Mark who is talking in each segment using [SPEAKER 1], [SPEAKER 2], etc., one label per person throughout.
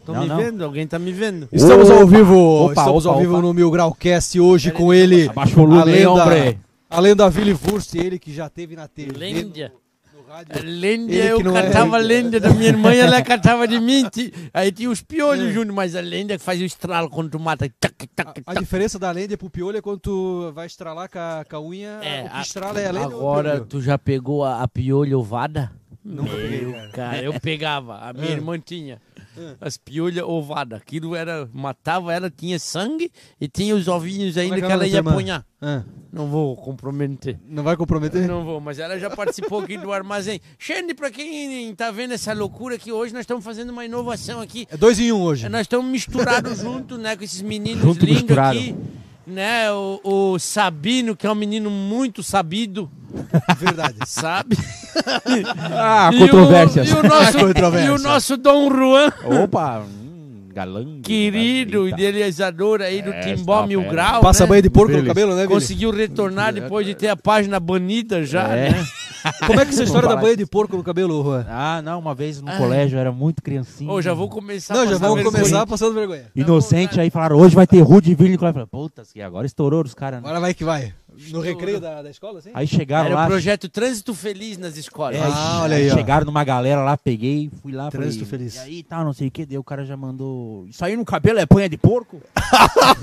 [SPEAKER 1] Estão
[SPEAKER 2] Não,
[SPEAKER 1] me
[SPEAKER 2] não.
[SPEAKER 1] vendo? Alguém tá me vendo.
[SPEAKER 3] Estamos ao vivo,
[SPEAKER 2] Opa,
[SPEAKER 3] estamos ao
[SPEAKER 2] opa,
[SPEAKER 3] vivo
[SPEAKER 2] opa.
[SPEAKER 3] no Mil Graucast hoje com ele,
[SPEAKER 2] Abaixa o volume,
[SPEAKER 3] a lenda,
[SPEAKER 2] hombre.
[SPEAKER 3] a lenda Willy Wurst, ele que já teve na TV,
[SPEAKER 1] Lenda.
[SPEAKER 3] no, no
[SPEAKER 1] A
[SPEAKER 3] rádio.
[SPEAKER 1] Lêndia,
[SPEAKER 3] Ele
[SPEAKER 1] eu
[SPEAKER 3] que não é
[SPEAKER 1] catava a
[SPEAKER 3] lêndia.
[SPEAKER 1] lêndia da minha irmã e ela catava de mim. Ti- Aí tinha os
[SPEAKER 3] É.
[SPEAKER 1] piolhos junto, mas a lêndia que faz o estralo quando tu mata. Tac, tac,
[SPEAKER 3] A
[SPEAKER 1] tac.
[SPEAKER 3] diferença da lenda pro piolho é quando tu vai estralar com a, com a unha, o que estrala é a lenda ou o
[SPEAKER 1] Agora
[SPEAKER 3] piolho?
[SPEAKER 1] tu já pegou a, a piolha ovada?
[SPEAKER 3] Nunca peguei, cara. Ah.
[SPEAKER 1] Cara, eu pegava, a minha irmã tinha as piolhas ovadas. Aquilo era, matava ela, tinha sangue e tinha os ovinhos ainda
[SPEAKER 3] é
[SPEAKER 1] que
[SPEAKER 3] que é o
[SPEAKER 1] ela
[SPEAKER 3] nome da
[SPEAKER 1] ia
[SPEAKER 3] tua irmã?
[SPEAKER 1] apanhar.
[SPEAKER 3] Ah,
[SPEAKER 1] Não vou comprometer.
[SPEAKER 3] não vai comprometer?
[SPEAKER 1] Não vou, mas ela já participou aqui do armazém. Xande, pra quem tá vendo essa loucura que hoje nós estamos fazendo uma inovação aqui.
[SPEAKER 3] É dois em um hoje.
[SPEAKER 1] Nós estamos misturados junto, né, com esses meninos
[SPEAKER 2] Junto,
[SPEAKER 1] lindos
[SPEAKER 2] misturado.
[SPEAKER 1] aqui. Né, o, o Sabino, que é um menino muito sabido,
[SPEAKER 3] Verdade.
[SPEAKER 1] sabe?
[SPEAKER 2] Ah,
[SPEAKER 1] E o-
[SPEAKER 2] controvérsias.
[SPEAKER 1] E o, nosso,
[SPEAKER 3] Ah, controvérsia.
[SPEAKER 1] e o nosso Dom Juan,
[SPEAKER 2] Opa, hum, galã.
[SPEAKER 1] querido
[SPEAKER 2] Eita.
[SPEAKER 1] idealizador aí do
[SPEAKER 2] Essa
[SPEAKER 1] Timbó Mil
[SPEAKER 2] fera.
[SPEAKER 1] Grau,
[SPEAKER 3] Passa
[SPEAKER 1] né?
[SPEAKER 3] banho de porco no
[SPEAKER 2] Feliz.
[SPEAKER 3] cabelo, né, Vini?
[SPEAKER 1] Conseguiu retornar depois de ter a página banida já,
[SPEAKER 2] É.
[SPEAKER 1] né?
[SPEAKER 3] Como é que essa história da
[SPEAKER 2] Vamos
[SPEAKER 3] banha de porco no cabelo, Juan?
[SPEAKER 2] Ah, não, uma vez no
[SPEAKER 1] Ai.
[SPEAKER 2] colégio, eu era muito criancinha.
[SPEAKER 1] Ô, já vou começar a
[SPEAKER 3] Não, já
[SPEAKER 1] passar
[SPEAKER 3] vamos
[SPEAKER 1] Tá vergonha.
[SPEAKER 3] começar passando vergonha.
[SPEAKER 2] Inocente, aí falaram, hoje vai ter Rude e Vini. Eu falei, Puta, que agora estourou os caras. né?
[SPEAKER 3] Agora vai que vai. No recreio da, da escola, assim?
[SPEAKER 2] Aí chegaram
[SPEAKER 1] Era o
[SPEAKER 2] lá,
[SPEAKER 1] projeto Trânsito Feliz nas escolas.
[SPEAKER 2] É,
[SPEAKER 3] Ah,
[SPEAKER 2] aí
[SPEAKER 3] olha aí, ó.
[SPEAKER 2] chegaram numa galera lá, peguei, fui lá.
[SPEAKER 3] Trânsito
[SPEAKER 2] falei,
[SPEAKER 3] feliz.
[SPEAKER 2] E aí, tá, não sei o que, deu, o cara já mandou. Isso aí no cabelo é panha de porco?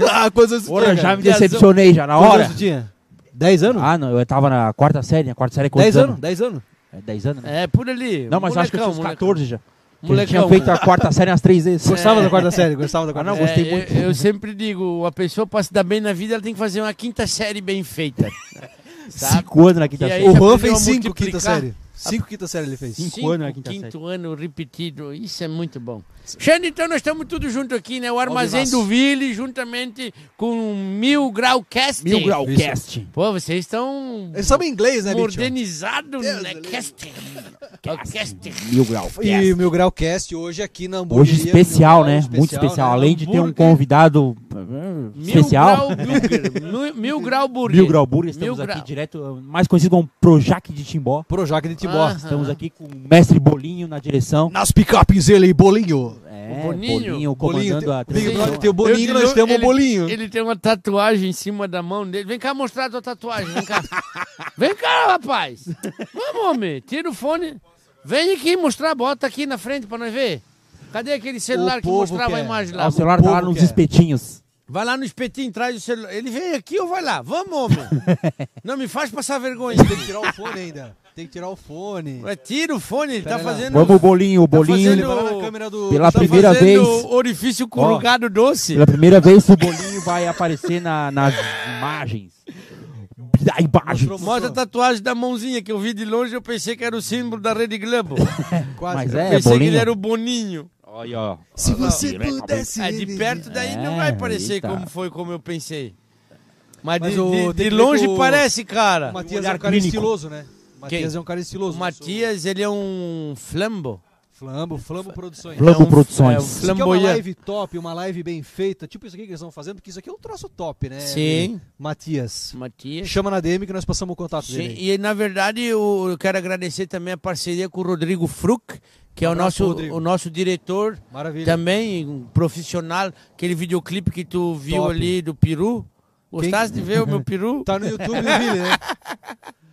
[SPEAKER 3] Ah, quantos anos
[SPEAKER 2] Ora, já me
[SPEAKER 1] Dez
[SPEAKER 2] decepcionei já na
[SPEAKER 3] Quantos
[SPEAKER 2] hora.
[SPEAKER 3] anos tu tinha? 10 anos?
[SPEAKER 2] Ah, não, eu tava na quarta série, na quarta série é quantos
[SPEAKER 3] 10 anos? 10 anos?
[SPEAKER 2] É 10 anos, né?
[SPEAKER 1] É, por ali.
[SPEAKER 2] Não, mas eu acho que eu tinha
[SPEAKER 1] Molecão,
[SPEAKER 2] uns
[SPEAKER 1] molecão.
[SPEAKER 2] 14 já. Que eu
[SPEAKER 1] Molecão.
[SPEAKER 2] tinha feito a quarta série umas três vezes.
[SPEAKER 3] Gostava da quarta série, gostava da quarta
[SPEAKER 2] Ah, não,
[SPEAKER 3] série.
[SPEAKER 2] gostei
[SPEAKER 1] É,
[SPEAKER 2] muito.
[SPEAKER 1] Eu, eu sempre digo, a pessoa pra se dar bem na vida, ela tem que fazer uma quinta série bem feita. Sabe?
[SPEAKER 2] É. Cinco anos na quinta
[SPEAKER 1] E aí-
[SPEAKER 2] série.
[SPEAKER 3] O
[SPEAKER 1] já
[SPEAKER 3] Juan
[SPEAKER 1] aprendeu a
[SPEAKER 3] fez 5
[SPEAKER 1] multiplicar. Tá
[SPEAKER 3] quinta série. 5 quinta série ele fez.
[SPEAKER 2] Cinco anos na quinta
[SPEAKER 1] quinto ano repetido, isso é muito bom. Xande, então nós estamos tudo junto aqui, né? O Armazém do Ville, juntamente com o Mil Grau Cast.
[SPEAKER 2] Mil Grau é
[SPEAKER 3] Isso.
[SPEAKER 2] Cast.
[SPEAKER 1] Pô, vocês estão
[SPEAKER 3] Eles sabem inglês, né, bicho?
[SPEAKER 1] organizados,
[SPEAKER 3] Deus
[SPEAKER 1] né?
[SPEAKER 3] é livre.
[SPEAKER 1] Cast. Cast.
[SPEAKER 2] Mil Grau
[SPEAKER 3] E
[SPEAKER 2] Cast.
[SPEAKER 3] o Mil Grau Cast hoje aqui na hamburgueria.
[SPEAKER 2] Hoje especial,
[SPEAKER 3] Mil Grau,
[SPEAKER 2] né? Muito especial.
[SPEAKER 3] né?
[SPEAKER 2] Além de ter um
[SPEAKER 3] Hambúrguer.
[SPEAKER 2] convidado eh, especial.
[SPEAKER 1] Mil Grau Burger. Mil, Mil Grau Burger.
[SPEAKER 2] Mil Grau Burger, estamos
[SPEAKER 1] Mil
[SPEAKER 2] aqui
[SPEAKER 1] Grau.
[SPEAKER 2] direto, mais conhecido como Projac de Timbó.
[SPEAKER 3] Projac de Timbó.
[SPEAKER 1] Ah.
[SPEAKER 2] Estamos aqui com o mestre Bolinho na direção.
[SPEAKER 3] Nas picapes ele e bolinho.
[SPEAKER 2] É,
[SPEAKER 1] O Boninho.
[SPEAKER 2] comandando
[SPEAKER 3] tem-
[SPEAKER 2] a
[SPEAKER 3] Big
[SPEAKER 2] transmissão.
[SPEAKER 3] Brother tem o
[SPEAKER 1] Eu
[SPEAKER 3] bolinho,
[SPEAKER 1] digo,
[SPEAKER 3] nós temos o
[SPEAKER 1] ele-
[SPEAKER 3] bolinho.
[SPEAKER 1] Ele tem uma tatuagem em cima da mão dele. Vem cá mostrar a tua tatuagem, vem cá. vem cá, rapaz. Vamos, homem. Tira o fone. Vem aqui mostrar, bota aqui na frente pra nós ver. Cadê aquele celular que
[SPEAKER 3] povo
[SPEAKER 1] mostrava a
[SPEAKER 3] quer.
[SPEAKER 1] imagem lá?
[SPEAKER 2] Ah, O celular tá lá
[SPEAKER 3] povo
[SPEAKER 2] nos
[SPEAKER 3] quer.
[SPEAKER 2] espetinhos.
[SPEAKER 1] Vai lá no espetinho, traz o celular. Ele veio aqui ou vai lá? Vamos, homem. Não me faz passar vergonha.
[SPEAKER 3] Tem que tirar o fone ainda. Tem que tirar o fone.
[SPEAKER 1] Mas Tira o fone, ele tá
[SPEAKER 3] Pera lá.
[SPEAKER 1] fazendo...
[SPEAKER 2] Vamos,
[SPEAKER 1] Tá
[SPEAKER 2] Bolinho, Bolinho.
[SPEAKER 1] fazendo-
[SPEAKER 3] Ele vai lá na câmera do-
[SPEAKER 2] Pela
[SPEAKER 3] tá
[SPEAKER 2] primeira
[SPEAKER 1] fazendo
[SPEAKER 2] vez.
[SPEAKER 1] orifício corrugado doce.
[SPEAKER 2] Pela primeira vez o bolinho vai aparecer na- nas imagens. Da imagem.
[SPEAKER 3] Mostrou
[SPEAKER 1] Mostra a tatuagem da mãozinha que eu vi de longe, eu pensei que era o símbolo da Rede Globo.
[SPEAKER 3] Quase.
[SPEAKER 2] Mas
[SPEAKER 1] Eu
[SPEAKER 2] é,
[SPEAKER 1] pensei que ele
[SPEAKER 2] bolinho.
[SPEAKER 1] era o Boninho.
[SPEAKER 2] Olha, ó.
[SPEAKER 3] Se você
[SPEAKER 2] Direto,
[SPEAKER 3] pudesse.
[SPEAKER 1] É, de perto daí não vai
[SPEAKER 2] É,
[SPEAKER 1] parecer
[SPEAKER 2] eita.
[SPEAKER 1] como foi como eu pensei. Mas,
[SPEAKER 3] Mas
[SPEAKER 1] de, de-
[SPEAKER 3] o- tem
[SPEAKER 1] de
[SPEAKER 3] que ver
[SPEAKER 1] longe
[SPEAKER 3] com o-
[SPEAKER 1] parece, cara.
[SPEAKER 3] O Matias é
[SPEAKER 2] Olhar
[SPEAKER 3] um cara
[SPEAKER 2] clínico.
[SPEAKER 3] estiloso, né? Matias é um cara
[SPEAKER 1] O
[SPEAKER 3] estiloso.
[SPEAKER 1] Matias, ele é um flambo.
[SPEAKER 3] Flambo, Flambo Produções.
[SPEAKER 2] Flambo
[SPEAKER 1] É um-
[SPEAKER 2] Produções.
[SPEAKER 1] é um
[SPEAKER 3] Isso aqui é uma
[SPEAKER 1] flamboyante.
[SPEAKER 3] live top, uma live bem feita, tipo isso aqui que eles estão fazendo, porque isso aqui é um troço top, né?
[SPEAKER 1] Sim.
[SPEAKER 3] Matias.
[SPEAKER 1] Matias.
[SPEAKER 3] Chama na DM que nós passamos o contato
[SPEAKER 1] Sim,
[SPEAKER 3] dele. aí.
[SPEAKER 1] e na verdade eu eu quero agradecer também a parceria com o Rodrigo Fruc, que é o
[SPEAKER 3] Um abraço,
[SPEAKER 1] nosso,
[SPEAKER 3] Rodrigo.
[SPEAKER 1] o nosso diretor
[SPEAKER 3] Maravilha.
[SPEAKER 1] também, um profissional. Aquele videoclipe que tu viu
[SPEAKER 3] Top.
[SPEAKER 1] ali do Peru. Gostaste de ver o meu peru?
[SPEAKER 3] Tá no YouTube do Vili, né?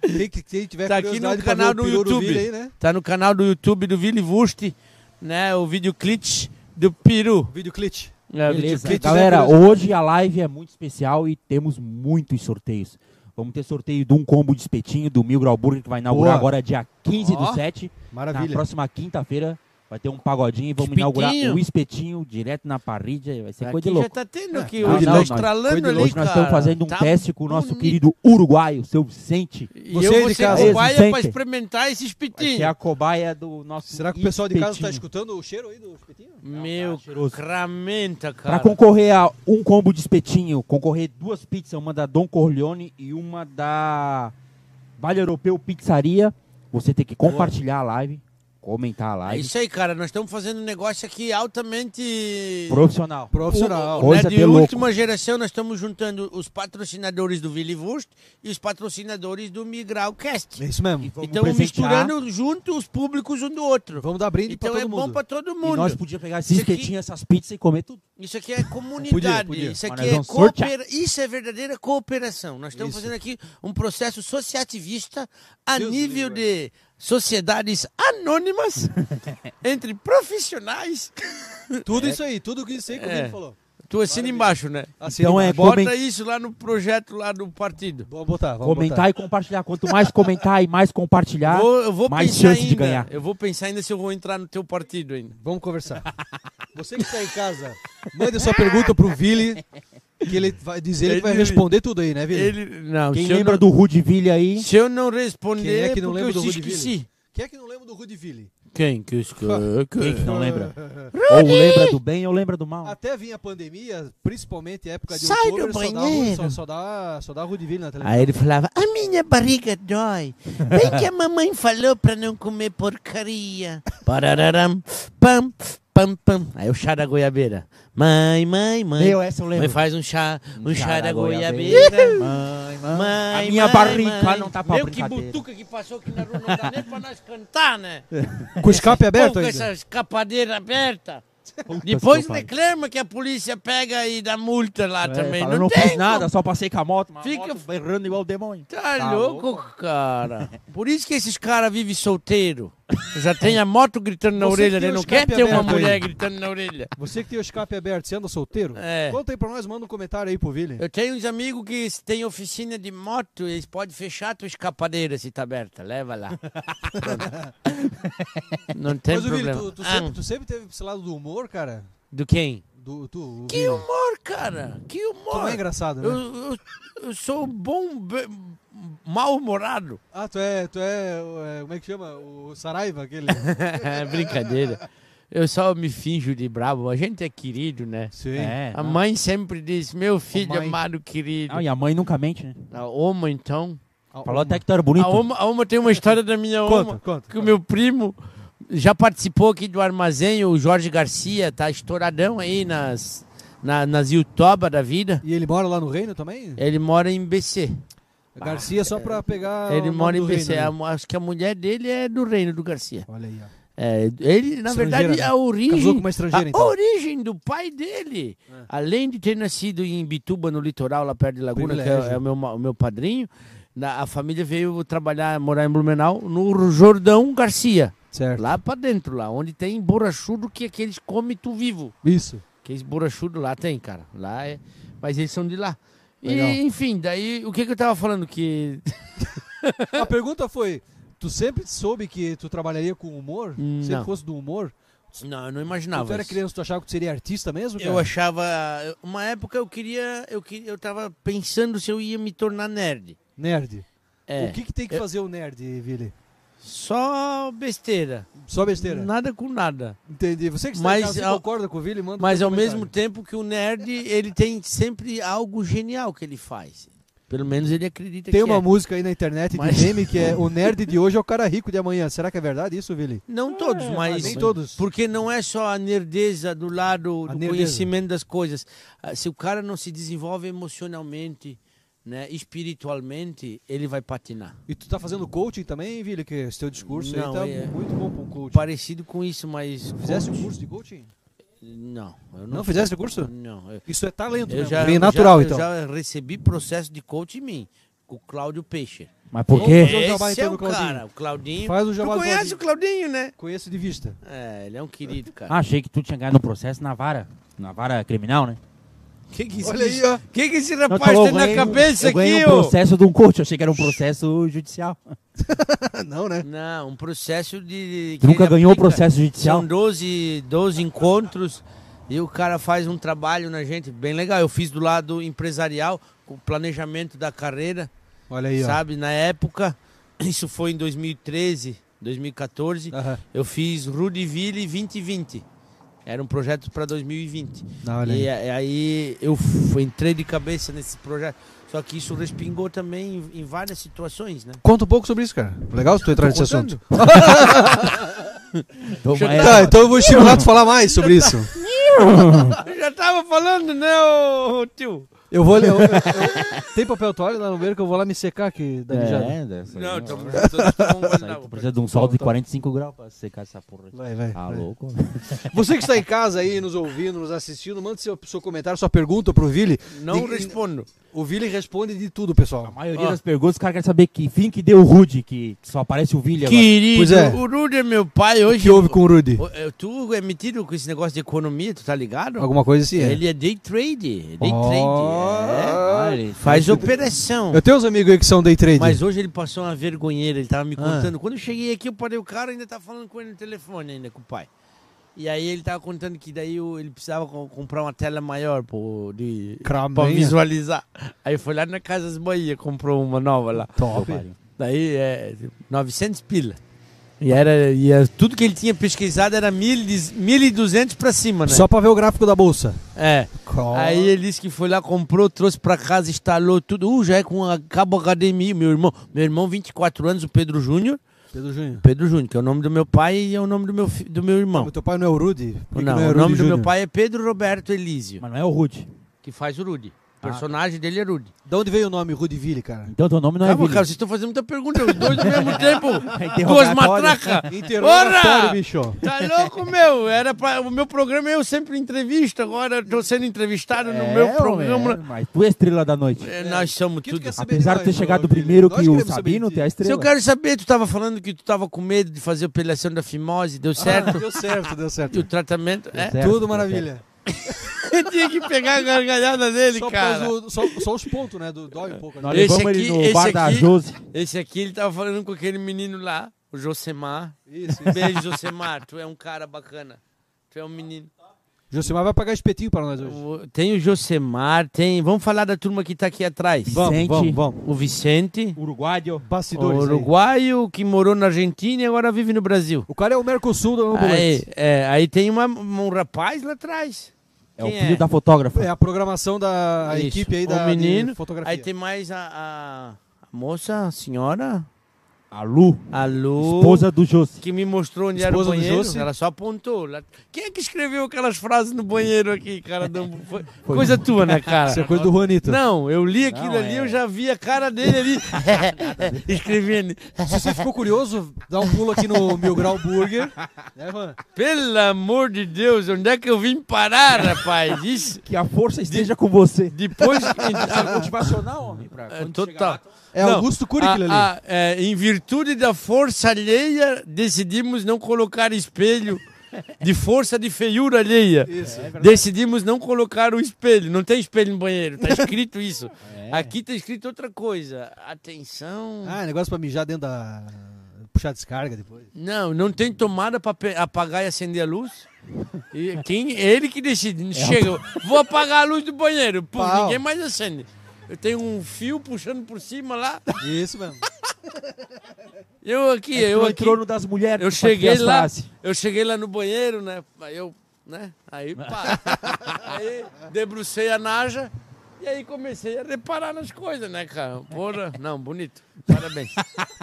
[SPEAKER 3] Tem que, quem tiver
[SPEAKER 1] Tá aqui no
[SPEAKER 3] curiosidade pra
[SPEAKER 1] canal
[SPEAKER 3] ver o
[SPEAKER 1] do
[SPEAKER 3] peru do
[SPEAKER 1] YouTube.
[SPEAKER 3] Vili aí, né?
[SPEAKER 1] Tá no canal do YouTube do Vili Vust, né? O videoclip do Peru.
[SPEAKER 3] Videoclit.
[SPEAKER 1] É, o
[SPEAKER 2] Beleza.
[SPEAKER 1] videoclipe.
[SPEAKER 2] Galera, hoje a live é muito especial e temos muitos sorteios. Vamos ter sorteio de um combo de espetinho do Mil Grau Burger, que vai inaugurar
[SPEAKER 3] Boa.
[SPEAKER 2] agora dia 15
[SPEAKER 1] Ó.
[SPEAKER 2] do 7. Na
[SPEAKER 3] Maravilha.
[SPEAKER 2] próxima quinta-feira vai ter um pagodinho e vamos
[SPEAKER 1] Espetinho.
[SPEAKER 2] inaugurar o espetinho direto na parrilha. Vai ser
[SPEAKER 1] Aqui
[SPEAKER 2] coisa de
[SPEAKER 1] já
[SPEAKER 2] louco.
[SPEAKER 1] tá tendo aqui,
[SPEAKER 2] Não,
[SPEAKER 1] hoje
[SPEAKER 2] não,
[SPEAKER 1] tá
[SPEAKER 2] nós-
[SPEAKER 1] estralando ali,
[SPEAKER 2] Hoje nós estamos
[SPEAKER 1] cara.
[SPEAKER 2] fazendo um
[SPEAKER 1] Tá
[SPEAKER 2] teste com o nosso
[SPEAKER 1] bonito.
[SPEAKER 2] querido uruguaio, seu Vicente.
[SPEAKER 1] E
[SPEAKER 3] Você
[SPEAKER 1] eu
[SPEAKER 3] aí
[SPEAKER 1] vou
[SPEAKER 3] de
[SPEAKER 1] ser
[SPEAKER 3] casa,
[SPEAKER 1] cobaia pra
[SPEAKER 2] Vicente.
[SPEAKER 1] experimentar esse
[SPEAKER 2] Vai ser é a
[SPEAKER 1] espetinho.
[SPEAKER 2] cobaia do nosso
[SPEAKER 3] Será que o pessoal de casa está
[SPEAKER 2] espetinho.
[SPEAKER 3] escutando o cheiro aí do espetinho?
[SPEAKER 1] Meu,
[SPEAKER 2] Tá cheiroso.
[SPEAKER 1] cramenta,
[SPEAKER 2] Pra
[SPEAKER 1] cara.
[SPEAKER 2] concorrer a um combo de espetinho, concorrer duas pizzas, uma da Don Corleone e uma da Vale Europeu Pizzaria, você tem que compartilhar a live, comentar a
[SPEAKER 1] É
[SPEAKER 2] live.
[SPEAKER 1] isso aí, cara. Nós estamos fazendo um negócio aqui altamente.
[SPEAKER 2] Profissional.
[SPEAKER 3] Profissional.
[SPEAKER 1] O- o- né,
[SPEAKER 2] Coisa
[SPEAKER 1] de
[SPEAKER 2] de louco.
[SPEAKER 1] última geração, nós estamos juntando os patrocinadores do Vili Vust e os patrocinadores do Migral Cast.
[SPEAKER 3] É isso mesmo.
[SPEAKER 2] Vamos
[SPEAKER 1] Então
[SPEAKER 2] presentear.
[SPEAKER 1] misturando junto os públicos um do outro.
[SPEAKER 3] Vamos dar brinde
[SPEAKER 1] Então
[SPEAKER 3] pra
[SPEAKER 1] é
[SPEAKER 3] todo
[SPEAKER 1] bom
[SPEAKER 3] mundo.
[SPEAKER 1] pra todo
[SPEAKER 2] E
[SPEAKER 1] mundo.
[SPEAKER 2] nós podíamos pegar esses
[SPEAKER 1] Isso aqui-
[SPEAKER 2] espetinhos, essas pizzas e comer tudo.
[SPEAKER 1] Isso aqui é comunidade.
[SPEAKER 3] Podia, podia.
[SPEAKER 1] Isso
[SPEAKER 2] Mas
[SPEAKER 1] aqui
[SPEAKER 2] nós
[SPEAKER 1] é
[SPEAKER 2] vamos sortear.
[SPEAKER 1] coopera... Isso é verdadeira cooperação. Nós estamos
[SPEAKER 3] Isso.
[SPEAKER 1] fazendo aqui um processo sociativista a
[SPEAKER 3] Deus
[SPEAKER 1] nível
[SPEAKER 3] me
[SPEAKER 1] de sociedades anônimas entre profissionais.
[SPEAKER 3] Tudo isso aí, tudo que isso aí que o
[SPEAKER 1] É.
[SPEAKER 3] Vini falou.
[SPEAKER 1] Tu assina embaixo, né?
[SPEAKER 3] Assim,
[SPEAKER 2] Então é
[SPEAKER 1] Bota
[SPEAKER 2] comen-
[SPEAKER 1] isso lá no projeto lá do partido.
[SPEAKER 3] Vamos botar, vamos
[SPEAKER 2] comentar
[SPEAKER 3] botar.
[SPEAKER 2] e compartilhar. Quanto mais comentar e mais compartilhar,
[SPEAKER 1] Vou- eu vou
[SPEAKER 2] mais
[SPEAKER 1] pensar
[SPEAKER 2] chance
[SPEAKER 1] ainda.
[SPEAKER 2] de ganhar.
[SPEAKER 1] Eu vou pensar ainda se eu vou entrar no teu partido ainda.
[SPEAKER 3] Vamos conversar. Você que está em casa, mande sua pergunta pro Vili, que ele vai dizer, ele,
[SPEAKER 1] Ele-
[SPEAKER 3] vai responder tudo aí, né, Vili?
[SPEAKER 1] Ele não.
[SPEAKER 2] Quem
[SPEAKER 1] se eu
[SPEAKER 2] lembra
[SPEAKER 1] não-
[SPEAKER 2] do Rudiville aí?
[SPEAKER 1] Se eu não responder,
[SPEAKER 3] Quem é que não
[SPEAKER 1] porque
[SPEAKER 3] lembra
[SPEAKER 1] eu
[SPEAKER 3] do
[SPEAKER 1] se
[SPEAKER 3] Rodiville?
[SPEAKER 1] esqueci.
[SPEAKER 3] Quem é que não lembra do Rudy Vili?
[SPEAKER 1] Quem que
[SPEAKER 2] Quem que não lembra? Ou lembra do bem ou lembra do mal.
[SPEAKER 3] Até vinha a pandemia, principalmente a época de
[SPEAKER 1] Sai
[SPEAKER 3] outubro,
[SPEAKER 1] do
[SPEAKER 3] só dá,
[SPEAKER 1] banheiro.
[SPEAKER 3] Rudy- só, só dá, só dá Rudy Vili na televisão.
[SPEAKER 1] Aí ele falava, a minha barriga dói. Bem que a mamãe falou pra não comer porcaria. Parararam, pam, pam, pam. Aí o chá da goiabeira. Mãe, mãe, mãe.
[SPEAKER 2] Meu, essa eu
[SPEAKER 1] mãe
[SPEAKER 2] lembro.
[SPEAKER 1] faz um chá, um chá, da
[SPEAKER 2] goiabeira.
[SPEAKER 1] goiabeira.
[SPEAKER 2] Mãe, mãe.
[SPEAKER 1] Mãe,
[SPEAKER 2] A minha
[SPEAKER 1] mãe,
[SPEAKER 2] barriga
[SPEAKER 1] mãe.
[SPEAKER 2] não tá pra
[SPEAKER 1] Meu, que
[SPEAKER 2] brincadeira.
[SPEAKER 1] butuca que passou aqui na rua, não dá nem pra nós cantar, né?
[SPEAKER 3] Com o escape aberto
[SPEAKER 1] Pô, com
[SPEAKER 3] ainda.
[SPEAKER 1] essa escapadeira aberta.
[SPEAKER 2] então. Puta
[SPEAKER 1] Depois
[SPEAKER 2] que eu pariu.
[SPEAKER 1] reclama que a polícia pega e dá multa lá
[SPEAKER 2] É,
[SPEAKER 1] também.
[SPEAKER 2] fala,
[SPEAKER 1] Não,
[SPEAKER 2] eu não
[SPEAKER 1] tem
[SPEAKER 2] fiz nada, só passei com a moto. mas a
[SPEAKER 1] Fica-
[SPEAKER 2] moto berrando igual o demônio.
[SPEAKER 1] Tá,
[SPEAKER 2] Tá
[SPEAKER 1] louco, cara. Por isso que esses caras vivem solteiro. Já tem a moto gritando na
[SPEAKER 3] Você
[SPEAKER 1] orelha,
[SPEAKER 3] que tem
[SPEAKER 1] né? Não
[SPEAKER 3] os
[SPEAKER 1] quer
[SPEAKER 3] capi
[SPEAKER 1] ter uma
[SPEAKER 3] aberto aí.
[SPEAKER 1] mulher gritando na orelha.
[SPEAKER 3] Você que tem o escape aberto, você anda solteiro?
[SPEAKER 1] É.
[SPEAKER 3] Conta aí pra nós, manda um comentário aí pro Vili.
[SPEAKER 1] Eu tenho uns amigos que se tem oficina de moto, eles podem fechar a tua escapadeira se tá aberta. Leva lá. Pronto. Não tem
[SPEAKER 3] Mas, o Vili,
[SPEAKER 1] problema.
[SPEAKER 3] tu, tu
[SPEAKER 1] Ah,
[SPEAKER 3] sempre, tu sempre teve esse lado do humor, cara?
[SPEAKER 1] Do quem?
[SPEAKER 3] Do, tu, o
[SPEAKER 1] Que
[SPEAKER 3] Vili.
[SPEAKER 1] humor, cara. Que humor.
[SPEAKER 3] Tu não é engraçado, né?
[SPEAKER 1] eu, eu, eu sou um bom, be- mal-humorado.
[SPEAKER 3] Ah, tu é, tu é, o- é, como é que chama? O Saraiva, aquele.
[SPEAKER 1] É, Brincadeira. Eu só me finjo de brabo. A gente é querido, né?
[SPEAKER 3] Sim.
[SPEAKER 2] É,
[SPEAKER 1] A
[SPEAKER 2] não.
[SPEAKER 1] mãe sempre diz, meu filho
[SPEAKER 2] mãe.
[SPEAKER 1] amado querido.
[SPEAKER 2] Não, e a mãe nunca mente, né?
[SPEAKER 1] A Oma, então.
[SPEAKER 3] Ah,
[SPEAKER 2] Falou
[SPEAKER 3] o-
[SPEAKER 2] até que tu era bonito.
[SPEAKER 1] A Oma, a Oma tem uma história da minha Oma.
[SPEAKER 3] Conta, conta.
[SPEAKER 1] Que o meu primo já participou aqui do armazém, o Jorge Garcia, tá estouradão aí nas, na, nas Yutoba da vida.
[SPEAKER 3] E ele mora lá no reino também?
[SPEAKER 1] Ele mora em BC.
[SPEAKER 3] Garcia só pra pegar.
[SPEAKER 1] ele
[SPEAKER 3] o
[SPEAKER 1] mora em
[SPEAKER 3] nome do
[SPEAKER 1] BC.
[SPEAKER 3] reino, né?
[SPEAKER 1] A- acho que a mulher dele é do reino do Garcia.
[SPEAKER 3] Olha aí, ó.
[SPEAKER 1] É, ele, na
[SPEAKER 3] Estrangeira,
[SPEAKER 1] verdade,
[SPEAKER 3] né?
[SPEAKER 1] a origem.
[SPEAKER 3] Casou com uma estrangeira,
[SPEAKER 1] a
[SPEAKER 3] então.
[SPEAKER 1] origem do pai dele, além de ter nascido em Bituba, no litoral, lá perto de Laguna, que é- é,
[SPEAKER 3] Privilégio.
[SPEAKER 1] o, meu, ma- o meu padrinho, na- a família veio trabalhar, morar em Blumenau, no Jordão Garcia.
[SPEAKER 3] Certo.
[SPEAKER 1] Lá pra dentro, lá, onde tem borrachudo que aqueles comem tu vivo.
[SPEAKER 3] Isso.
[SPEAKER 1] Aqueles borrachudo lá tem, cara. Lá é. Mas eles são de lá. E,
[SPEAKER 3] Legal.
[SPEAKER 1] enfim, daí o que, que eu tava falando? Que.
[SPEAKER 3] A pergunta foi: tu sempre soube que tu trabalharia com humor?
[SPEAKER 1] Hum,
[SPEAKER 3] Se
[SPEAKER 1] não.
[SPEAKER 3] fosse do humor?
[SPEAKER 1] Não, eu não
[SPEAKER 3] Quando tu
[SPEAKER 1] imaginava.
[SPEAKER 3] era
[SPEAKER 1] isso.
[SPEAKER 3] criança, tu achava que tu seria artista mesmo? Cara?
[SPEAKER 1] Eu achava. Uma época eu queria. Eu, queria, eu tava pensando se eu ia me tornar nerd.
[SPEAKER 3] Nerd.
[SPEAKER 1] É.
[SPEAKER 3] O que, que tem que
[SPEAKER 1] Eu-
[SPEAKER 3] fazer o nerd, Vili?
[SPEAKER 1] Só besteira.
[SPEAKER 3] Só besteira.
[SPEAKER 1] Nada com nada.
[SPEAKER 3] Entendi. Você que está
[SPEAKER 1] Mas
[SPEAKER 3] em casa, você
[SPEAKER 1] ao-
[SPEAKER 3] concorda com o Vili? Manda
[SPEAKER 1] Mas
[SPEAKER 3] teu
[SPEAKER 1] ao mesmo
[SPEAKER 3] comentário.
[SPEAKER 1] tempo que o nerd, ele tem sempre algo genial que ele faz. Pelo menos ele acredita
[SPEAKER 3] Tem
[SPEAKER 1] que
[SPEAKER 3] uma
[SPEAKER 1] é.
[SPEAKER 3] música aí na internet
[SPEAKER 1] Mas-
[SPEAKER 3] de meme que é o nerd de hoje é o cara rico de amanhã. Será que é verdade isso, Vili?
[SPEAKER 1] Não todos, mas.
[SPEAKER 3] Nem todos.
[SPEAKER 1] Porque não é só a nerdeza do lado
[SPEAKER 3] A
[SPEAKER 1] do
[SPEAKER 3] nerdeza.
[SPEAKER 1] conhecimento das coisas. Ah, Se o cara não se desenvolve emocionalmente, né, espiritualmente, ele vai patinar.
[SPEAKER 3] E tu tá fazendo coaching também, Vili? Que esse teu discurso
[SPEAKER 1] Não,
[SPEAKER 3] aí tá
[SPEAKER 1] é-
[SPEAKER 3] muito bom pra um coaching.
[SPEAKER 1] Parecido com isso, mas.
[SPEAKER 3] Fizesse um curso de coaching?
[SPEAKER 1] Não, eu
[SPEAKER 3] Não,
[SPEAKER 1] não,
[SPEAKER 3] fizesse o curso?
[SPEAKER 1] não eu-
[SPEAKER 3] Isso é talento,
[SPEAKER 1] Eu
[SPEAKER 3] né?
[SPEAKER 1] já,
[SPEAKER 3] Vem
[SPEAKER 1] eu
[SPEAKER 3] natural,
[SPEAKER 1] já-
[SPEAKER 3] então.
[SPEAKER 1] Eu já recebi processo de coach em mim, com o Cláudio Peixe.
[SPEAKER 2] Mas por
[SPEAKER 3] Vamos
[SPEAKER 2] quê?
[SPEAKER 3] fazer- o jabá,
[SPEAKER 1] Esse é
[SPEAKER 3] então,
[SPEAKER 1] o
[SPEAKER 3] do Claudinho.
[SPEAKER 1] cara, o Claudinho.
[SPEAKER 3] Faz o
[SPEAKER 1] Tu
[SPEAKER 3] jabá do
[SPEAKER 1] conhece
[SPEAKER 3] Claudinho.
[SPEAKER 1] o Claudinho, né?
[SPEAKER 3] Conheço de vista.
[SPEAKER 1] É, ele é um querido, cara.
[SPEAKER 2] Ah, achei que tu tinha ganhado um processo na vara. Na vara criminal, né?
[SPEAKER 1] que que
[SPEAKER 3] Olha aí, ó.
[SPEAKER 1] que, que esse
[SPEAKER 2] Não,
[SPEAKER 1] rapaz
[SPEAKER 2] tu falou,
[SPEAKER 1] tem na
[SPEAKER 2] eu ganhei um-
[SPEAKER 1] cabeça
[SPEAKER 2] eu ganhei
[SPEAKER 1] aqui,
[SPEAKER 2] um
[SPEAKER 1] ô?
[SPEAKER 2] processo de um coach. Eu achei que era um processo judicial.
[SPEAKER 3] Não, né?
[SPEAKER 1] Não, um processo de...
[SPEAKER 2] Tu
[SPEAKER 1] que
[SPEAKER 2] nunca
[SPEAKER 1] ele
[SPEAKER 2] ganhou um
[SPEAKER 1] aplica.
[SPEAKER 2] processo judicial?
[SPEAKER 1] São 12, 12 encontros e o cara faz um trabalho na gente bem legal. Eu fiz do lado empresarial, com o planejamento da carreira,
[SPEAKER 3] Olha aí, ó.
[SPEAKER 1] sabe? Na época, isso foi em 2013, 2014.
[SPEAKER 3] Aham.
[SPEAKER 1] Eu fiz Rudiville 2020. Era um projeto para 2020.
[SPEAKER 3] Não, olha aí.
[SPEAKER 1] E é- a- e aí eu f- entrei de cabeça nesse projeto. Só que isso respingou também em, em várias situações, né?
[SPEAKER 3] Conta um pouco sobre isso, cara. Legal se tu entrar nesse assunto.
[SPEAKER 2] Toma
[SPEAKER 1] É.
[SPEAKER 3] Tá,
[SPEAKER 2] essa.
[SPEAKER 3] então eu vou estimular tu falar mais sobre isso.
[SPEAKER 1] Eu já tava falando, né, ô, ô, tio?
[SPEAKER 3] Eu vou. Eu, eu- eu- tem papel toalha lá no banheiro que eu vou lá me secar aqui da mijada.
[SPEAKER 2] É, dessa aí,
[SPEAKER 1] Não,
[SPEAKER 2] ó.
[SPEAKER 1] então
[SPEAKER 2] Essa aí tu precisa de um salto de 45 graus pra secar essa porra.
[SPEAKER 3] Vai, vai.
[SPEAKER 2] Tá
[SPEAKER 3] vai.
[SPEAKER 2] louco?
[SPEAKER 3] Você que está em casa aí, nos ouvindo, nos assistindo, manda seu, seu comentário, sua pergunta pro Vili.
[SPEAKER 1] Não
[SPEAKER 3] De-
[SPEAKER 1] respondo.
[SPEAKER 3] O Vili responde de tudo, pessoal.
[SPEAKER 2] A maioria
[SPEAKER 1] Ó.
[SPEAKER 2] das perguntas, o cara quer saber que fim que deu o Rude, que, que só aparece o Vili agora.
[SPEAKER 1] Querido,
[SPEAKER 3] Pois é.
[SPEAKER 1] o Rudy é meu pai
[SPEAKER 3] O
[SPEAKER 1] hoje.
[SPEAKER 3] que houve com o Rudy?
[SPEAKER 1] Ô, é, Tu é metido com esse negócio de economia, tu tá ligado?
[SPEAKER 3] Alguma coisa assim, é.
[SPEAKER 1] Ele é day trade. Day
[SPEAKER 3] Ó.
[SPEAKER 1] trade.
[SPEAKER 2] Ah,
[SPEAKER 1] É.
[SPEAKER 2] ele-
[SPEAKER 1] Faz operação.
[SPEAKER 3] Eu tenho uns amigos aí que são day trade.
[SPEAKER 1] Mas hoje ele passou uma vergonheira, ele tava me
[SPEAKER 3] Ah.
[SPEAKER 1] contando. Quando eu cheguei aqui, eu parei o cara ainda tava falando com ele no telefone ainda, com o pai. E aí ele tava contando que daí o- ele precisava co- comprar uma tela maior pô, de, pra
[SPEAKER 3] Craminha.
[SPEAKER 1] visualizar. Aí foi lá na Casas Bahia, comprou uma nova lá.
[SPEAKER 3] Top.
[SPEAKER 1] Daí é 900 pila. E era, e era- tudo que ele tinha pesquisado era 1.200 pra cima, né?
[SPEAKER 3] Só pra ver o gráfico da bolsa.
[SPEAKER 1] É. Aí ele disse que foi lá, comprou, trouxe pra casa, instalou tudo. Uh, já é com a cabo HDMI, meu irmão. Meu irmão, 24 anos, o Pedro Júnior.
[SPEAKER 3] Pedro Júnior.
[SPEAKER 1] Pedro Júnior, que é o nome do meu pai e é o nome do meu, fi- do meu irmão.
[SPEAKER 3] Mas teu pai não é o Rudy? Por que que
[SPEAKER 1] Não,
[SPEAKER 3] é
[SPEAKER 1] o nome do
[SPEAKER 3] Júnior?
[SPEAKER 1] meu pai é Pedro Roberto Elísio,
[SPEAKER 2] Mas não é o Rude.
[SPEAKER 1] que faz o Rudy. O personagem dele é Rudy.
[SPEAKER 3] De onde veio o nome Rudy Ville, cara?
[SPEAKER 2] Então teu nome não é
[SPEAKER 1] Calma,
[SPEAKER 2] Vili.
[SPEAKER 1] cara, vocês estão fazendo muita pergunta, os dois ao mesmo tempo. Duas
[SPEAKER 2] interrogatório.
[SPEAKER 1] matracas.
[SPEAKER 3] Interrogatório,
[SPEAKER 1] Ora!
[SPEAKER 3] bicho.
[SPEAKER 1] Tá louco, meu? Era pra, o meu programa é eu sempre entrevisto, agora eu tô sendo entrevistado tá no meu programa.
[SPEAKER 2] é, mas tu é estrela da noite.
[SPEAKER 1] É, Nós somos
[SPEAKER 3] Que tu
[SPEAKER 1] tudo.
[SPEAKER 3] quer saber
[SPEAKER 2] Apesar
[SPEAKER 3] de
[SPEAKER 2] de ter
[SPEAKER 3] nós,
[SPEAKER 2] chegado
[SPEAKER 3] ô, Vili?
[SPEAKER 2] primeiro
[SPEAKER 3] Nós
[SPEAKER 2] que o
[SPEAKER 3] queremos saber
[SPEAKER 2] Sabino,
[SPEAKER 3] de
[SPEAKER 2] tu é a
[SPEAKER 3] ti.
[SPEAKER 1] Se
[SPEAKER 2] estrela.
[SPEAKER 1] eu quero saber, tu tava falando que tu tava com medo de fazer operação da fimose, deu certo?
[SPEAKER 3] Ah, deu certo, deu
[SPEAKER 1] E o
[SPEAKER 3] certo.
[SPEAKER 1] tratamento. É.
[SPEAKER 2] Certo,
[SPEAKER 3] Tudo
[SPEAKER 2] tá
[SPEAKER 3] maravilha.
[SPEAKER 1] Eu tinha que pegar a gargalhada dele,
[SPEAKER 3] Só, por
[SPEAKER 1] cara.
[SPEAKER 3] causa do- só- só os pontos, né? Do, dói um pouco.
[SPEAKER 2] certo.
[SPEAKER 3] né?
[SPEAKER 2] Nós
[SPEAKER 1] Esse
[SPEAKER 2] levamos ele
[SPEAKER 1] aqui-
[SPEAKER 2] no
[SPEAKER 1] esse
[SPEAKER 2] bar da
[SPEAKER 1] aqui-
[SPEAKER 2] Josi.
[SPEAKER 1] Esse aqui, ele tava falando com aquele menino lá, o Josemar. Um
[SPEAKER 3] Isso, isso.
[SPEAKER 1] Beijo, Josemar, tu é um cara bacana. Tu é um menino.
[SPEAKER 3] Josimar vai pagar espetinho pra nós hoje.
[SPEAKER 1] O- Tem o Josemar, tem. Vamos falar da turma que tá aqui atrás.
[SPEAKER 2] Vicente.
[SPEAKER 3] vamos.
[SPEAKER 1] O Vicente.
[SPEAKER 2] Uruguaio.
[SPEAKER 1] O
[SPEAKER 3] Bastidores aí.
[SPEAKER 1] uruguaio que morou na Argentina e agora vive no Brasil.
[SPEAKER 3] O cara é o Mercosul do
[SPEAKER 1] Aí,
[SPEAKER 3] ambulante.
[SPEAKER 1] é, aí tem uma- um rapaz lá atrás.
[SPEAKER 2] É o
[SPEAKER 1] Quem
[SPEAKER 2] filho
[SPEAKER 1] é?
[SPEAKER 2] da fotógrafa.
[SPEAKER 3] É a programação da
[SPEAKER 1] Isso.
[SPEAKER 3] equipe aí
[SPEAKER 1] O
[SPEAKER 3] da de
[SPEAKER 1] menino,
[SPEAKER 3] fotografia.
[SPEAKER 1] Aí tem mais a, a- a moça, a senhora,
[SPEAKER 2] A Lu,
[SPEAKER 1] a Lu,
[SPEAKER 2] esposa do Josi.
[SPEAKER 1] que me mostrou onde
[SPEAKER 3] Esposa do
[SPEAKER 1] era o banheiro.
[SPEAKER 3] Josi.
[SPEAKER 1] Ela só apontou. lá. Quem é que escreveu aquelas frases no banheiro aqui, cara? Não, foi- coisa tua, né,
[SPEAKER 3] Isso é
[SPEAKER 1] cara?
[SPEAKER 3] coisa do Juanito.
[SPEAKER 1] Não, eu li aquilo
[SPEAKER 2] Não,
[SPEAKER 1] ali,
[SPEAKER 2] é.
[SPEAKER 1] eu já vi a cara dele ali escrevendo.
[SPEAKER 3] Se você ficou curioso, dá um pulo aqui no Mil Grau Burger. Né, Juan?
[SPEAKER 1] Pelo amor de Deus, onde é que eu vim parar, rapaz? Isso.
[SPEAKER 2] Que a força esteja com você.
[SPEAKER 1] Depois.
[SPEAKER 2] Motivacional, homem. Pra
[SPEAKER 1] É, total.
[SPEAKER 3] É
[SPEAKER 1] Não,
[SPEAKER 3] Augusto Curicler ali.
[SPEAKER 1] a- a- é, em virtude da força alheia, decidimos não colocar espelho. De força de feiura alheia.
[SPEAKER 3] Isso.
[SPEAKER 1] Decidimos não colocar o espelho. Não tem espelho no banheiro. Tá escrito isso. Aqui tá escrito outra coisa. Atenção.
[SPEAKER 3] É. Ah, negócio pra mijar dentro da. puxar descarga depois.
[SPEAKER 1] Não, não tem tomada para apagar e acender a luz. E quem, ele que decide. Chega, vou apagar a luz do banheiro. Pum,
[SPEAKER 3] É um Pau.
[SPEAKER 1] ninguém mais acende. Eu tenho um fio puxando por cima lá.
[SPEAKER 3] Isso mesmo.
[SPEAKER 1] Eu aqui, eu
[SPEAKER 3] É
[SPEAKER 2] Eu
[SPEAKER 1] aqui.
[SPEAKER 2] entrou no das mulheres.
[SPEAKER 1] Eu
[SPEAKER 2] que fazia
[SPEAKER 1] cheguei
[SPEAKER 2] as
[SPEAKER 1] lá,
[SPEAKER 2] frases.
[SPEAKER 1] eu cheguei lá no banheiro, né? Aí eu, né? Aí pá. aí debrucei a naja e aí comecei a reparar nas coisas, né, cara? Porra, não, bonito. Parabéns.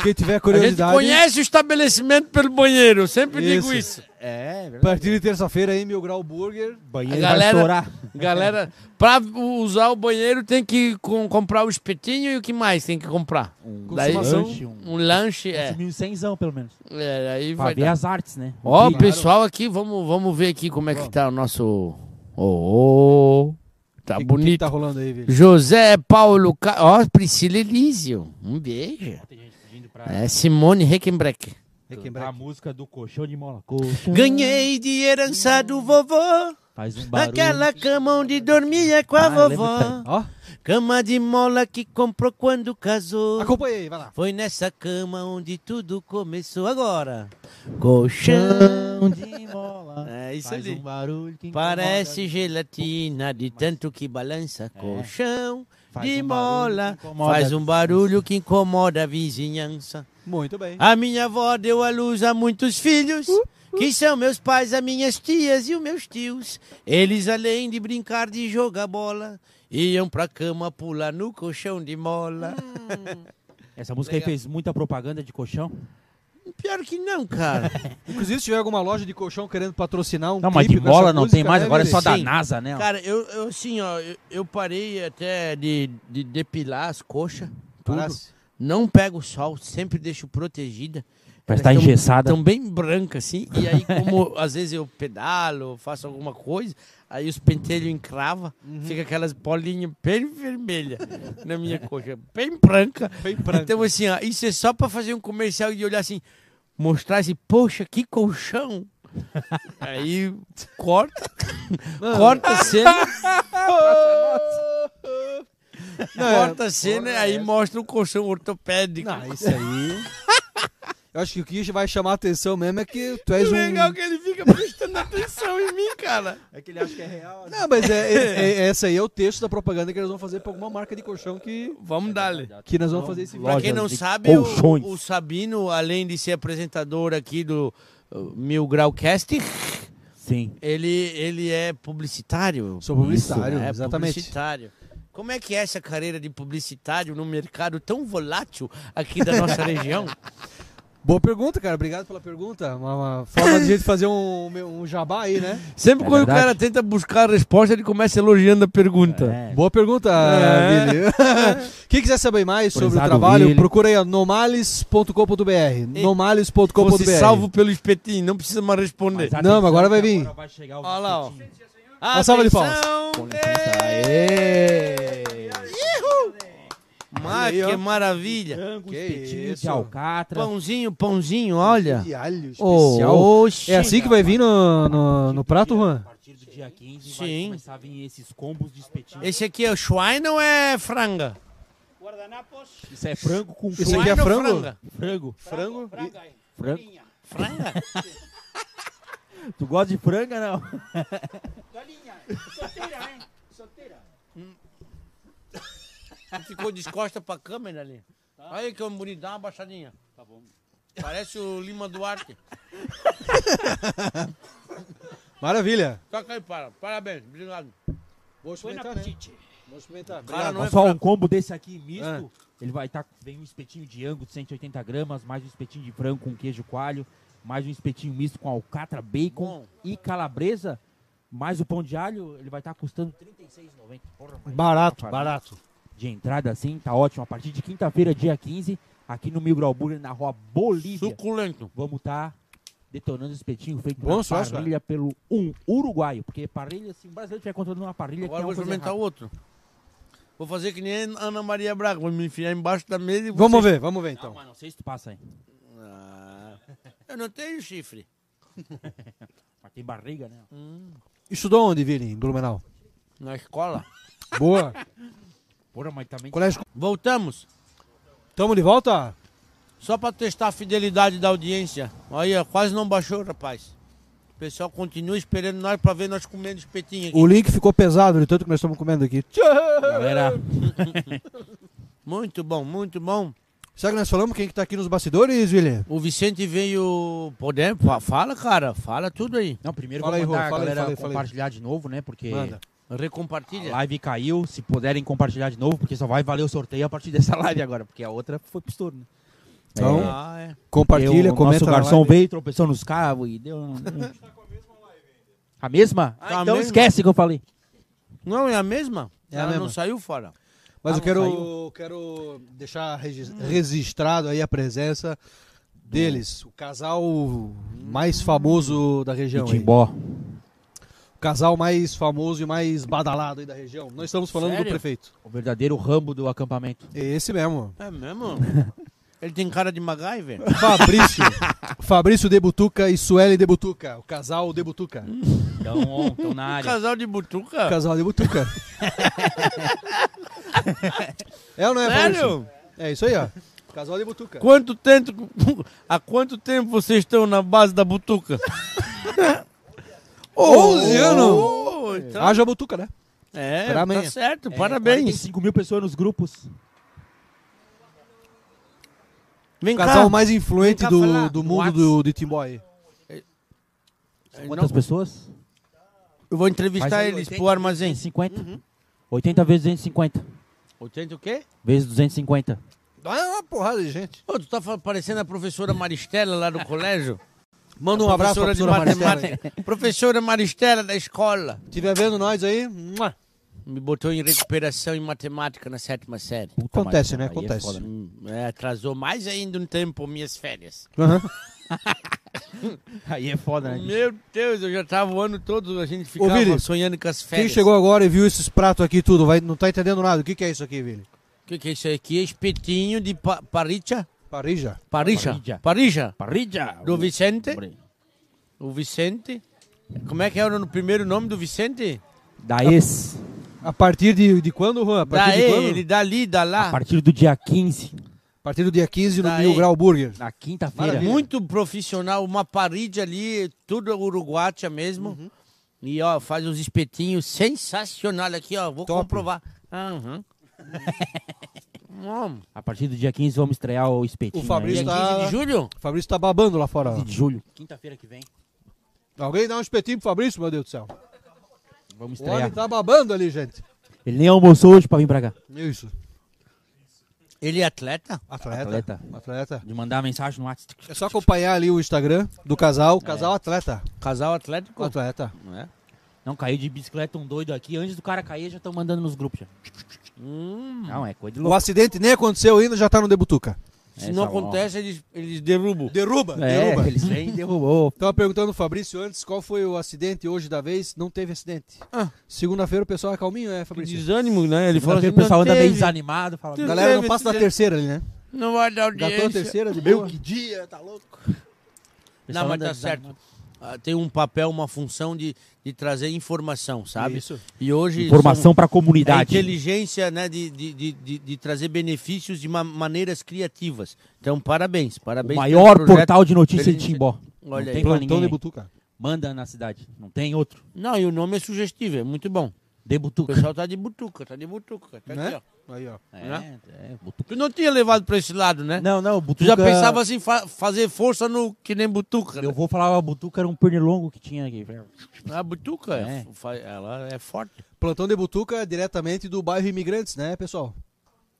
[SPEAKER 3] Quem tiver
[SPEAKER 1] A gente
[SPEAKER 3] curiosidade,
[SPEAKER 1] conhece o estabelecimento pelo banheiro, eu sempre
[SPEAKER 3] Isso.
[SPEAKER 1] digo isso.
[SPEAKER 2] É,
[SPEAKER 3] a
[SPEAKER 2] verdade.
[SPEAKER 3] partir de terça-feira aí, Mil Grau Burger.
[SPEAKER 2] Banheiro
[SPEAKER 1] A
[SPEAKER 2] vai
[SPEAKER 1] galera-
[SPEAKER 2] estourar.
[SPEAKER 1] Galera, pra usar o banheiro tem que com- comprar o espetinho e o que mais tem que comprar?
[SPEAKER 2] Um
[SPEAKER 1] Daí-
[SPEAKER 2] lanche, um...
[SPEAKER 1] Um lanche, é.
[SPEAKER 2] Consumir um cenzão, pelo menos.
[SPEAKER 1] É, aí
[SPEAKER 2] Pra
[SPEAKER 1] vai
[SPEAKER 2] ver
[SPEAKER 1] dar.
[SPEAKER 2] as artes, né? O
[SPEAKER 1] Ó,
[SPEAKER 2] que-
[SPEAKER 1] pessoal aqui, vamos, vamos ver aqui como é que tá o nosso. Ô, ô, tá
[SPEAKER 3] O que- o Que, que
[SPEAKER 1] bonito.
[SPEAKER 3] tá rolando aí, velho?
[SPEAKER 1] José Paulo. Ca- Ó, Priscila Elísio. Um beijo.
[SPEAKER 2] Tem gente pedindo pra
[SPEAKER 1] É Simone Reckenbreck.
[SPEAKER 2] cantar a música do colchão de mola. Colchão.
[SPEAKER 1] Ganhei de herança do vovô.
[SPEAKER 2] Faz um barulho.
[SPEAKER 1] Aquela cama onde dormia é com a
[SPEAKER 2] Ah, eu lembro
[SPEAKER 1] vovó.
[SPEAKER 3] Ó,
[SPEAKER 1] Cama de mola que comprou quando casou.
[SPEAKER 3] acompanha aí, vai lá.
[SPEAKER 1] Foi nessa cama onde tudo começou agora. Colchão.
[SPEAKER 2] de mola.
[SPEAKER 1] É isso
[SPEAKER 2] Faz
[SPEAKER 1] ali.
[SPEAKER 2] um barulho que incomoda.
[SPEAKER 1] Parece gelatina de tanto que balança colchão
[SPEAKER 2] Faz
[SPEAKER 1] de
[SPEAKER 2] um barulho
[SPEAKER 1] mola.
[SPEAKER 2] que incomoda.
[SPEAKER 1] Faz um barulho que incomoda a vizinhança.
[SPEAKER 3] Muito bem.
[SPEAKER 1] A minha avó deu à luz a muitos filhos, que são meus pais, as minhas tias e os meus tios. Eles, além de brincar de jogar bola, iam pra cama pular no colchão de mola.
[SPEAKER 2] Essa música aí fez muita propaganda de colchão.
[SPEAKER 1] Pior que não, cara.
[SPEAKER 3] Inclusive, se tiver alguma loja de colchão querendo patrocinar um
[SPEAKER 2] Não, mas de
[SPEAKER 3] clipe com essa
[SPEAKER 2] bola não
[SPEAKER 3] música,
[SPEAKER 2] tem mais,
[SPEAKER 3] né,
[SPEAKER 2] agora é
[SPEAKER 3] Lelê?
[SPEAKER 2] só da
[SPEAKER 1] Sim.
[SPEAKER 2] NASA, né?
[SPEAKER 1] Cara, eu, eu assim, ó, eu, eu parei até de, de depilar as coxas, tudo.
[SPEAKER 3] Parece.
[SPEAKER 1] Não pego o sol, sempre deixo protegida.
[SPEAKER 2] Parece estar engessada.
[SPEAKER 1] Estão bem branca assim. E aí, como às vezes eu pedalo, faço alguma coisa, aí os pentelhos encrava,
[SPEAKER 3] Uhum.
[SPEAKER 1] fica aquelas bolinhas bem vermelhas na minha coxa, bem branca.
[SPEAKER 3] Bem branca.
[SPEAKER 1] Então, assim, ó, isso é só pra fazer um comercial e olhar assim, mostrar assim, poxa, que colchão. aí corta, corta a cena,
[SPEAKER 3] Não, é-
[SPEAKER 1] corta a cena, aí mostra o colchão ortopédico.
[SPEAKER 3] Não, isso aí. Eu acho que o que vai chamar a atenção mesmo é que tu és
[SPEAKER 1] Que
[SPEAKER 3] um.
[SPEAKER 1] legal que ele fica prestando atenção em mim, cara.
[SPEAKER 2] É que ele acha que é real.
[SPEAKER 3] Não, mas é, é- é- essa aí é o texto da propaganda que eles vão fazer pra alguma marca de colchão que,
[SPEAKER 1] Vamos dar-lhe.
[SPEAKER 3] que nós vamos fazer esse vídeo.
[SPEAKER 1] Pra quem
[SPEAKER 2] lojas
[SPEAKER 1] não
[SPEAKER 2] de
[SPEAKER 1] sabe, o-
[SPEAKER 2] colchões.
[SPEAKER 1] o, Sabino, além de ser apresentador aqui do uh, Mil Grau Cast,
[SPEAKER 2] Sim.
[SPEAKER 1] ele, ele é publicitário.
[SPEAKER 3] Sou publicitário,
[SPEAKER 1] Isso, né?
[SPEAKER 3] exatamente.
[SPEAKER 1] Publicitário. Como é que é essa carreira de publicitário num mercado tão volátil aqui da nossa região?
[SPEAKER 3] Boa pergunta, cara. Obrigado pela pergunta. Uma, uma forma de gente fazer um, um jabá aí, né?
[SPEAKER 1] Sempre
[SPEAKER 2] É
[SPEAKER 1] quando o
[SPEAKER 2] verdade.
[SPEAKER 1] cara tenta buscar a resposta, ele começa elogiando a pergunta.
[SPEAKER 2] É.
[SPEAKER 3] Boa pergunta,
[SPEAKER 1] É.
[SPEAKER 3] Vili. Quem quiser saber mais sobre o
[SPEAKER 2] Prezado
[SPEAKER 3] trabalho,
[SPEAKER 2] Vili.
[SPEAKER 3] procura aí ó, nomales.com.br. Nomales.com.br.
[SPEAKER 1] Fosse salvo pelo espetinho, não precisa mais responder.
[SPEAKER 2] Mas
[SPEAKER 3] Não, mas agora vai
[SPEAKER 2] atenção,
[SPEAKER 3] vir.
[SPEAKER 2] vai chegar o
[SPEAKER 1] Olha lá, ó.
[SPEAKER 2] espetinho.
[SPEAKER 1] Atenção,
[SPEAKER 3] salva de
[SPEAKER 2] Com licença. Aê!
[SPEAKER 1] Mas
[SPEAKER 3] Olha aí,
[SPEAKER 1] que é
[SPEAKER 3] ó.
[SPEAKER 1] maravilha.
[SPEAKER 2] Frango,
[SPEAKER 3] Que
[SPEAKER 2] espetinho de
[SPEAKER 3] isso.
[SPEAKER 2] alcatra.
[SPEAKER 1] Pãozinho, pãozinho, olha.
[SPEAKER 3] De alho especial.
[SPEAKER 1] Oxi.
[SPEAKER 3] é assim que vai vir no, no, no prato,
[SPEAKER 2] Juan? A
[SPEAKER 3] Juan?
[SPEAKER 2] partir do dia 15
[SPEAKER 1] Sim.
[SPEAKER 2] vai começar a vir esses combos de espetinho.
[SPEAKER 1] Esse aqui é o Schwein ou é franga?
[SPEAKER 2] Isso é frango com
[SPEAKER 3] Isso aqui é
[SPEAKER 1] Schwein ou
[SPEAKER 3] frango?
[SPEAKER 1] franga?
[SPEAKER 2] frango.
[SPEAKER 3] Frango?
[SPEAKER 2] Frango.
[SPEAKER 1] Franga?
[SPEAKER 2] Tu gosta de franga, não?
[SPEAKER 1] Ficou descosta pra câmera ali. Olha que bonito, dá uma baixadinha. Tá bom. Parece o Lima Duarte.
[SPEAKER 3] Maravilha.
[SPEAKER 1] Toca aí, para. Parabéns, obrigado.
[SPEAKER 3] Vou experimentar, né? Vou experimentar.
[SPEAKER 1] Cara,
[SPEAKER 3] Obrigado.
[SPEAKER 1] não é
[SPEAKER 2] Só um
[SPEAKER 1] frango. Ah.
[SPEAKER 2] combo desse aqui misto, ele vai estar. vem um espetinho de ango de 180 gramas, mais um espetinho de frango com queijo coalho, mais um espetinho misto com alcatra, bacon
[SPEAKER 1] Bom.
[SPEAKER 2] e calabresa, mais o pão de alho, ele vai estar custando R$ 36,90. Porra, mas
[SPEAKER 3] Barato,
[SPEAKER 2] Rapaz,
[SPEAKER 3] barato.
[SPEAKER 2] de entrada assim, tá ótimo. A partir de quinta-feira, dia 15, aqui no Mil Grau Burger, na rua Bolívia,
[SPEAKER 1] Suculento.
[SPEAKER 2] vamos estar detonando esse espetinho feito
[SPEAKER 3] Bom
[SPEAKER 2] na
[SPEAKER 3] sucesso,
[SPEAKER 2] parrilha pelo um uruguaio, porque parrilha, se um brasileiro tiver controlando uma parrilha,
[SPEAKER 1] Agora
[SPEAKER 2] que é
[SPEAKER 1] vou
[SPEAKER 2] uma coisa
[SPEAKER 1] experimentar
[SPEAKER 2] errada.
[SPEAKER 1] outro. Vou fazer que nem a Ana Maria Braga. Vou me enfiar embaixo da mesa e vou.
[SPEAKER 3] Vamos ver, vamos ver
[SPEAKER 2] Não,
[SPEAKER 3] então.
[SPEAKER 2] mas não sei se tu passa aí.
[SPEAKER 1] Ah, eu não tenho chifre.
[SPEAKER 2] Mas tem barriga, né?
[SPEAKER 3] Estudou onde, Vini? Em Blumenau.
[SPEAKER 1] Na escola.
[SPEAKER 3] Boa.
[SPEAKER 2] Porra, mas também.
[SPEAKER 3] Colégio.
[SPEAKER 1] Voltamos.
[SPEAKER 3] Tamo de volta?
[SPEAKER 1] Só pra testar a fidelidade da audiência. Olha, quase não baixou, rapaz. O pessoal continua esperando nós pra ver nós comendo espetinho aqui.
[SPEAKER 3] O link ficou pesado de tanto que nós estamos comendo aqui.
[SPEAKER 2] Galera,
[SPEAKER 1] Muito bom, muito bom.
[SPEAKER 3] Será que nós falamos quem que tá aqui nos bastidores, Vili?
[SPEAKER 1] O Vicente veio. Podemos? Fa- Fala, cara. Fala tudo aí.
[SPEAKER 2] não, primeiro
[SPEAKER 3] Fala
[SPEAKER 2] vou
[SPEAKER 3] aí,
[SPEAKER 2] mandar
[SPEAKER 3] Rô,
[SPEAKER 2] a
[SPEAKER 3] fala aí,
[SPEAKER 2] galera
[SPEAKER 3] fala aí, fala aí.
[SPEAKER 2] compartilhar de novo, né? Porque
[SPEAKER 3] Manda.
[SPEAKER 2] a
[SPEAKER 3] Ah,
[SPEAKER 1] Recompartilha.
[SPEAKER 2] live caiu. Se puderem compartilhar de novo, porque só vai valer o sorteio a partir dessa live agora, porque a outra foi pro estouro, né?
[SPEAKER 3] Então,
[SPEAKER 2] É,
[SPEAKER 1] Ah, é.
[SPEAKER 3] Compartilha,
[SPEAKER 2] eu- o
[SPEAKER 3] comenta.
[SPEAKER 2] Nosso
[SPEAKER 3] na
[SPEAKER 2] garçom
[SPEAKER 3] live.
[SPEAKER 2] veio, tropeçou nos cabos e deu. um, A mesma?
[SPEAKER 1] Tá a
[SPEAKER 2] Ah, então
[SPEAKER 1] mesma.
[SPEAKER 2] esquece que eu falei.
[SPEAKER 1] Não, é a mesma?
[SPEAKER 3] É a
[SPEAKER 1] Ela não
[SPEAKER 3] mesma.
[SPEAKER 1] saiu fora.
[SPEAKER 3] Mas
[SPEAKER 2] Ah,
[SPEAKER 3] eu
[SPEAKER 2] não
[SPEAKER 3] quero, quero deixar regis- registrado aí a presença deles, o casal mais famoso da região. Então, aí.
[SPEAKER 2] Timbó.
[SPEAKER 3] O casal mais famoso e mais badalado aí da região. Nós estamos falando do
[SPEAKER 1] Sério?
[SPEAKER 3] prefeito.
[SPEAKER 2] O verdadeiro rambo do acampamento.
[SPEAKER 3] É Esse mesmo.
[SPEAKER 1] É mesmo? Ele tem cara de MacGyver?
[SPEAKER 3] Fabrício. Fabrício Debutuca e Suelen Debutuca. O casal Debutuca.
[SPEAKER 2] Então, ó, então na
[SPEAKER 1] Um
[SPEAKER 2] área.
[SPEAKER 1] casal de butuca?
[SPEAKER 3] O casal Debutuca. é ou não é, Fabrício?
[SPEAKER 1] Sério?
[SPEAKER 3] É isso aí, ó. O casal Debutuca.
[SPEAKER 1] Quanto tempo, há quanto tempo vocês estão na base da butuca?
[SPEAKER 3] 11 anos!
[SPEAKER 1] Oh, então-
[SPEAKER 3] Haja Butuca, né?
[SPEAKER 1] é,
[SPEAKER 3] Parabéns.
[SPEAKER 1] tá certo,
[SPEAKER 2] É,
[SPEAKER 1] parabéns.
[SPEAKER 2] 45 mil pessoas nos grupos.
[SPEAKER 1] Vem
[SPEAKER 3] O casal
[SPEAKER 1] cá.
[SPEAKER 3] mais influente
[SPEAKER 1] cá
[SPEAKER 3] do,
[SPEAKER 1] falar.
[SPEAKER 3] do
[SPEAKER 2] Whats.
[SPEAKER 3] mundo do, de Timbó aí.
[SPEAKER 2] Quantas
[SPEAKER 1] Não,
[SPEAKER 2] pessoas?
[SPEAKER 1] eu vou
[SPEAKER 2] Mas
[SPEAKER 1] entrevistar
[SPEAKER 2] aí,
[SPEAKER 1] eles
[SPEAKER 2] 80,
[SPEAKER 1] pro armazém.
[SPEAKER 3] Uhum.
[SPEAKER 2] 250. 80 vezes 250.
[SPEAKER 1] 80 o quê?
[SPEAKER 2] Vezes 250.
[SPEAKER 3] Ah, uma porrada de gente.
[SPEAKER 1] Ô, tu tá fa- parecendo a professora Maristela lá do colégio.
[SPEAKER 3] Manda um abraço pra
[SPEAKER 1] de
[SPEAKER 3] professora Maristela.
[SPEAKER 1] matemática. Professora Maristela da escola.
[SPEAKER 3] Estiver vendo nós aí, mua.
[SPEAKER 1] Me botou em recuperação em matemática na sétima série.
[SPEAKER 2] Puta,
[SPEAKER 3] Acontece, né?
[SPEAKER 2] aí é
[SPEAKER 3] Acontece.
[SPEAKER 2] foda, né?
[SPEAKER 1] Hum, é, atrasou mais ainda um tempo minhas férias.
[SPEAKER 3] Aham.
[SPEAKER 2] Aí é foda, né? bicho?
[SPEAKER 1] Meu Deus, eu já tava o ano todo, a gente
[SPEAKER 3] Ô,
[SPEAKER 1] ficava
[SPEAKER 3] Vini,
[SPEAKER 1] sonhando com as férias.
[SPEAKER 3] Quem chegou agora e viu esses pratos aqui tudo, vai, não tá entendendo nada. O que, que é isso aqui, Vili?
[SPEAKER 1] O que, que é isso aqui? Espetinho de pa paricha?
[SPEAKER 3] Parija.
[SPEAKER 1] Paricha?
[SPEAKER 2] Parrilla.
[SPEAKER 1] Paricha?
[SPEAKER 2] Parrilla.
[SPEAKER 1] Do Vicente?
[SPEAKER 2] Hombre.
[SPEAKER 1] O Vicente? Como é que era o primeiro nome do Vicente?
[SPEAKER 2] Da ex.
[SPEAKER 3] A partir de, de quando, Juan? A partir
[SPEAKER 1] Daí,
[SPEAKER 3] de quando?
[SPEAKER 1] ele dá ali, dá
[SPEAKER 2] A
[SPEAKER 1] lá.
[SPEAKER 2] partir do dia 15,
[SPEAKER 3] A partir do dia 15 no
[SPEAKER 2] Tá
[SPEAKER 1] Daí.
[SPEAKER 3] Mil Grau Burger.
[SPEAKER 2] na quinta-feira.
[SPEAKER 3] Maravilha.
[SPEAKER 1] Muito profissional, uma parrilla ali, tudo uruguatia mesmo.
[SPEAKER 3] Uhum.
[SPEAKER 1] E ó, faz uns espetinhos sensacional aqui, ó. Vou
[SPEAKER 3] Top. Uhum.
[SPEAKER 1] comprovar. Aham. Hum.
[SPEAKER 2] A partir do dia 15 vamos estrear o espetinho.
[SPEAKER 3] O Fabrício
[SPEAKER 2] aí,
[SPEAKER 1] Dia
[SPEAKER 3] tá-
[SPEAKER 1] 15 de julho?
[SPEAKER 3] O Fabrício tá babando lá fora.
[SPEAKER 2] 15 de julho. Quinta-feira que vem.
[SPEAKER 3] Alguém dá um espetinho pro Fabrício, meu Deus do céu.
[SPEAKER 2] Vamos
[SPEAKER 3] O homem
[SPEAKER 2] estrear.
[SPEAKER 3] tá babando ali, gente.
[SPEAKER 2] Ele nem almoçou hoje pra vir pra cá.
[SPEAKER 3] Isso.
[SPEAKER 1] Ele é atleta?
[SPEAKER 3] Atleta.
[SPEAKER 2] Atleta.
[SPEAKER 3] Atleta.
[SPEAKER 2] De mandar mensagem no WhatsApp.
[SPEAKER 3] É só acompanhar ali o Instagram do casal.
[SPEAKER 2] É.
[SPEAKER 3] Casal atleta.
[SPEAKER 1] Casal atlético?
[SPEAKER 3] Atleta.
[SPEAKER 1] É.
[SPEAKER 2] Não, caiu de bicicleta um doido aqui. Antes do cara cair, já estão mandando nos grupos. Já.
[SPEAKER 1] Hum.
[SPEAKER 2] Não, é coisa de
[SPEAKER 3] O
[SPEAKER 2] louco.
[SPEAKER 3] acidente nem aconteceu ainda, já tá no Debutuca.
[SPEAKER 1] Se não
[SPEAKER 2] Essa mão.
[SPEAKER 1] acontece, eles, eles derrubam.
[SPEAKER 3] Derruba,
[SPEAKER 2] É,
[SPEAKER 3] derruba.
[SPEAKER 2] eles vêm e derrubou.
[SPEAKER 3] Tava perguntando o Fabrício antes qual foi o acidente hoje da vez. Não teve acidente.
[SPEAKER 1] Ah.
[SPEAKER 3] Segunda-feira o pessoal é calminho, é, Fabrício?
[SPEAKER 1] Desânimo, né? Ele
[SPEAKER 2] Fala
[SPEAKER 1] falou assim,
[SPEAKER 2] o pessoal
[SPEAKER 1] não
[SPEAKER 2] anda meio
[SPEAKER 1] teve,
[SPEAKER 2] desanimado. Fala,
[SPEAKER 1] Tu-
[SPEAKER 3] Galera, não
[SPEAKER 1] teve
[SPEAKER 3] passa da
[SPEAKER 1] acidente.
[SPEAKER 3] terceira ali, né?
[SPEAKER 1] Não vai dar
[SPEAKER 3] Gatou a
[SPEAKER 1] audiência.
[SPEAKER 3] terceira de boa.
[SPEAKER 4] dia, tá louco?
[SPEAKER 2] pessoal
[SPEAKER 1] Não, mas
[SPEAKER 2] anda
[SPEAKER 1] tá
[SPEAKER 2] desanimado.
[SPEAKER 1] certo. Ah, Tem um papel, uma função de, de trazer informação, sabe?
[SPEAKER 3] Isso.
[SPEAKER 1] E hoje...
[SPEAKER 2] Informação pra
[SPEAKER 1] a
[SPEAKER 2] comunidade.
[SPEAKER 1] inteligência né, de, de, de, de, de trazer benefícios de ma- maneiras criativas. Então, parabéns,
[SPEAKER 2] O
[SPEAKER 1] parabéns. pelo
[SPEAKER 2] maior
[SPEAKER 1] projeto.
[SPEAKER 2] portal de notícia de
[SPEAKER 1] Feliz-
[SPEAKER 2] Timbó.
[SPEAKER 1] Olha
[SPEAKER 2] não
[SPEAKER 1] aí.
[SPEAKER 2] tem pra
[SPEAKER 3] Plantão
[SPEAKER 2] ninguém.
[SPEAKER 3] de
[SPEAKER 2] aí.
[SPEAKER 3] Butuca.
[SPEAKER 2] Manda na cidade. Não tem outro.
[SPEAKER 1] Não, e o nome é sugestivo, é muito bom. O
[SPEAKER 2] Debutuca.
[SPEAKER 1] pessoal tá de butuca, tá de butuca. Tá
[SPEAKER 3] Né?
[SPEAKER 1] aqui, ó.
[SPEAKER 3] Aí, ó.
[SPEAKER 1] Né?
[SPEAKER 2] É, é, Butuca.
[SPEAKER 1] Tu não tinha levado pra esse lado, né?
[SPEAKER 2] Não, não, Butuca.
[SPEAKER 1] Tu já pensava assim, fa- fazer força no que nem butuca.
[SPEAKER 2] assim, Eu
[SPEAKER 1] né?
[SPEAKER 2] vou falar, a Butuca era um pernilongo que tinha aqui.
[SPEAKER 3] Ah,
[SPEAKER 1] A butuca, é
[SPEAKER 2] É.
[SPEAKER 1] fa- ela é forte.
[SPEAKER 3] Plantão de Butuca é diretamente do bairro Imigrantes, né, pessoal?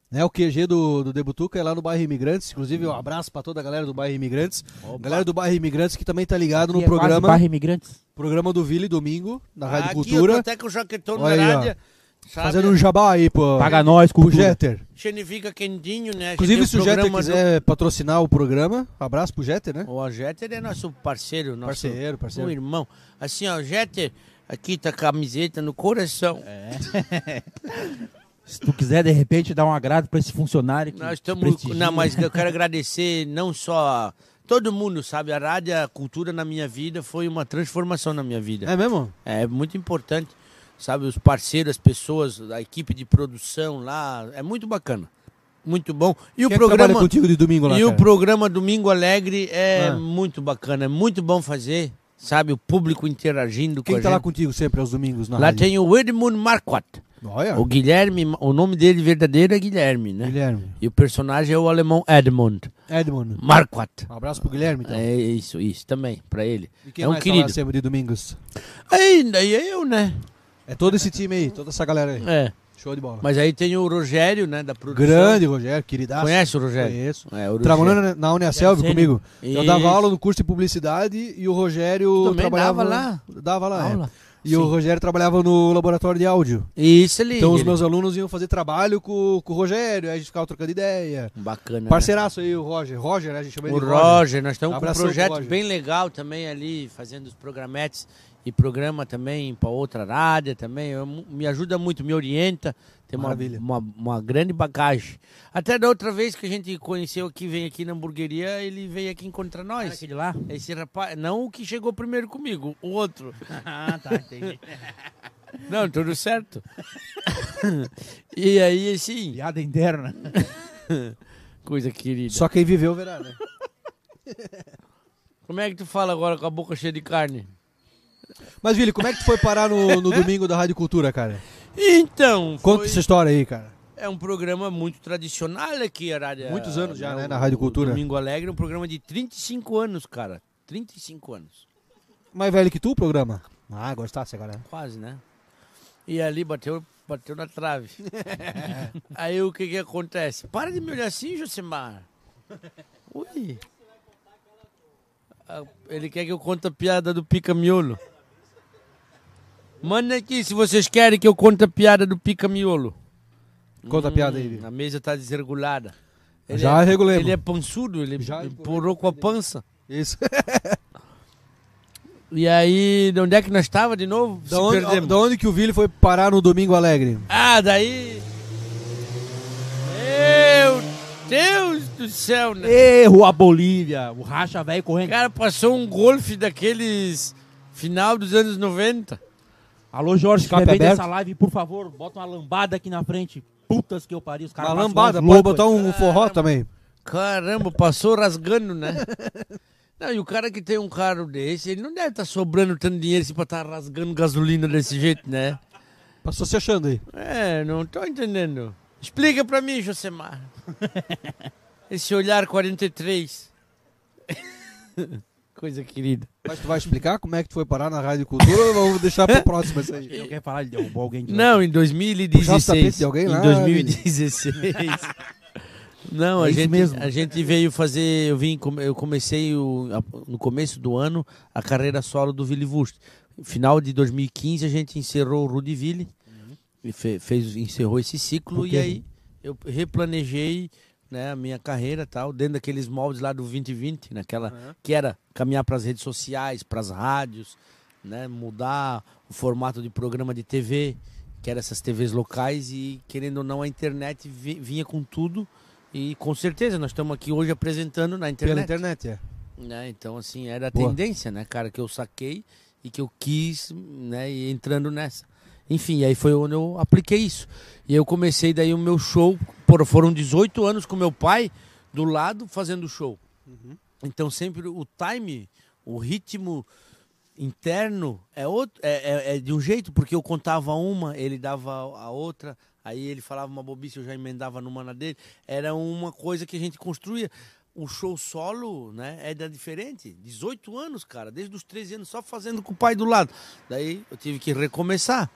[SPEAKER 3] Né, o QG do, do Debutuca é lá no bairro Imigrantes. Inclusive, um abraço pra toda a galera do bairro Imigrantes. Galera do bairro Imigrantes que também tá ligado no
[SPEAKER 2] E é quase
[SPEAKER 3] programa
[SPEAKER 2] Barra Imigrantes.
[SPEAKER 3] programa do Vili domingo, na Rádio
[SPEAKER 1] Ah, Aqui eu tô
[SPEAKER 3] Cultura.
[SPEAKER 1] até tá com o jaquetão
[SPEAKER 3] Olha aí,
[SPEAKER 1] na
[SPEAKER 3] ó.
[SPEAKER 1] rádio. Sabe?
[SPEAKER 3] Fazendo um jabá aí pro,
[SPEAKER 2] Paga nós,
[SPEAKER 3] pro
[SPEAKER 2] cultura.
[SPEAKER 3] Jeter.
[SPEAKER 1] Xene fica quentinho, né? A gente
[SPEAKER 3] Inclusive,
[SPEAKER 1] tem
[SPEAKER 3] se o Jeter
[SPEAKER 1] programa do-
[SPEAKER 3] quiser patrocinar o programa, abraço pro Jeter, né?
[SPEAKER 1] O Jeter é nosso parceiro, nosso
[SPEAKER 3] Parceiro, parceiro.
[SPEAKER 1] um irmão. Assim, ó, Jeter, aqui tá a camiseta no coração.
[SPEAKER 3] É,
[SPEAKER 2] Se tu quiser, de repente, dar um agrado pra esse funcionário que
[SPEAKER 1] Nós
[SPEAKER 2] te
[SPEAKER 1] estamos.
[SPEAKER 2] prestigia.
[SPEAKER 1] Não, mas eu quero agradecer não só. Todo mundo sabe, a rádio, a cultura na minha vida foi uma transformação na minha vida.
[SPEAKER 3] É mesmo?
[SPEAKER 1] É muito importante, sabe? Os parceiros, as pessoas, a equipe de produção lá, é muito bacana. Muito bom. E o
[SPEAKER 3] Quem é que
[SPEAKER 1] programa.
[SPEAKER 3] trabalha contigo de domingo lá,
[SPEAKER 1] E o
[SPEAKER 3] cara?
[SPEAKER 1] programa Domingo Alegre é
[SPEAKER 3] Ah.
[SPEAKER 1] muito bacana, é muito bom fazer, sabe? O público interagindo
[SPEAKER 3] Quem
[SPEAKER 1] com a
[SPEAKER 3] tá lá
[SPEAKER 1] gente.
[SPEAKER 3] contigo sempre aos domingos na
[SPEAKER 1] Lá
[SPEAKER 3] rádio?
[SPEAKER 1] tem o Edmund Marquardt.
[SPEAKER 3] Olha,
[SPEAKER 1] O Guilherme, o nome dele verdadeiro é Guilherme, né?
[SPEAKER 3] É. Guilherme.
[SPEAKER 1] E o personagem é o alemão Edmund
[SPEAKER 3] Edmund.
[SPEAKER 1] Marquardt.
[SPEAKER 3] Um abraço pro Guilherme, então.
[SPEAKER 1] É isso, isso também, pra ele.
[SPEAKER 3] E quem
[SPEAKER 1] É um
[SPEAKER 3] mais tá lá
[SPEAKER 1] querido.
[SPEAKER 3] sempre de domingos?
[SPEAKER 1] Ainda e eu, né?
[SPEAKER 3] É todo esse time aí, toda essa galera aí.
[SPEAKER 1] É.
[SPEAKER 3] Show de bola.
[SPEAKER 1] Mas aí tem o Rogério, né, da produção.
[SPEAKER 3] Grande, Rogério, queridaço.
[SPEAKER 1] Conhece o Rogério?
[SPEAKER 3] Conheço.
[SPEAKER 1] É, o Rogério.
[SPEAKER 3] Trabalhando na- na Uniaselv
[SPEAKER 1] Sênior.
[SPEAKER 3] comigo. Eu dava
[SPEAKER 1] Isso.
[SPEAKER 3] aula no curso de publicidade e o
[SPEAKER 1] Tu
[SPEAKER 3] Rogério
[SPEAKER 1] também
[SPEAKER 3] trabalhava
[SPEAKER 1] dava
[SPEAKER 3] Dava lá, é.
[SPEAKER 1] Aula.
[SPEAKER 3] E o
[SPEAKER 1] Sim.
[SPEAKER 3] Rogério trabalhava no laboratório de áudio.
[SPEAKER 1] Isso ali.
[SPEAKER 3] Então os
[SPEAKER 1] ele-
[SPEAKER 3] meus alunos iam fazer trabalho com, com o Rogério, aí a gente ficava trocando ideia.
[SPEAKER 1] Bacana. né?
[SPEAKER 3] Parceiraço aí, o Roger. Roger, né? A gente chama
[SPEAKER 1] O
[SPEAKER 3] ele de Roger.
[SPEAKER 1] Roger, nós estamos com um
[SPEAKER 3] Abração pro
[SPEAKER 1] projeto
[SPEAKER 3] Roger.
[SPEAKER 1] bem legal também ali, fazendo os programetes e programa também para outra área também. Eu mu- me ajuda muito, me orienta. Tem uma,
[SPEAKER 3] Maravilha.
[SPEAKER 1] uma, uma grande bagagem. Até da outra vez que a gente conheceu aqui, vem aqui na hamburgueria, ele veio aqui encontrar
[SPEAKER 2] Era
[SPEAKER 1] nós.
[SPEAKER 2] aquele lá?
[SPEAKER 1] Esse rapaz, não o que chegou primeiro comigo, o outro.
[SPEAKER 2] Ah, tá, entendi.
[SPEAKER 1] Não, tudo certo. e aí, assim,
[SPEAKER 2] Piada interna.
[SPEAKER 1] coisa querida.
[SPEAKER 3] Só quem viveu verá, né?
[SPEAKER 1] Como é que tu fala agora com a boca cheia de carne?
[SPEAKER 3] Mas, Vili, como é que tu foi parar no, no domingo da Rádio Cultura, cara?
[SPEAKER 1] Então,
[SPEAKER 3] Conta
[SPEAKER 1] foi...
[SPEAKER 3] essa história aí, cara.
[SPEAKER 1] É um programa muito tradicional aqui, a rádio. é
[SPEAKER 3] Muitos anos já,
[SPEAKER 1] o-
[SPEAKER 3] né, na Rádio
[SPEAKER 1] o
[SPEAKER 3] Cultura.
[SPEAKER 1] Domingo Alegre é um programa de 35 anos, cara. 35 anos.
[SPEAKER 3] Mais velho que tu o programa? Ah, gostasse, galera.
[SPEAKER 1] Quase, né? E ali bateu, bateu na trave. Aí o que que acontece? Para de me olhar assim, Josimar. Ui. Ah, Ele quer que eu conte a piada do pica-miolo. Manda aqui se vocês querem é que eu conte a piada do pica-miolo.
[SPEAKER 3] Conta a
[SPEAKER 1] Hum.
[SPEAKER 3] piada aí,
[SPEAKER 1] A mesa tá desregulada.
[SPEAKER 3] Já
[SPEAKER 1] é,
[SPEAKER 3] regulemos.
[SPEAKER 1] Ele é pançudo, ele
[SPEAKER 3] Já
[SPEAKER 1] porou com a pança.
[SPEAKER 3] Isso.
[SPEAKER 1] E aí, de onde é que nós estava de novo? Se
[SPEAKER 3] da, onde,
[SPEAKER 1] perdemos.
[SPEAKER 3] da onde que o Vili foi parar no Domingo Alegre?
[SPEAKER 1] Ah, daí. Meu Deus do céu, né?
[SPEAKER 2] Erro a Bolívia. O racha velho
[SPEAKER 1] O
[SPEAKER 2] correndo.
[SPEAKER 1] cara passou um golfe daqueles final dos anos 90.
[SPEAKER 2] Alô, Jorge,
[SPEAKER 3] Escape
[SPEAKER 2] que vem
[SPEAKER 3] aberto.
[SPEAKER 2] dessa live, por favor, bota uma lambada aqui na frente. Putas que eu pariu. Os caras
[SPEAKER 3] Uma
[SPEAKER 2] passam
[SPEAKER 3] lambada,
[SPEAKER 2] uns
[SPEAKER 3] pode
[SPEAKER 2] loucos
[SPEAKER 3] botar
[SPEAKER 2] aí.
[SPEAKER 3] um forró também.
[SPEAKER 1] Caramba, passou rasgando, né? Não, e o cara que tem um carro desse, ele não deve estar sobrando tanto dinheiro assim pra estar rasgando gasolina desse jeito, né?
[SPEAKER 3] Passou se achando aí.
[SPEAKER 1] É, não tô entendendo. Explica pra mim, Josemar. Esse olhar 43. Coisa querida.
[SPEAKER 3] Mas tu vai explicar como é que tu foi parar na Rádio Cultura ou vamos deixar pra próxima isso aí?
[SPEAKER 2] Não quer falar, ele derrubou alguém de
[SPEAKER 1] Não, em
[SPEAKER 3] Puxar os
[SPEAKER 1] 2016.
[SPEAKER 3] tapetes de alguém lá,
[SPEAKER 1] em 2016. Não,
[SPEAKER 2] É
[SPEAKER 1] a
[SPEAKER 2] isso
[SPEAKER 1] gente
[SPEAKER 2] mesmo.
[SPEAKER 1] a gente veio fazer, eu vim come- eu comecei o- a- no começo do ano a carreira solo do Vili Vust. Final de 2015 a gente encerrou o Rudiville e fe- fez encerrou esse ciclo
[SPEAKER 2] Uhum. Por
[SPEAKER 1] e
[SPEAKER 2] quê?
[SPEAKER 1] aí eu replanejei né, a minha carreira e tal, dentro daqueles moldes lá do 2020, naquela que era caminhar para as redes sociais, para as rádios, né, mudar o formato de programa de TV, que era essas TVs locais e querendo ou não a internet vi- vinha com tudo e com certeza nós estamos aqui hoje apresentando na
[SPEAKER 3] Pela
[SPEAKER 1] internet,
[SPEAKER 3] internet, é.
[SPEAKER 1] né? Então assim, era a
[SPEAKER 3] Boa.
[SPEAKER 1] tendência, né, cara, que eu saquei e que eu quis, né, e entrando nessa. Enfim, aí foi onde eu apliquei isso. E eu comecei daí o meu show, por- foram 18 anos com meu pai do lado fazendo show. Então sempre o time, o ritmo interno é outro, é, é- é de um jeito, porque eu contava uma, ele dava a outra, aí ele falava uma bobice, eu já emendava numa na dele. Era uma coisa que a gente construía. O show solo, né, é da diferente. 18 anos, cara, desde os 13 anos, só fazendo com o pai do lado. Daí eu tive que recomeçar.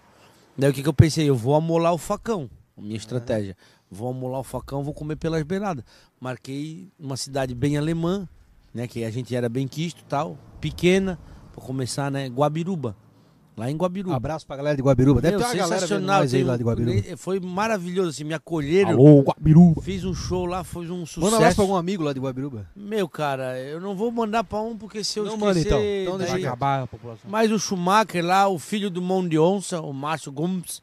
[SPEAKER 1] Daí o que, que eu pensei? Eu vou amolar o facão, a
[SPEAKER 3] Ah.
[SPEAKER 1] minha estratégia. Vou amolar o facão, vou comer pelas beiradas. Marquei uma cidade bem alemã, né? Que a gente era bem quisto e tal, pequena, pra começar, né? Guabiruba. Lá em Guabiruba.
[SPEAKER 3] Abraço pra galera de Guabiruba. Ah, Deve
[SPEAKER 1] Meu,
[SPEAKER 3] ter uma galera vendo
[SPEAKER 1] sensacional,
[SPEAKER 3] nós aí
[SPEAKER 1] tem
[SPEAKER 3] lá
[SPEAKER 1] um-
[SPEAKER 3] de Guabiruba.
[SPEAKER 1] Foi maravilhoso, assim, me acolheram.
[SPEAKER 2] Alô, Guabiruba.
[SPEAKER 1] Fiz um show lá, foi um sucesso.
[SPEAKER 3] Manda um abraço pra algum amigo lá de Guabiruba.
[SPEAKER 1] Meu, cara, eu não vou mandar pra um, porque se eu
[SPEAKER 3] Não manda,
[SPEAKER 1] esquecer...
[SPEAKER 3] então. Então deixa
[SPEAKER 1] daí-
[SPEAKER 2] Vai
[SPEAKER 3] quieto.
[SPEAKER 2] acabar a população.
[SPEAKER 1] Mas o Schumacher lá, o filho do Mão de Onça, o Márcio Gumps.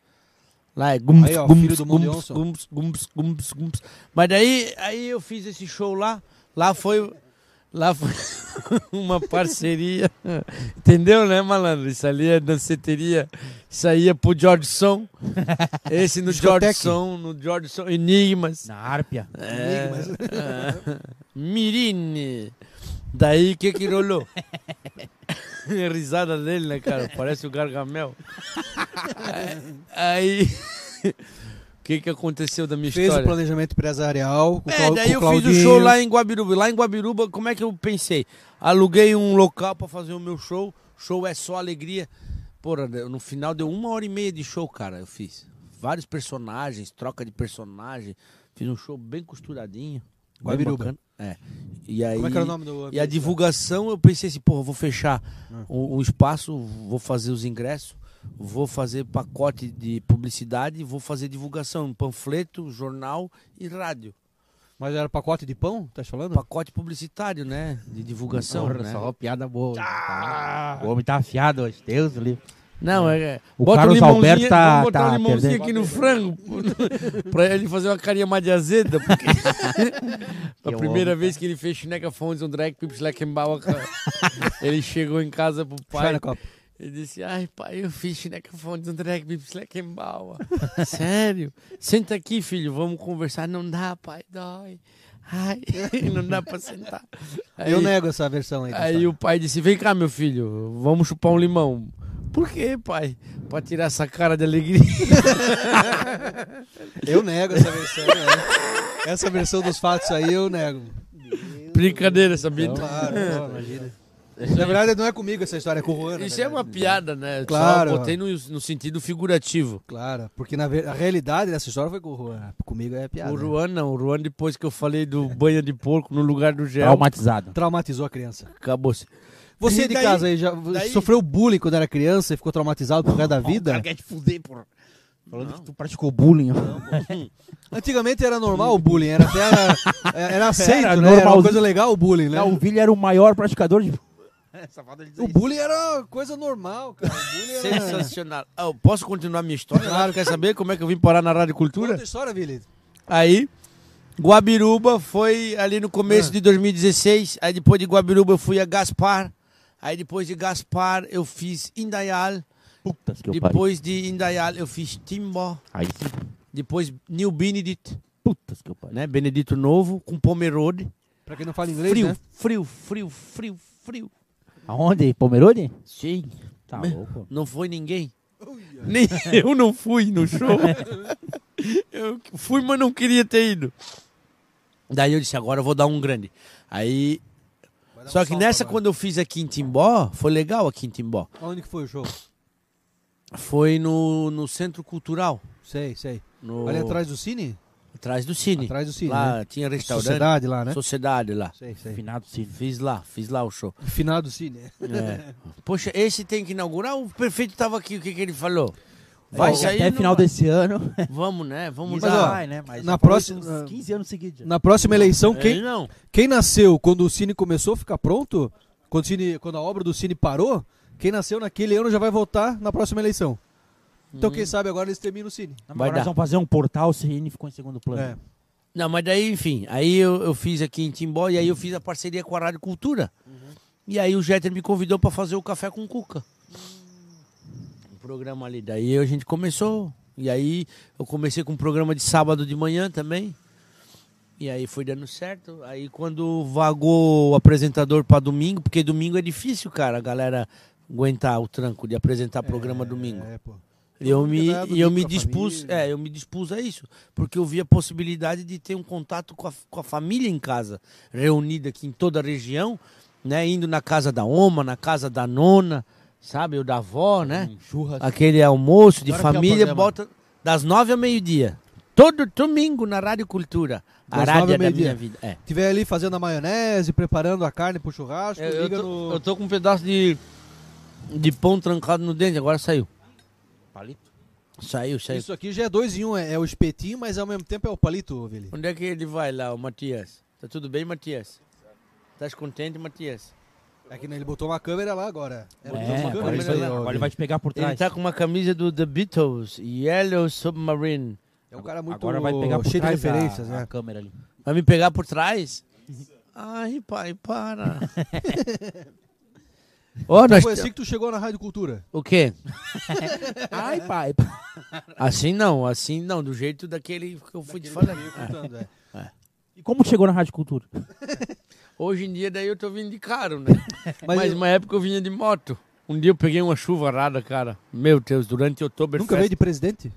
[SPEAKER 1] Lá é Gumps,
[SPEAKER 3] Aí, ó,
[SPEAKER 1] Gumps,
[SPEAKER 3] filho do Mão de
[SPEAKER 1] Gumps,
[SPEAKER 3] Onça.
[SPEAKER 1] Gumps, Gumps, Gumps, Gumps. Mas daí aí eu fiz esse show lá. Lá foi, lá foi uma parceria. Entendeu, né, malandro? Isso ali é danceteria. Isso aí é pro Jordson. Esse no
[SPEAKER 3] Discoteca.
[SPEAKER 1] Jordson, no Jordson Enigmas.
[SPEAKER 2] Na Árpia.
[SPEAKER 1] É, é. Mirine. Daí o que que rolou? A risada dele, né, cara? Parece o Gargamel. Aí. aí, O que que aconteceu da minha
[SPEAKER 3] Fez o
[SPEAKER 1] história?
[SPEAKER 3] planejamento empresarial com o
[SPEAKER 1] É,
[SPEAKER 3] Clau-
[SPEAKER 1] daí
[SPEAKER 3] com o
[SPEAKER 1] eu
[SPEAKER 3] Claudinho.
[SPEAKER 1] fiz o show lá em Guabiruba. Lá em Guabiruba, como é que eu pensei? Aluguei um local pra fazer o meu show. Show é só alegria. Porra, né, no final deu uma hora e meia de show, cara. Eu fiz vários personagens, troca de personagem. Fiz um show bem costuradinho. bem
[SPEAKER 3] Guabiruba.
[SPEAKER 1] bacana. É. E aí,
[SPEAKER 3] Como é que era o nome do Ah.
[SPEAKER 1] E a divulgação, eu pensei assim, porra, vou fechar o, o espaço, vou fazer os ingressos, vou fazer pacote de publicidade, vou fazer divulgação, um panfleto, jornal e rádio
[SPEAKER 3] Mas era pacote de pão, tá falando?
[SPEAKER 1] um pacote publicitário, né? De divulgação,
[SPEAKER 2] Porra,
[SPEAKER 1] né?
[SPEAKER 2] Só piada boa. O homem tá afiado hoje. Deus livre.
[SPEAKER 1] Não, é...
[SPEAKER 2] O
[SPEAKER 1] bota
[SPEAKER 2] Carlos
[SPEAKER 1] limãozinho-
[SPEAKER 2] Alberto tá-
[SPEAKER 1] Vamos botar
[SPEAKER 2] tá
[SPEAKER 1] um limãozinho
[SPEAKER 2] perdendo.
[SPEAKER 1] aqui no frango pra ele fazer uma carinha mais de azeda, porque... a
[SPEAKER 2] Eu
[SPEAKER 1] primeira
[SPEAKER 2] amo,
[SPEAKER 1] vez que ele fez Schneca Fondes on Drag Pips Leckenbauer, ele chegou em casa pro
[SPEAKER 3] Vai
[SPEAKER 1] pai
[SPEAKER 3] na Copa.
[SPEAKER 1] e disse, ai pai, eu fiz Schneca Fondes on Drag Pips Leckenbauer. Sério? Senta aqui, filho, vamos conversar. Não dá, pai, dói. Ai, não dá pra sentar.
[SPEAKER 3] Eu
[SPEAKER 1] Aí-
[SPEAKER 2] né,
[SPEAKER 3] nego essa versão aí.
[SPEAKER 1] Aí o pai disse: Vem cá, meu filho, vamos chupar um limão. Por quê, pai? Pra tirar essa cara de alegria.
[SPEAKER 3] Eu nego essa versão. é. Essa versão dos fatos aí eu nego.
[SPEAKER 1] Brincadeira, sabia?
[SPEAKER 3] Claro, pô, imagina. Na verdade, não é comigo essa história, é com o Juan. na
[SPEAKER 1] Isso é
[SPEAKER 3] verdade.
[SPEAKER 1] uma piada, né?
[SPEAKER 3] Claro.
[SPEAKER 1] Só botei no, no sentido figurativo.
[SPEAKER 3] Claro, porque na ver- a realidade dessa história foi com o Juan. Comigo é piada.
[SPEAKER 1] O
[SPEAKER 3] né?
[SPEAKER 1] Ruan não, o Ruan depois que eu falei do banho de porco no lugar do gel,
[SPEAKER 2] Traumatizado.
[SPEAKER 3] Traumatizou a criança.
[SPEAKER 1] acabou-se.
[SPEAKER 3] Você
[SPEAKER 1] E
[SPEAKER 3] de
[SPEAKER 1] daí-
[SPEAKER 3] casa aí já
[SPEAKER 1] daí-
[SPEAKER 3] sofreu bullying quando era criança e ficou traumatizado por causa da
[SPEAKER 2] O cara
[SPEAKER 3] vida?
[SPEAKER 2] quer te fuder, porra. Falando que tu praticou bullying.
[SPEAKER 3] Antigamente era normal o bullying, era até era, era aceito,
[SPEAKER 2] Era
[SPEAKER 3] né? Era uma
[SPEAKER 2] normalzinho.
[SPEAKER 3] coisa legal o bullying, né?
[SPEAKER 2] Não, o Vili era o maior praticador de.
[SPEAKER 3] O bullying era coisa normal, cara. O bullying era...
[SPEAKER 1] Sensacional. Ah, eu posso continuar minha história? Claro, quer saber como é que eu vim parar na Rádio Cultura?
[SPEAKER 3] Conta a história, Vili.
[SPEAKER 1] Aí, Guabiruba foi ali no começo
[SPEAKER 3] Ah.
[SPEAKER 1] de 2016. Aí depois de Guabiruba eu fui a Gaspar. Aí depois de Gaspar eu fiz Indaial.
[SPEAKER 2] Putas que eu pariu.
[SPEAKER 1] Depois de Indaial eu fiz Timbó.
[SPEAKER 2] Aí sim.
[SPEAKER 1] Depois New Benedict,
[SPEAKER 2] Putas que eu pariu.
[SPEAKER 1] né? Benedito Novo com Pomerode.
[SPEAKER 3] Pra quem não fala inglês,
[SPEAKER 1] Frio,
[SPEAKER 3] né?
[SPEAKER 1] frio, frio, frio, frio.
[SPEAKER 2] Aonde? Pomerode?
[SPEAKER 1] Sim.
[SPEAKER 2] Tá louco.
[SPEAKER 1] Não foi ninguém. Nem eu não fui no show. eu fui, mas não queria ter ido. Daí eu disse, agora eu vou dar um grande. Aí.
[SPEAKER 3] um
[SPEAKER 1] Só que nessa, quando eu fiz aqui em Timbó, foi legal aqui em Timbó.
[SPEAKER 3] Onde que foi o show?
[SPEAKER 1] Foi no, no Centro Cultural.
[SPEAKER 3] Sei, sei.
[SPEAKER 1] No,
[SPEAKER 3] Ali atrás do cine?
[SPEAKER 1] atrás do Cine.
[SPEAKER 3] Atrás do cine, né?
[SPEAKER 1] Lá tá tinha restaurante. Sociedade,
[SPEAKER 3] Sociedade lá, né?
[SPEAKER 1] lá.
[SPEAKER 3] Sei, sei.
[SPEAKER 2] Finado sim.
[SPEAKER 1] Fiz lá, fiz lá o show.
[SPEAKER 3] Finado cine.
[SPEAKER 1] É. Poxa, esse tem que inaugurar? O prefeito estava aqui, o que, que ele falou? Vai
[SPEAKER 2] Ó,
[SPEAKER 1] sair.
[SPEAKER 2] Até
[SPEAKER 1] não
[SPEAKER 2] final
[SPEAKER 1] vai?
[SPEAKER 2] desse ano.
[SPEAKER 1] Vamos, né? Vamos
[SPEAKER 3] Mas,
[SPEAKER 1] dar.
[SPEAKER 3] ó,
[SPEAKER 2] Vai, né? Mas
[SPEAKER 3] na
[SPEAKER 2] já falou
[SPEAKER 3] próxima-
[SPEAKER 2] isso uns 15 anos seguidos.
[SPEAKER 3] Na próxima eleição, quem,
[SPEAKER 1] Ele É, não.
[SPEAKER 3] Quem nasceu quando o cine começou a ficar pronto, quando, o cine- quando a obra do cine parou, quem nasceu naquele ano já vai votar na próxima eleição. Então,
[SPEAKER 1] Hum.
[SPEAKER 3] quem sabe agora eles terminam o cine.
[SPEAKER 2] Não, mas
[SPEAKER 1] Vai
[SPEAKER 2] agora
[SPEAKER 1] dar.
[SPEAKER 2] nós vamos fazer um portal, o CN ficou em segundo plano.
[SPEAKER 3] É.
[SPEAKER 1] Não, mas daí, enfim, aí eu, eu fiz aqui em Timbó e aí eu fiz a parceria com a Rádio Cultura. E aí o Jeter me convidou para fazer o Café com Cuca. Um programa ali. Daí a gente começou. E aí eu comecei com um programa de sábado de manhã também. E aí foi dando certo. Aí quando vagou o apresentador para domingo, porque domingo é difícil, cara, a galera aguentar o tranco de apresentar programa domingo.
[SPEAKER 3] É, pô.
[SPEAKER 1] E eu me,
[SPEAKER 3] cuidado,
[SPEAKER 1] e eu me
[SPEAKER 3] domingo com a
[SPEAKER 1] dispus,
[SPEAKER 3] família.
[SPEAKER 1] é, eu me dispus a isso, porque eu vi a possibilidade de ter um contato com a, com a família em casa, reunida aqui em toda a região, né, indo na casa da oma, na casa da nona, sabe, ou da avó, né?
[SPEAKER 2] Churras.
[SPEAKER 1] Aquele almoço de
[SPEAKER 2] Agora que é o
[SPEAKER 1] família,
[SPEAKER 2] programa.
[SPEAKER 1] bota das nove ao meio-dia. Todo domingo na Rádio Cultura. A
[SPEAKER 3] Das nove
[SPEAKER 1] rádio da
[SPEAKER 3] ao meio-dia.
[SPEAKER 1] minha vida. É.
[SPEAKER 3] Tiver ali fazendo a maionese, preparando a carne pro churrasco,
[SPEAKER 1] É, Eu, eu
[SPEAKER 3] liga
[SPEAKER 1] tô,
[SPEAKER 3] no.
[SPEAKER 1] eu tô com um pedaço de, de pão trancado no dente, agora saiu.
[SPEAKER 2] Palito.
[SPEAKER 1] Saiu, saiu.
[SPEAKER 3] Isso aqui já é dois em um, é, é o espetinho, mas ao mesmo tempo é o palito, Vili.
[SPEAKER 1] Onde é que ele vai lá, o Matias? Tá tudo bem, Matias? Estás contente, Matias?
[SPEAKER 3] É que né, ele botou uma câmera lá agora.
[SPEAKER 2] É,
[SPEAKER 3] botou uma né?
[SPEAKER 1] câmera,
[SPEAKER 2] agora,
[SPEAKER 1] mas
[SPEAKER 2] ele
[SPEAKER 3] isso
[SPEAKER 2] vai,
[SPEAKER 3] aí,
[SPEAKER 1] lá.
[SPEAKER 3] ó,
[SPEAKER 2] agora ele
[SPEAKER 3] Vili.
[SPEAKER 2] vai te pegar por trás.
[SPEAKER 1] Ele tá com uma camisa do The Beatles, Yellow Submarine.
[SPEAKER 3] É um cara muito
[SPEAKER 2] agora vai pegar por
[SPEAKER 3] cheio de
[SPEAKER 2] trás a-
[SPEAKER 3] referências,
[SPEAKER 2] a,
[SPEAKER 3] né?
[SPEAKER 2] câmera ali.
[SPEAKER 1] Vai me pegar por trás? Ai, pai, para. Ó, nós
[SPEAKER 3] Foi
[SPEAKER 1] te-
[SPEAKER 3] assim que tu chegou na Rádio Cultura.
[SPEAKER 1] O quê?
[SPEAKER 2] Ai, pai.
[SPEAKER 1] Assim não, assim não, do jeito daquele que eu fui te falar.
[SPEAKER 3] Contando, é.
[SPEAKER 2] E como chegou na Rádio Cultura?
[SPEAKER 1] Hoje em dia daí eu tô vindo de carro, né? Mas,
[SPEAKER 3] Mas
[SPEAKER 1] uma época eu vinha de moto. Um dia eu peguei uma chuva rara, cara. Meu Deus, durante outubro.
[SPEAKER 3] nunca veio de presidente?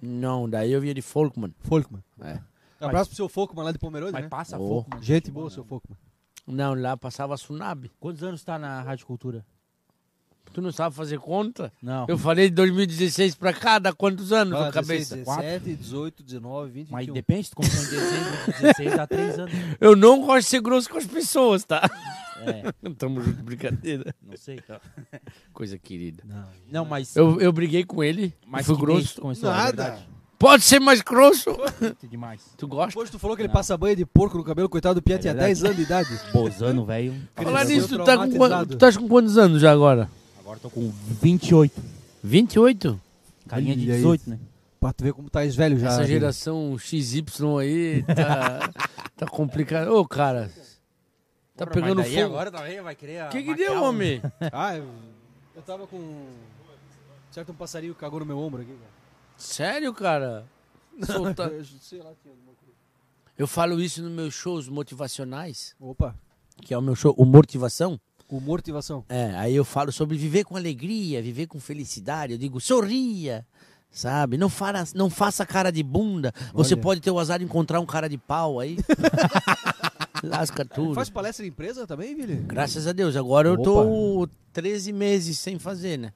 [SPEAKER 1] Não, daí eu vinha de Folkman.
[SPEAKER 3] Folkman.
[SPEAKER 1] É.
[SPEAKER 3] Um abraço pro seu Folkman lá de Pomerode,
[SPEAKER 2] Vai,
[SPEAKER 3] né?
[SPEAKER 2] passa
[SPEAKER 1] Oh.
[SPEAKER 2] fogo. mano.
[SPEAKER 3] Gente boa, seu Folkman.
[SPEAKER 1] Não, lá passava Sunabe.
[SPEAKER 2] Quantos anos tá na Rádio Cultura?
[SPEAKER 1] Tu não sabe fazer conta?
[SPEAKER 2] Não.
[SPEAKER 1] Eu falei de 2016 pra cá, dá quantos anos na
[SPEAKER 3] Fala,
[SPEAKER 1] cabeça?
[SPEAKER 3] 16,
[SPEAKER 2] Quatro.
[SPEAKER 3] 17, 18, 19, 20,
[SPEAKER 2] Mas
[SPEAKER 3] 21.
[SPEAKER 2] depende, tu começou em dezembro de 16 há 3 anos.
[SPEAKER 1] Eu não gosto de ser grosso com as pessoas, tá?
[SPEAKER 2] É,
[SPEAKER 1] Tamo junto, brincadeira.
[SPEAKER 2] não sei.
[SPEAKER 1] Coisa querida.
[SPEAKER 2] Não, mas...
[SPEAKER 1] Eu, eu briguei com ele,
[SPEAKER 2] mas
[SPEAKER 1] fui
[SPEAKER 2] que mês
[SPEAKER 1] grosso.
[SPEAKER 2] tu começou, na
[SPEAKER 3] Nada.
[SPEAKER 2] verdade? é
[SPEAKER 1] Pode ser mais grosso?
[SPEAKER 2] Muito demais.
[SPEAKER 1] Tu gosta?
[SPEAKER 3] Depois tu falou que ele
[SPEAKER 2] Não.
[SPEAKER 3] passa banho de porco no cabelo, coitado do Pia,
[SPEAKER 2] É
[SPEAKER 3] tinha
[SPEAKER 2] verdade.
[SPEAKER 3] 10 anos de idade.
[SPEAKER 2] Bozano, velho.
[SPEAKER 1] Falar
[SPEAKER 3] Ele
[SPEAKER 1] nisso,
[SPEAKER 3] foi
[SPEAKER 1] tu tá, com
[SPEAKER 3] traumatizado.
[SPEAKER 1] quan- tu tá com quantos anos já agora?
[SPEAKER 2] Agora tô com 28.
[SPEAKER 1] 28?
[SPEAKER 2] Carinha de
[SPEAKER 3] Olha aí.
[SPEAKER 2] 18, né?
[SPEAKER 3] Pra tu ver como tá velho já.
[SPEAKER 1] Essa
[SPEAKER 3] né?
[SPEAKER 1] geração XY aí tá, tá complicada. Ô, cara, tá
[SPEAKER 2] Porra,
[SPEAKER 1] pegando
[SPEAKER 2] mas daí
[SPEAKER 1] fogo.
[SPEAKER 2] agora também vai querer...
[SPEAKER 1] O que que
[SPEAKER 2] maquiar
[SPEAKER 1] deu,
[SPEAKER 2] um-
[SPEAKER 1] homem?
[SPEAKER 3] Ah, eu, eu tava com... Certo, um passarinho cagou no meu ombro aqui. cara.
[SPEAKER 1] Sério, cara?
[SPEAKER 2] Tá.
[SPEAKER 1] Solta-
[SPEAKER 3] Eu sei lá, tinha alguma coisa.
[SPEAKER 1] Eu falo isso nos meus shows motivacionais,
[SPEAKER 3] Opa,
[SPEAKER 1] que é o meu show, o Motivação.
[SPEAKER 3] o motivação.
[SPEAKER 1] É, aí eu falo sobre viver com alegria, viver com felicidade. Eu digo, sorria, sabe? Não, fara, não faça cara de bunda. Você
[SPEAKER 3] Olha.
[SPEAKER 1] pode ter o azar de encontrar um cara de pau aí. Lasca tudo.
[SPEAKER 3] É, Faz palestra em empresa também, Vili?
[SPEAKER 1] Graças a Deus. Agora eu tô 13 meses sem fazer, né?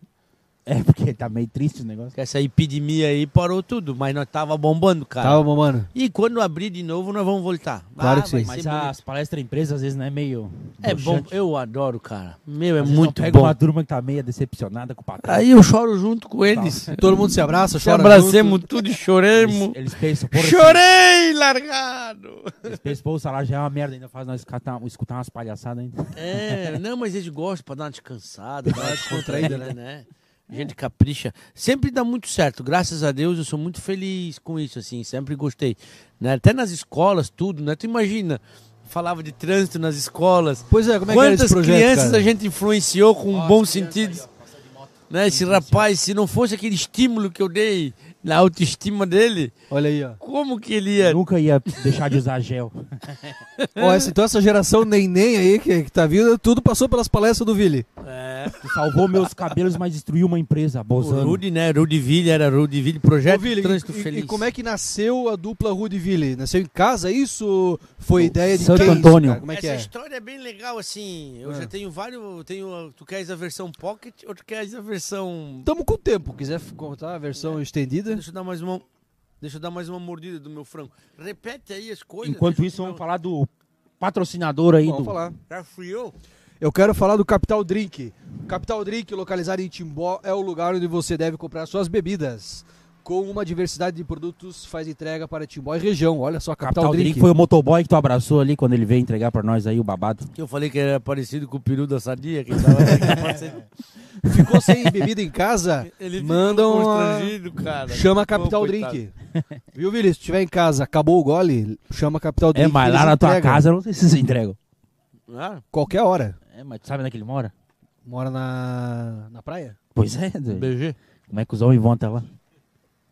[SPEAKER 2] É, porque tá meio triste o negócio.
[SPEAKER 1] Porque essa epidemia aí parou tudo, mas nós tava bombando, cara.
[SPEAKER 3] Tava, mano.
[SPEAKER 1] E quando abrir de novo, nós vamos voltar. Ah,
[SPEAKER 3] Claro que
[SPEAKER 1] vai
[SPEAKER 3] sim.
[SPEAKER 1] ser
[SPEAKER 2] Mas
[SPEAKER 1] bonito.
[SPEAKER 2] as palestras empresas às vezes não é meio.
[SPEAKER 1] É bom,
[SPEAKER 2] broxante.
[SPEAKER 1] eu adoro, cara. Meu, é
[SPEAKER 2] Às vezes não
[SPEAKER 1] muito
[SPEAKER 2] pega
[SPEAKER 1] bom.
[SPEAKER 2] uma turma que tá meio decepcionada com o patrão.
[SPEAKER 1] Aí eu choro junto com eles.
[SPEAKER 3] Todo mundo se abraça,
[SPEAKER 1] Se
[SPEAKER 3] chora.
[SPEAKER 1] abracemos tudo e
[SPEAKER 2] Eles,
[SPEAKER 1] choremos.
[SPEAKER 2] eles pensam, porra, esse-
[SPEAKER 1] Chorei largado.
[SPEAKER 2] eles pensam, pô, o salário já é uma merda, ainda faz nós catar- escutar umas palhaçadas ainda.
[SPEAKER 1] É, não, mas eles gostam pra dar uma descansada, dar uma descontraída, né? né? A gente capricha. Sempre dá muito certo, graças a Deus, eu sou muito feliz com isso, assim, sempre gostei. né? Até nas escolas, tudo, né? Tu imagina, falava de trânsito nas escolas.
[SPEAKER 3] Pois é, como é que é
[SPEAKER 1] Quantas
[SPEAKER 3] esse projeto,
[SPEAKER 1] crianças
[SPEAKER 3] cara?
[SPEAKER 1] a gente influenciou com um bom sentido? né? Esse rapaz, se não fosse aquele estímulo que eu dei na autoestima dele,
[SPEAKER 3] Olha aí, ó.
[SPEAKER 1] como que ele ia.
[SPEAKER 2] Nunca ia deixar de usar gel.
[SPEAKER 3] Ó, essa- então essa geração neném aí que, que tá vindo, tudo passou pelas palestras do Vili.
[SPEAKER 1] É.
[SPEAKER 2] Tu salvou meus cabelos, mas destruiu uma empresa,
[SPEAKER 1] O
[SPEAKER 2] Bozano.
[SPEAKER 1] Rude, né? Rudeville era Rudeville, projeto
[SPEAKER 3] Ô, Vili,
[SPEAKER 1] Trânsito
[SPEAKER 3] e, e-
[SPEAKER 1] Feliz.
[SPEAKER 3] e como é que nasceu a dupla Rude Vili? Nasceu em casa, é isso? Foi ideia de
[SPEAKER 2] Santo
[SPEAKER 3] quem? isso,
[SPEAKER 2] Antônio.
[SPEAKER 3] cara? Como é que
[SPEAKER 1] Essa
[SPEAKER 3] é?
[SPEAKER 1] história é bem legal, assim. Eu
[SPEAKER 3] Ah.
[SPEAKER 1] já tenho vários. eu Tenho, tu queres a versão pocket ou tu queres a É. versão.
[SPEAKER 3] Tamo com o tempo. Quiser f- contar a versão estendida?
[SPEAKER 1] Deixa eu dar mais uma. Deixa eu dar mais uma mordida do meu frango. Repete aí as coisas.
[SPEAKER 2] Enquanto
[SPEAKER 1] deixa
[SPEAKER 2] isso,
[SPEAKER 1] eu
[SPEAKER 2] vamos
[SPEAKER 1] comer
[SPEAKER 2] falar do patrocinador aí
[SPEAKER 3] Vamos
[SPEAKER 2] do.
[SPEAKER 3] falar.
[SPEAKER 1] um- Já friou?
[SPEAKER 3] Eu quero falar do Capital Drink. Capital Drink, localizado em Timbó, é o lugar onde você deve comprar suas bebidas. Com uma diversidade de produtos, faz entrega para Timbó e região. Olha só, Capital,
[SPEAKER 2] Capital
[SPEAKER 3] Drink.
[SPEAKER 2] Drink foi o motoboy que tu abraçou ali quando ele veio entregar pra nós aí o babado.
[SPEAKER 1] Que eu falei que era parecido com o peru da sadia. Que tava
[SPEAKER 3] Ficou sem bebida em casa?
[SPEAKER 1] Ele
[SPEAKER 3] Manda
[SPEAKER 1] ficou
[SPEAKER 3] uma-
[SPEAKER 1] constrangido, cara.
[SPEAKER 3] Chama a
[SPEAKER 1] Pô,
[SPEAKER 3] Capital
[SPEAKER 1] coitado.
[SPEAKER 3] Drink. Viu, Vili? Se tiver em casa, acabou o gole, chama a Capital
[SPEAKER 2] É,
[SPEAKER 3] Drink. que
[SPEAKER 2] mas lá
[SPEAKER 3] eles
[SPEAKER 2] na tua
[SPEAKER 3] entregam.
[SPEAKER 2] casa eu não sei se eles entregam.
[SPEAKER 1] Ah,
[SPEAKER 3] Qualquer hora.
[SPEAKER 2] É, mas tu sabe onde é que ele mora?
[SPEAKER 3] Mora na, na praia?
[SPEAKER 2] Pois é, doido.
[SPEAKER 1] BG.
[SPEAKER 2] como é que os homens vão até lá?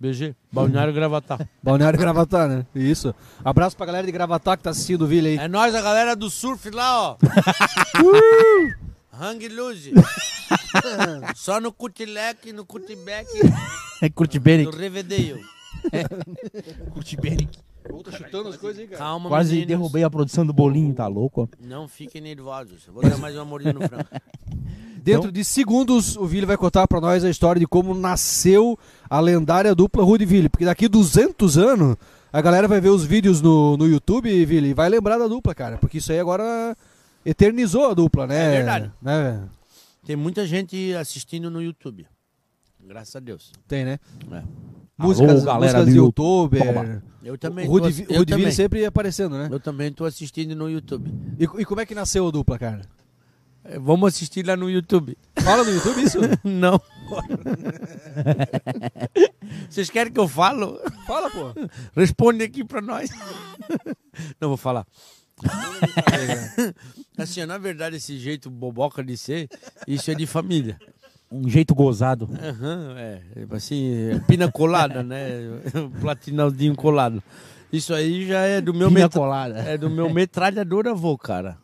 [SPEAKER 1] BG. Balneário Gravatar.
[SPEAKER 3] Balneário Gravatá, né? Isso. Abraço pra galera de Gravatá que tá assistindo o Vili aí.
[SPEAKER 1] É nós, a galera do surf lá, ó. Hang loose. Só no cutilec, no cutibec,
[SPEAKER 2] É Curte
[SPEAKER 1] no
[SPEAKER 2] Benic.
[SPEAKER 1] revedeio.
[SPEAKER 2] Curte Benic.
[SPEAKER 3] Ô, tá chutando as coisas aí, cara.
[SPEAKER 1] Calma,
[SPEAKER 2] Quase
[SPEAKER 1] meninos.
[SPEAKER 2] derrubei a produção do bolinho, tá louco? ó.
[SPEAKER 1] Não fiquem nervosos. Eu Vou dar mais uma mordida no frango.
[SPEAKER 2] Então-
[SPEAKER 3] Dentro de segundos, o Vili vai contar pra nós a história de como nasceu a lendária dupla Rude Vili. Porque daqui 200 anos, a galera vai ver os vídeos no, no YouTube, Vili, e vai lembrar da dupla, cara. Porque isso aí agora eternizou a dupla, né?
[SPEAKER 1] É verdade.
[SPEAKER 3] Né?
[SPEAKER 1] Tem muita gente assistindo no YouTube. Graças a Deus.
[SPEAKER 3] Tem, né?
[SPEAKER 1] É.
[SPEAKER 3] Músicas,
[SPEAKER 2] galera
[SPEAKER 3] músicas
[SPEAKER 2] do
[SPEAKER 3] de youtuber.
[SPEAKER 2] Toma.
[SPEAKER 1] Eu também
[SPEAKER 3] O Rude,
[SPEAKER 1] tô,
[SPEAKER 3] Vi-
[SPEAKER 1] eu
[SPEAKER 3] Rude
[SPEAKER 1] também.
[SPEAKER 3] Vili sempre aparecendo, né?
[SPEAKER 1] Eu também tô assistindo no YouTube.
[SPEAKER 3] E, e como é que nasceu a dupla, cara?
[SPEAKER 1] Eh, Vamos assistir lá no YouTube.
[SPEAKER 3] Fala no YouTube isso?
[SPEAKER 1] Não. Vocês querem que eu falo?
[SPEAKER 3] Fala, pô.
[SPEAKER 1] Responde aqui pra nós. Não vou falar. Assim, na verdade, esse jeito boboca de ser, isso é de família.
[SPEAKER 2] Um jeito gozado.
[SPEAKER 1] Aham, é. Assim, é pina colada, né? Platinaldinho colado. Isso aí já é do meu
[SPEAKER 2] Pina
[SPEAKER 1] metra-
[SPEAKER 2] colada.
[SPEAKER 1] É do meu metralhador avô, cara.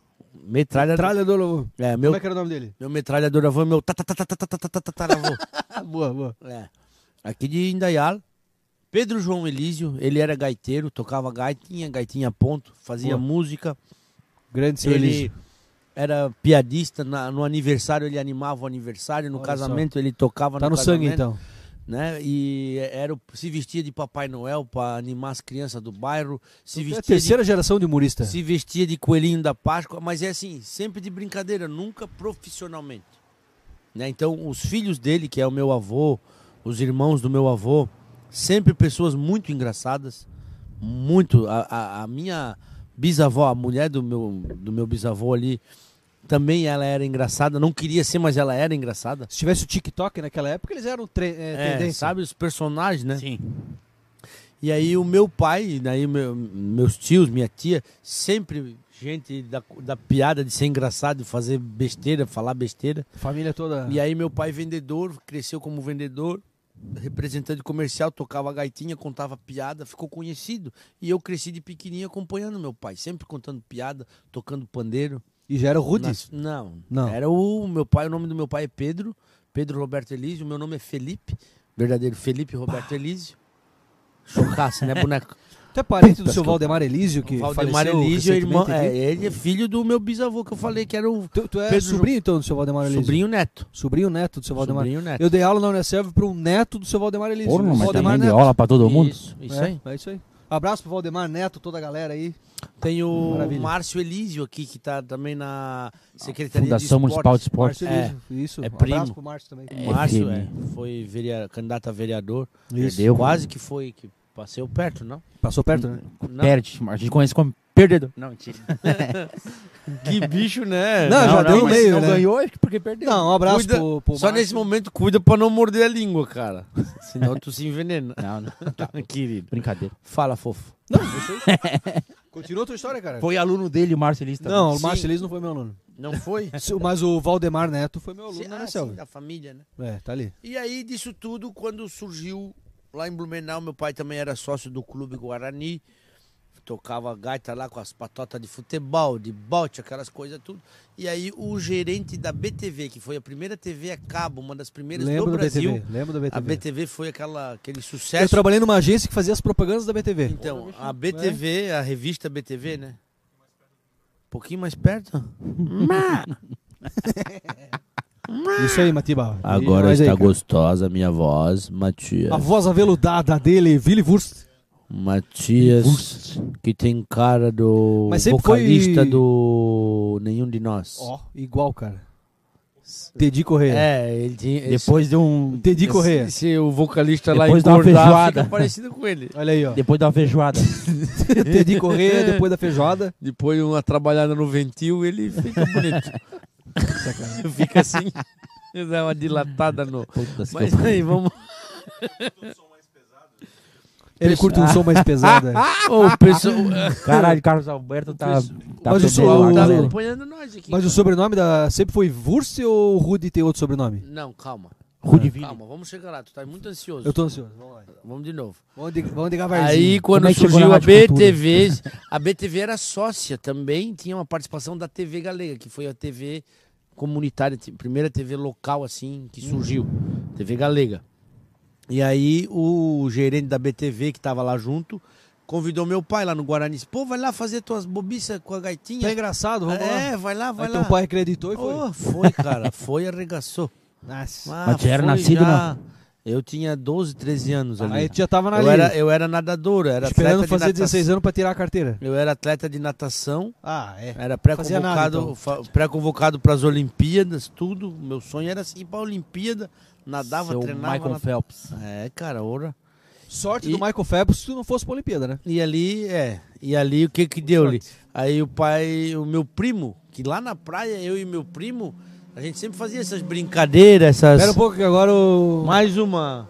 [SPEAKER 1] Metralhador.
[SPEAKER 3] Tralha do Lobo.
[SPEAKER 1] É,
[SPEAKER 3] Como
[SPEAKER 1] meu,
[SPEAKER 3] é que era o nome dele?
[SPEAKER 1] meu metralhador avô é meu tatatatatatataravô.
[SPEAKER 3] Ah, boa, boa.
[SPEAKER 1] É. Aqui de Indaial. Pedro João Elísio, ele era gaiteiro, tocava gaitinha, gaitinha a ponto, fazia
[SPEAKER 3] Boa.
[SPEAKER 1] música.
[SPEAKER 3] Grande seu
[SPEAKER 1] ele
[SPEAKER 3] Elísio.
[SPEAKER 1] era piadista, na- no aniversário ele animava o aniversário, no
[SPEAKER 3] Olha
[SPEAKER 1] casamento ele tocava
[SPEAKER 3] Tá no sangue,
[SPEAKER 1] casamento,
[SPEAKER 3] então.
[SPEAKER 1] Né? E era, o- se vestia de Papai Noel para animar as crianças do bairro, se
[SPEAKER 3] É a
[SPEAKER 1] vestia, de,
[SPEAKER 3] terceira geração de humorista.
[SPEAKER 1] se vestia de coelhinho da Páscoa, mas é assim, sempre de brincadeira, nunca profissionalmente. Né? Então, os filhos dele, que é o meu avô, os irmãos do meu avô, sempre pessoas muito engraçadas, muito. A, a- a minha bisavó, a mulher do meu, do meu bisavô ali, também ela era engraçada, não queria ser, mas ela era engraçada.
[SPEAKER 3] Se tivesse o TikTok naquela época, eles eram tre- é,
[SPEAKER 1] É,
[SPEAKER 3] tendência.
[SPEAKER 1] sabe os personagens, né?
[SPEAKER 2] Sim.
[SPEAKER 1] E aí o meu pai, daí meu- meus tios, minha tia, sempre gente da, da piada de ser engraçado, fazer besteira, falar besteira.
[SPEAKER 3] Família toda.
[SPEAKER 1] E aí meu pai vendedor, cresceu como vendedor, representante comercial, tocava gaitinha, contava piada, ficou conhecido. E eu cresci de pequenininho acompanhando meu pai, sempre contando piada, tocando pandeiro.
[SPEAKER 3] E já era o Rudy.
[SPEAKER 1] Nas- Não,
[SPEAKER 3] Não.
[SPEAKER 1] Era o meu pai, o nome do meu pai é Pedro, Pedro Roberto Elísio, o meu nome é Felipe, verdadeiro Felipe Roberto Elísio. Chocasse, né, boneco?
[SPEAKER 3] Tu é parente do seu Valdemar Elísio, que
[SPEAKER 1] Valdemar
[SPEAKER 3] faleceu
[SPEAKER 1] Elígio é irmão.
[SPEAKER 3] recentemente
[SPEAKER 1] É,
[SPEAKER 3] aqui?
[SPEAKER 1] ele é filho do meu bisavô que eu falei que era o
[SPEAKER 3] Tu, tu é
[SPEAKER 1] Pedro
[SPEAKER 3] sobrinho, então, do seu Valdemar Elísio?
[SPEAKER 1] sobrinho neto.
[SPEAKER 3] Sobrinho neto do seu Valdemar
[SPEAKER 1] Sobrinho neto.
[SPEAKER 3] Eu dei aula na Unicef para um neto do seu Valdemar Elísio.
[SPEAKER 2] Porno, mas
[SPEAKER 3] Valdemar
[SPEAKER 2] também de
[SPEAKER 3] Neto.
[SPEAKER 2] aula pra todo mundo.
[SPEAKER 1] né? Isso, isso
[SPEAKER 3] é,
[SPEAKER 1] aí.
[SPEAKER 3] É isso aí. Abraço pro Valdemar Neto, toda a galera aí.
[SPEAKER 1] Tem o
[SPEAKER 3] Maravilha.
[SPEAKER 1] Márcio Elísio aqui, que tá também na Secretaria
[SPEAKER 2] Fundação
[SPEAKER 1] de
[SPEAKER 2] Municipal de
[SPEAKER 1] Esportes.
[SPEAKER 2] Esportes.
[SPEAKER 3] Márcio
[SPEAKER 1] É.
[SPEAKER 3] Elísio, isso.
[SPEAKER 1] É
[SPEAKER 3] Abraço
[SPEAKER 1] primo.
[SPEAKER 3] pro Márcio também.
[SPEAKER 1] O Márcio
[SPEAKER 2] FM.
[SPEAKER 1] é, foi verea- candidato a vereador.
[SPEAKER 3] Isso.
[SPEAKER 2] Perdeu.
[SPEAKER 1] Quase que foi, que passeu perto, não?
[SPEAKER 3] Passou perto, né?
[SPEAKER 1] Não,
[SPEAKER 2] Perde. A gente conhece como perdedor.
[SPEAKER 1] não mentira. que bicho, né?
[SPEAKER 3] Não, já deu no
[SPEAKER 2] mas se
[SPEAKER 3] meio,
[SPEAKER 2] não
[SPEAKER 3] né?
[SPEAKER 2] ganhou é porque perdeu.
[SPEAKER 3] Não, um abraço
[SPEAKER 1] Cuida-
[SPEAKER 3] pro, pro
[SPEAKER 1] Só
[SPEAKER 3] Márcio.
[SPEAKER 1] nesse momento, cuida pra não morder a língua, cara. Senão tu se envenena.
[SPEAKER 2] Não, não.
[SPEAKER 1] Querido.
[SPEAKER 2] Brincadeira.
[SPEAKER 1] Fala, fofo.
[SPEAKER 3] Não, deixa aí. Continua a tua história, cara.
[SPEAKER 2] Foi aluno dele, o Márcio Elis também.
[SPEAKER 3] Não, o
[SPEAKER 1] Sim.
[SPEAKER 3] Márcio Elísio não foi meu aluno.
[SPEAKER 1] Não foi?
[SPEAKER 3] Se- Mas o Valdemar Neto foi meu aluno
[SPEAKER 1] Sim,
[SPEAKER 3] na
[SPEAKER 1] ah,
[SPEAKER 3] Unicef.
[SPEAKER 1] sim, da família, né?
[SPEAKER 3] É, tá ali.
[SPEAKER 1] E aí, disso tudo, quando surgiu lá em Blumenau, meu pai também era sócio do Clube Guarani, tocava gaita lá com as patotas de futebol, de bote, aquelas coisas tudo. E aí, o gerente da BTV, que foi a primeira TV a cabo, uma das primeiras
[SPEAKER 3] Lembro
[SPEAKER 1] do
[SPEAKER 3] da
[SPEAKER 1] Brasil.
[SPEAKER 3] BTV. Lembro da
[SPEAKER 1] A
[SPEAKER 3] BTV.
[SPEAKER 1] BTV foi aquela, aquele
[SPEAKER 3] Eu
[SPEAKER 1] sucesso.
[SPEAKER 3] trabalhei numa agência que fazia as propagandas da BTV.
[SPEAKER 1] Então, a
[SPEAKER 3] né?
[SPEAKER 1] BTV, a revista BTV, né? Um pouquinho mais perto?
[SPEAKER 3] Isso aí, Matiba. E
[SPEAKER 1] Agora
[SPEAKER 3] nós aí,
[SPEAKER 1] está
[SPEAKER 3] cara.
[SPEAKER 1] gostosa a minha voz, Matias.
[SPEAKER 3] A voz aveludada dele, Willy Wurst.
[SPEAKER 1] Matias, que tem cara do
[SPEAKER 3] Mas sempre
[SPEAKER 1] vocalista
[SPEAKER 3] foi-
[SPEAKER 1] do Nenhum de Nós.
[SPEAKER 3] Ó, igual, cara. Dedi Correia.
[SPEAKER 1] É, ele tinha. esse-
[SPEAKER 2] Depois de um.
[SPEAKER 3] Dedi Correia.
[SPEAKER 1] esse, o vocalista lá
[SPEAKER 2] Depois dá
[SPEAKER 1] em
[SPEAKER 2] uma
[SPEAKER 1] Cordá
[SPEAKER 2] feijoada.
[SPEAKER 1] fica parecido com ele.
[SPEAKER 3] Olha aí, ó.
[SPEAKER 2] Depois da feijoada.
[SPEAKER 3] Dedi Correia, depois da feijoada.
[SPEAKER 1] Depois de uma trabalhada no ventil, ele fica bonito. fica assim. Ele dá uma dilatada no.
[SPEAKER 2] Puta, se
[SPEAKER 1] Mas
[SPEAKER 2] que eu-
[SPEAKER 1] aí, vamos.
[SPEAKER 3] Ele curte um som mais pesado. é.
[SPEAKER 1] Ô, o pessoal. é.
[SPEAKER 2] Caralho, Carlos Alberto tá. tá
[SPEAKER 3] Mas o
[SPEAKER 2] perdendo
[SPEAKER 3] senhor-
[SPEAKER 2] a
[SPEAKER 1] tá
[SPEAKER 2] galera.
[SPEAKER 1] acompanhando nós aqui.
[SPEAKER 3] Mas o
[SPEAKER 1] cara.
[SPEAKER 3] sobrenome da sempre foi Wurst ou o Rudy tem outro sobrenome?
[SPEAKER 1] Não, calma.
[SPEAKER 2] Rude Vini.
[SPEAKER 1] Calma, vamos chegar lá. Tu tá muito ansioso.
[SPEAKER 3] Eu tô ansioso. Vamos lá.
[SPEAKER 1] Vamos de novo.
[SPEAKER 3] Vamos de, vamos de gavarzinho.
[SPEAKER 1] Aí quando
[SPEAKER 2] Como é que chegou
[SPEAKER 1] surgiu
[SPEAKER 2] na
[SPEAKER 1] a
[SPEAKER 2] Rádio Cultura?
[SPEAKER 1] BTV, a BTV era sócia também, tinha uma participação da TV Galega, que foi a TV comunitária, ti- primeira TV local assim
[SPEAKER 2] Uhum.
[SPEAKER 1] que surgiu, TV Galega. E aí o gerente da BTV que estava lá junto convidou meu pai lá no Guarani, disse, pô, vai lá fazer tuas bobiças com a
[SPEAKER 3] Tá
[SPEAKER 1] gaitinha.
[SPEAKER 3] engraçado, vamos lá.
[SPEAKER 1] é, vai lá, vai
[SPEAKER 3] Aí
[SPEAKER 1] lá.
[SPEAKER 3] teu pai acreditou e foi.
[SPEAKER 1] Oh, foi, cara, foi arregaçou.
[SPEAKER 3] Nossa.
[SPEAKER 1] Ah,
[SPEAKER 2] Mas tu era
[SPEAKER 1] foi
[SPEAKER 2] nascido, Ah,
[SPEAKER 1] já- Eu tinha 12, 13 anos ali.
[SPEAKER 3] Aí tu já tava na
[SPEAKER 1] Eu
[SPEAKER 3] linha.
[SPEAKER 1] era, eu era nadador, eu era
[SPEAKER 3] esperando
[SPEAKER 1] atleta
[SPEAKER 3] fazer
[SPEAKER 1] de natação.
[SPEAKER 3] 16 anos pra tirar a carteira.
[SPEAKER 1] Eu era atleta de natação,
[SPEAKER 3] Ah, é.
[SPEAKER 1] era
[SPEAKER 3] Fazia nada, então.
[SPEAKER 1] pré-convocado fa- pré-convocado para as Olimpíadas, tudo. Meu sonho era assim, ir para a Olimpíada, nadava,
[SPEAKER 2] Seu
[SPEAKER 1] treinava.
[SPEAKER 2] Michael
[SPEAKER 1] na-
[SPEAKER 2] Phelps.
[SPEAKER 1] É, cara, ora.
[SPEAKER 3] Sorte
[SPEAKER 1] E-
[SPEAKER 3] do Michael Phelps se tu não fosse pra Olimpíada, né?
[SPEAKER 1] E ali, é, e ali o que que deu ali? Aí o pai, o meu primo, que lá na praia, eu e meu primo, a gente sempre fazia essas brincadeiras, essas...
[SPEAKER 3] Espera um pouco que agora o...
[SPEAKER 1] Mais uma,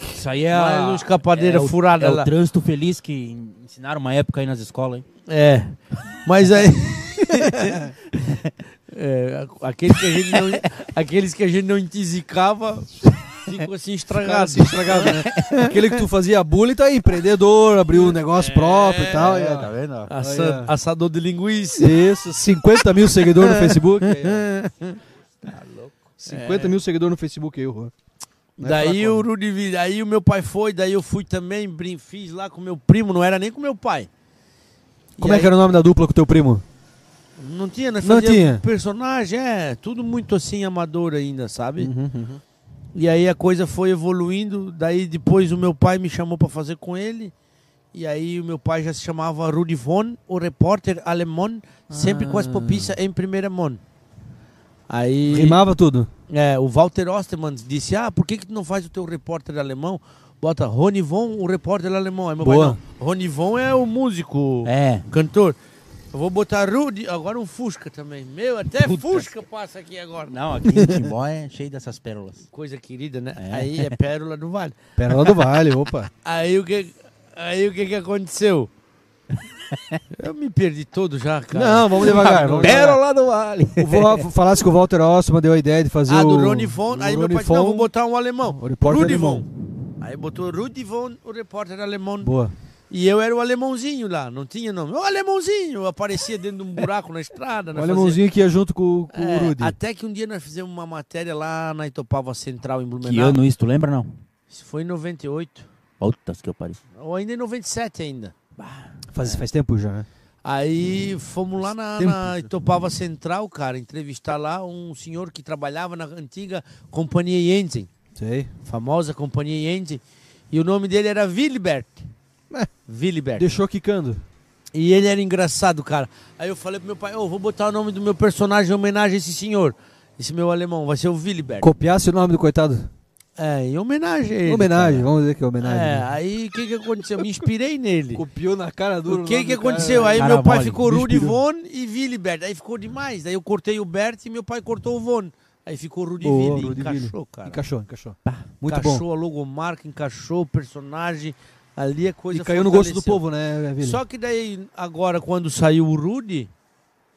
[SPEAKER 2] Isso aí é.
[SPEAKER 1] mais
[SPEAKER 2] a-
[SPEAKER 1] uma escapadeira
[SPEAKER 2] é o-
[SPEAKER 1] furada
[SPEAKER 2] é
[SPEAKER 1] lá.
[SPEAKER 2] o trânsito feliz que ensinaram uma época aí nas escolas, hein?
[SPEAKER 1] É, mas aí. É, a- aquele que a gente não- aqueles que a gente não entizicava ficou assim estragado.
[SPEAKER 3] Cara, assim, estragado, né? Aquele que tu fazia bullying, tá aí, empreendedor, abriu um negócio próprio e tal.
[SPEAKER 1] É.
[SPEAKER 3] e, É, tá ó.
[SPEAKER 2] vendo?
[SPEAKER 1] Assa-
[SPEAKER 3] Olha.
[SPEAKER 1] Assador de linguiça.
[SPEAKER 3] Isso, 50 mil seguidores no Facebook. Aí, ó.
[SPEAKER 1] Tá É.
[SPEAKER 3] 50 mil seguidores no Facebook aí, o Juan. Não é
[SPEAKER 1] daí
[SPEAKER 3] fraco,
[SPEAKER 1] o Rudy Villa- aí o meu pai foi, daí eu fui também, brin- fiz lá com meu primo, não era nem com meu pai.
[SPEAKER 3] Como é que era o nome da dupla com teu primo?
[SPEAKER 1] Não tinha, né?
[SPEAKER 3] Não
[SPEAKER 1] Fazia
[SPEAKER 3] tinha.
[SPEAKER 1] Personagem, é, tudo muito assim amador ainda, sabe?
[SPEAKER 3] Uhum,
[SPEAKER 1] E aí a coisa foi evoluindo, daí depois o meu pai me chamou para fazer com ele. E aí o meu pai já se chamava Rudi Von, o repórter alemão, sempre
[SPEAKER 3] Ah.
[SPEAKER 1] com as popiças em primeira mão. Aí
[SPEAKER 3] Rimava tudo.
[SPEAKER 1] é, o Walter Ostermann disse: "Ah, por que que tu não faz o teu repórter alemão? Bota Rony Von, o repórter alemão". Aí meu
[SPEAKER 3] Boa.
[SPEAKER 1] pai não. Rony Von é o músico
[SPEAKER 2] É.
[SPEAKER 1] cantor. Eu vou botar Rudy, agora um Fusca também. Meu, até
[SPEAKER 2] Puta
[SPEAKER 1] Fusca passa aqui agora.
[SPEAKER 2] Não, aqui em Timbó é cheio dessas pérolas.
[SPEAKER 1] Coisa querida, né? Aí é Pérola do Vale.
[SPEAKER 3] Pérola do Vale, opa.
[SPEAKER 1] Aí o que, aí o que, que aconteceu? Eu me perdi todo já, cara.
[SPEAKER 3] Não, vamos devagar. Vamos devagar.
[SPEAKER 2] Pérola do Vale.
[SPEAKER 3] O Vo- Falasse que o Walter Ossman deu a ideia de fazer
[SPEAKER 1] Ah,
[SPEAKER 3] o...
[SPEAKER 1] do Rony Von.
[SPEAKER 3] o
[SPEAKER 1] Aí meu
[SPEAKER 3] Rony
[SPEAKER 1] pai disse, não,
[SPEAKER 3] Von,
[SPEAKER 1] vou botar um alemão.
[SPEAKER 3] O repórter
[SPEAKER 1] Rudi
[SPEAKER 3] alemão.
[SPEAKER 1] Von. Aí botou Rudi Von, o repórter alemão.
[SPEAKER 3] Boa.
[SPEAKER 1] E eu era o alemãozinho lá, não tinha nome. O alemãozinho! Eu aparecia dentro de um buraco na estrada.
[SPEAKER 3] O
[SPEAKER 1] nós fazia-
[SPEAKER 3] alemãozinho que ia junto com, com
[SPEAKER 1] É,
[SPEAKER 3] o Rudy.
[SPEAKER 1] Até que um dia nós fizemos uma matéria lá na Itopava Central, em
[SPEAKER 2] Que
[SPEAKER 1] Blumenau.
[SPEAKER 2] ano isso, tu lembra não?
[SPEAKER 1] Isso foi em 98.
[SPEAKER 2] Ó, Outras que eu parei.
[SPEAKER 1] Ou ainda em 97 ainda.
[SPEAKER 3] Faz, faz tempo já, né?
[SPEAKER 1] Aí fomos lá na, na Itopava Central, cara, entrevistar lá um senhor que trabalhava na antiga Companhia Yenzin,
[SPEAKER 3] Sei.
[SPEAKER 1] famosa Companhia Yenzin, e o nome dele era Willibert.
[SPEAKER 3] É.
[SPEAKER 1] Willibert.
[SPEAKER 3] Deixou quicando.
[SPEAKER 1] E ele era engraçado, cara. Aí eu falei pro meu pai, ô, vou botar o nome do meu personagem em homenagem a esse senhor. Esse meu alemão, vai ser o Willibert.
[SPEAKER 3] Copiasse o nome do coitado.
[SPEAKER 1] é, em homenagem a É. ele.
[SPEAKER 3] Homenagem, vamos dizer que é
[SPEAKER 1] cara.
[SPEAKER 3] homenagem.
[SPEAKER 1] É, aí o que que aconteceu? Me inspirei nele.
[SPEAKER 3] Copiou na cara dura.
[SPEAKER 1] O que que aconteceu? Aí
[SPEAKER 2] Cara
[SPEAKER 1] meu pai
[SPEAKER 2] mole,
[SPEAKER 1] ficou Rudy
[SPEAKER 3] inspirou.
[SPEAKER 1] Von e Willibert. Aí ficou demais. Daí eu cortei o Bert e meu pai cortou o Von. Aí ficou Rudy
[SPEAKER 3] Boa,
[SPEAKER 1] Ville.
[SPEAKER 3] Rudy
[SPEAKER 1] Encaixou, cara.
[SPEAKER 3] Encaixou, encaixou. Muito
[SPEAKER 1] Tá. encaixou
[SPEAKER 3] bom.
[SPEAKER 1] a logomarca, encaixou o personagem. Ali a coisa
[SPEAKER 3] E caiu no gosto do
[SPEAKER 1] fortaleceu.
[SPEAKER 3] povo, né, Vili?
[SPEAKER 1] Só que daí, agora, quando saiu o Rudy,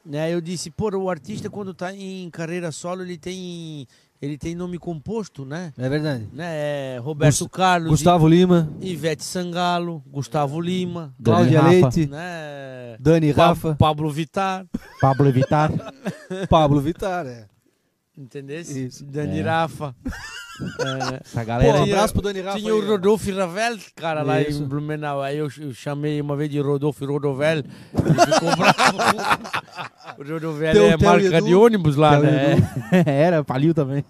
[SPEAKER 1] né, eu disse, pô, o artista quando tá em carreira solo, ele tem, ele tem nome composto, né?
[SPEAKER 3] É verdade.
[SPEAKER 1] né é Roberto
[SPEAKER 3] Gus-
[SPEAKER 1] Carlos,
[SPEAKER 3] Gustavo Lima,
[SPEAKER 1] I- Ivete Sangalo, Gustavo Lima,
[SPEAKER 2] Dani
[SPEAKER 3] Cláudia
[SPEAKER 2] Rafa.
[SPEAKER 3] Leite,
[SPEAKER 1] né?
[SPEAKER 3] Dani
[SPEAKER 1] Pa-
[SPEAKER 3] Rafa,
[SPEAKER 1] Pablo Vittar,
[SPEAKER 2] Pablo Vittar.
[SPEAKER 3] Pablo Vittar, é.
[SPEAKER 1] entendeu?
[SPEAKER 3] Isso.
[SPEAKER 1] Dani
[SPEAKER 2] É.
[SPEAKER 1] Rafa.
[SPEAKER 2] Essa
[SPEAKER 3] Pô,
[SPEAKER 2] galera.
[SPEAKER 3] um
[SPEAKER 1] Tinha-
[SPEAKER 3] abraço pro Dani Rafa.
[SPEAKER 1] Tinha o
[SPEAKER 3] aí, ó.
[SPEAKER 1] Rodolfo Ravel, cara, lá
[SPEAKER 3] é. Isso.
[SPEAKER 1] em Blumenau. Aí eu, ch- eu chamei uma vez de Rodolfo Rodovel. Ele ficou bravo. o Rodovel
[SPEAKER 3] Teu-
[SPEAKER 1] é
[SPEAKER 3] teu
[SPEAKER 1] marca
[SPEAKER 3] Edu.
[SPEAKER 1] de ônibus lá,
[SPEAKER 3] Teu
[SPEAKER 1] né? É.
[SPEAKER 3] Edu.
[SPEAKER 2] Era, faliu também.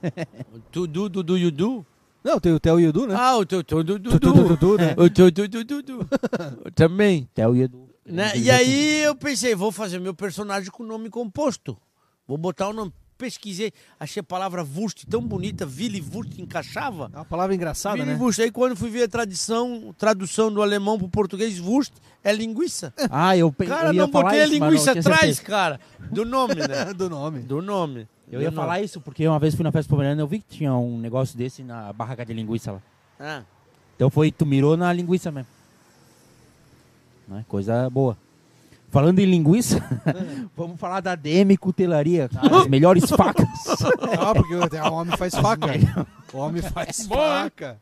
[SPEAKER 1] Dudu, Dudu, Yudu.
[SPEAKER 3] Não, tem o Theo e o Edu, né?
[SPEAKER 1] Ah, É. o teu, teu Dudu.
[SPEAKER 3] Tu, tu, tu, tu, tu, né?
[SPEAKER 1] O teu Dudu, Dudu. Também.
[SPEAKER 2] Até o Edu.
[SPEAKER 1] Né? E aí eu pensei, vou fazer meu personagem com nome composto. Vou botar o nome. Pesquisei, achei a palavra Vust tão bonita, Willy Vust encaixava.
[SPEAKER 3] É uma palavra engraçada,
[SPEAKER 1] Willy
[SPEAKER 3] né?
[SPEAKER 1] Wurst. Aí quando fui ver a tradição, tradução do alemão pro português, Wurst é linguiça.
[SPEAKER 2] Ah, eu pe-
[SPEAKER 1] Cara,
[SPEAKER 2] eu ia
[SPEAKER 1] não botei
[SPEAKER 2] falar
[SPEAKER 1] a
[SPEAKER 2] isso, mas
[SPEAKER 1] linguiça
[SPEAKER 2] não tinha
[SPEAKER 1] atrás,
[SPEAKER 2] certeza.
[SPEAKER 1] cara. Do nome, né?
[SPEAKER 3] Do nome.
[SPEAKER 1] Do nome.
[SPEAKER 2] Eu ia falar isso porque uma vez fui na festa pomerana eu vi que tinha um negócio desse na barraca de linguiça lá.
[SPEAKER 1] Ah,
[SPEAKER 2] Então foi, tu mirou na linguiça mesmo. Né? Coisa boa. Falando em linguiça, vamos falar da DM Cutelaria,
[SPEAKER 1] Tá.
[SPEAKER 2] cara, as melhores facas.
[SPEAKER 3] Não, porque o o homem faz faca. O homem faz faca.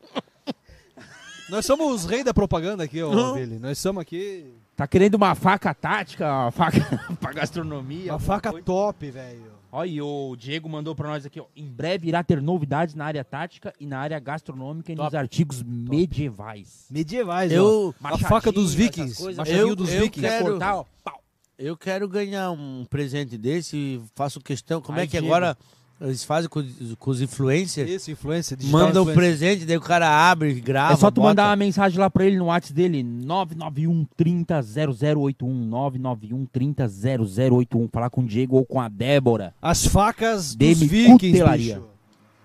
[SPEAKER 3] Nós somos os reis da propaganda aqui, ó, Vili. Nós somos aqui...
[SPEAKER 2] Tá querendo uma faca tática, uma faca pra gastronomia.
[SPEAKER 3] Uma
[SPEAKER 2] alguma
[SPEAKER 3] faca
[SPEAKER 2] coisa?
[SPEAKER 3] top, velho.
[SPEAKER 2] Ó, e o Diego mandou pra nós aqui, ó. Em breve irá ter novidades na área tática e na área gastronômica e nos
[SPEAKER 1] Top.
[SPEAKER 2] artigos medievais.
[SPEAKER 3] Medievais,
[SPEAKER 1] Eu-
[SPEAKER 3] ó. A faca dos
[SPEAKER 2] Machadinho,
[SPEAKER 3] vikings.
[SPEAKER 2] essas coisas.
[SPEAKER 3] Machadinho
[SPEAKER 1] Eu-
[SPEAKER 3] dos
[SPEAKER 1] eu
[SPEAKER 3] vikings.
[SPEAKER 1] quero-
[SPEAKER 2] Quer cortar, ó, pau.
[SPEAKER 1] eu quero ganhar um presente desse e faço questão. Como
[SPEAKER 2] Ai,
[SPEAKER 1] é que
[SPEAKER 2] Diego.
[SPEAKER 1] agora eles fazem com, os- com os influencers?
[SPEAKER 3] Isso, influencer. digital
[SPEAKER 1] Manda o
[SPEAKER 3] influencer.
[SPEAKER 1] presente, daí o cara abre, grava.
[SPEAKER 2] é só tu
[SPEAKER 1] Ah, bota.
[SPEAKER 2] mandar uma mensagem lá pra ele no WhatsApp dele, 991 30 0081, 991 30 0081. Falar com o Diego ou com a Débora.
[SPEAKER 3] As facas dos
[SPEAKER 2] Demi
[SPEAKER 3] vikings,
[SPEAKER 2] Cutelaria.
[SPEAKER 3] bicho.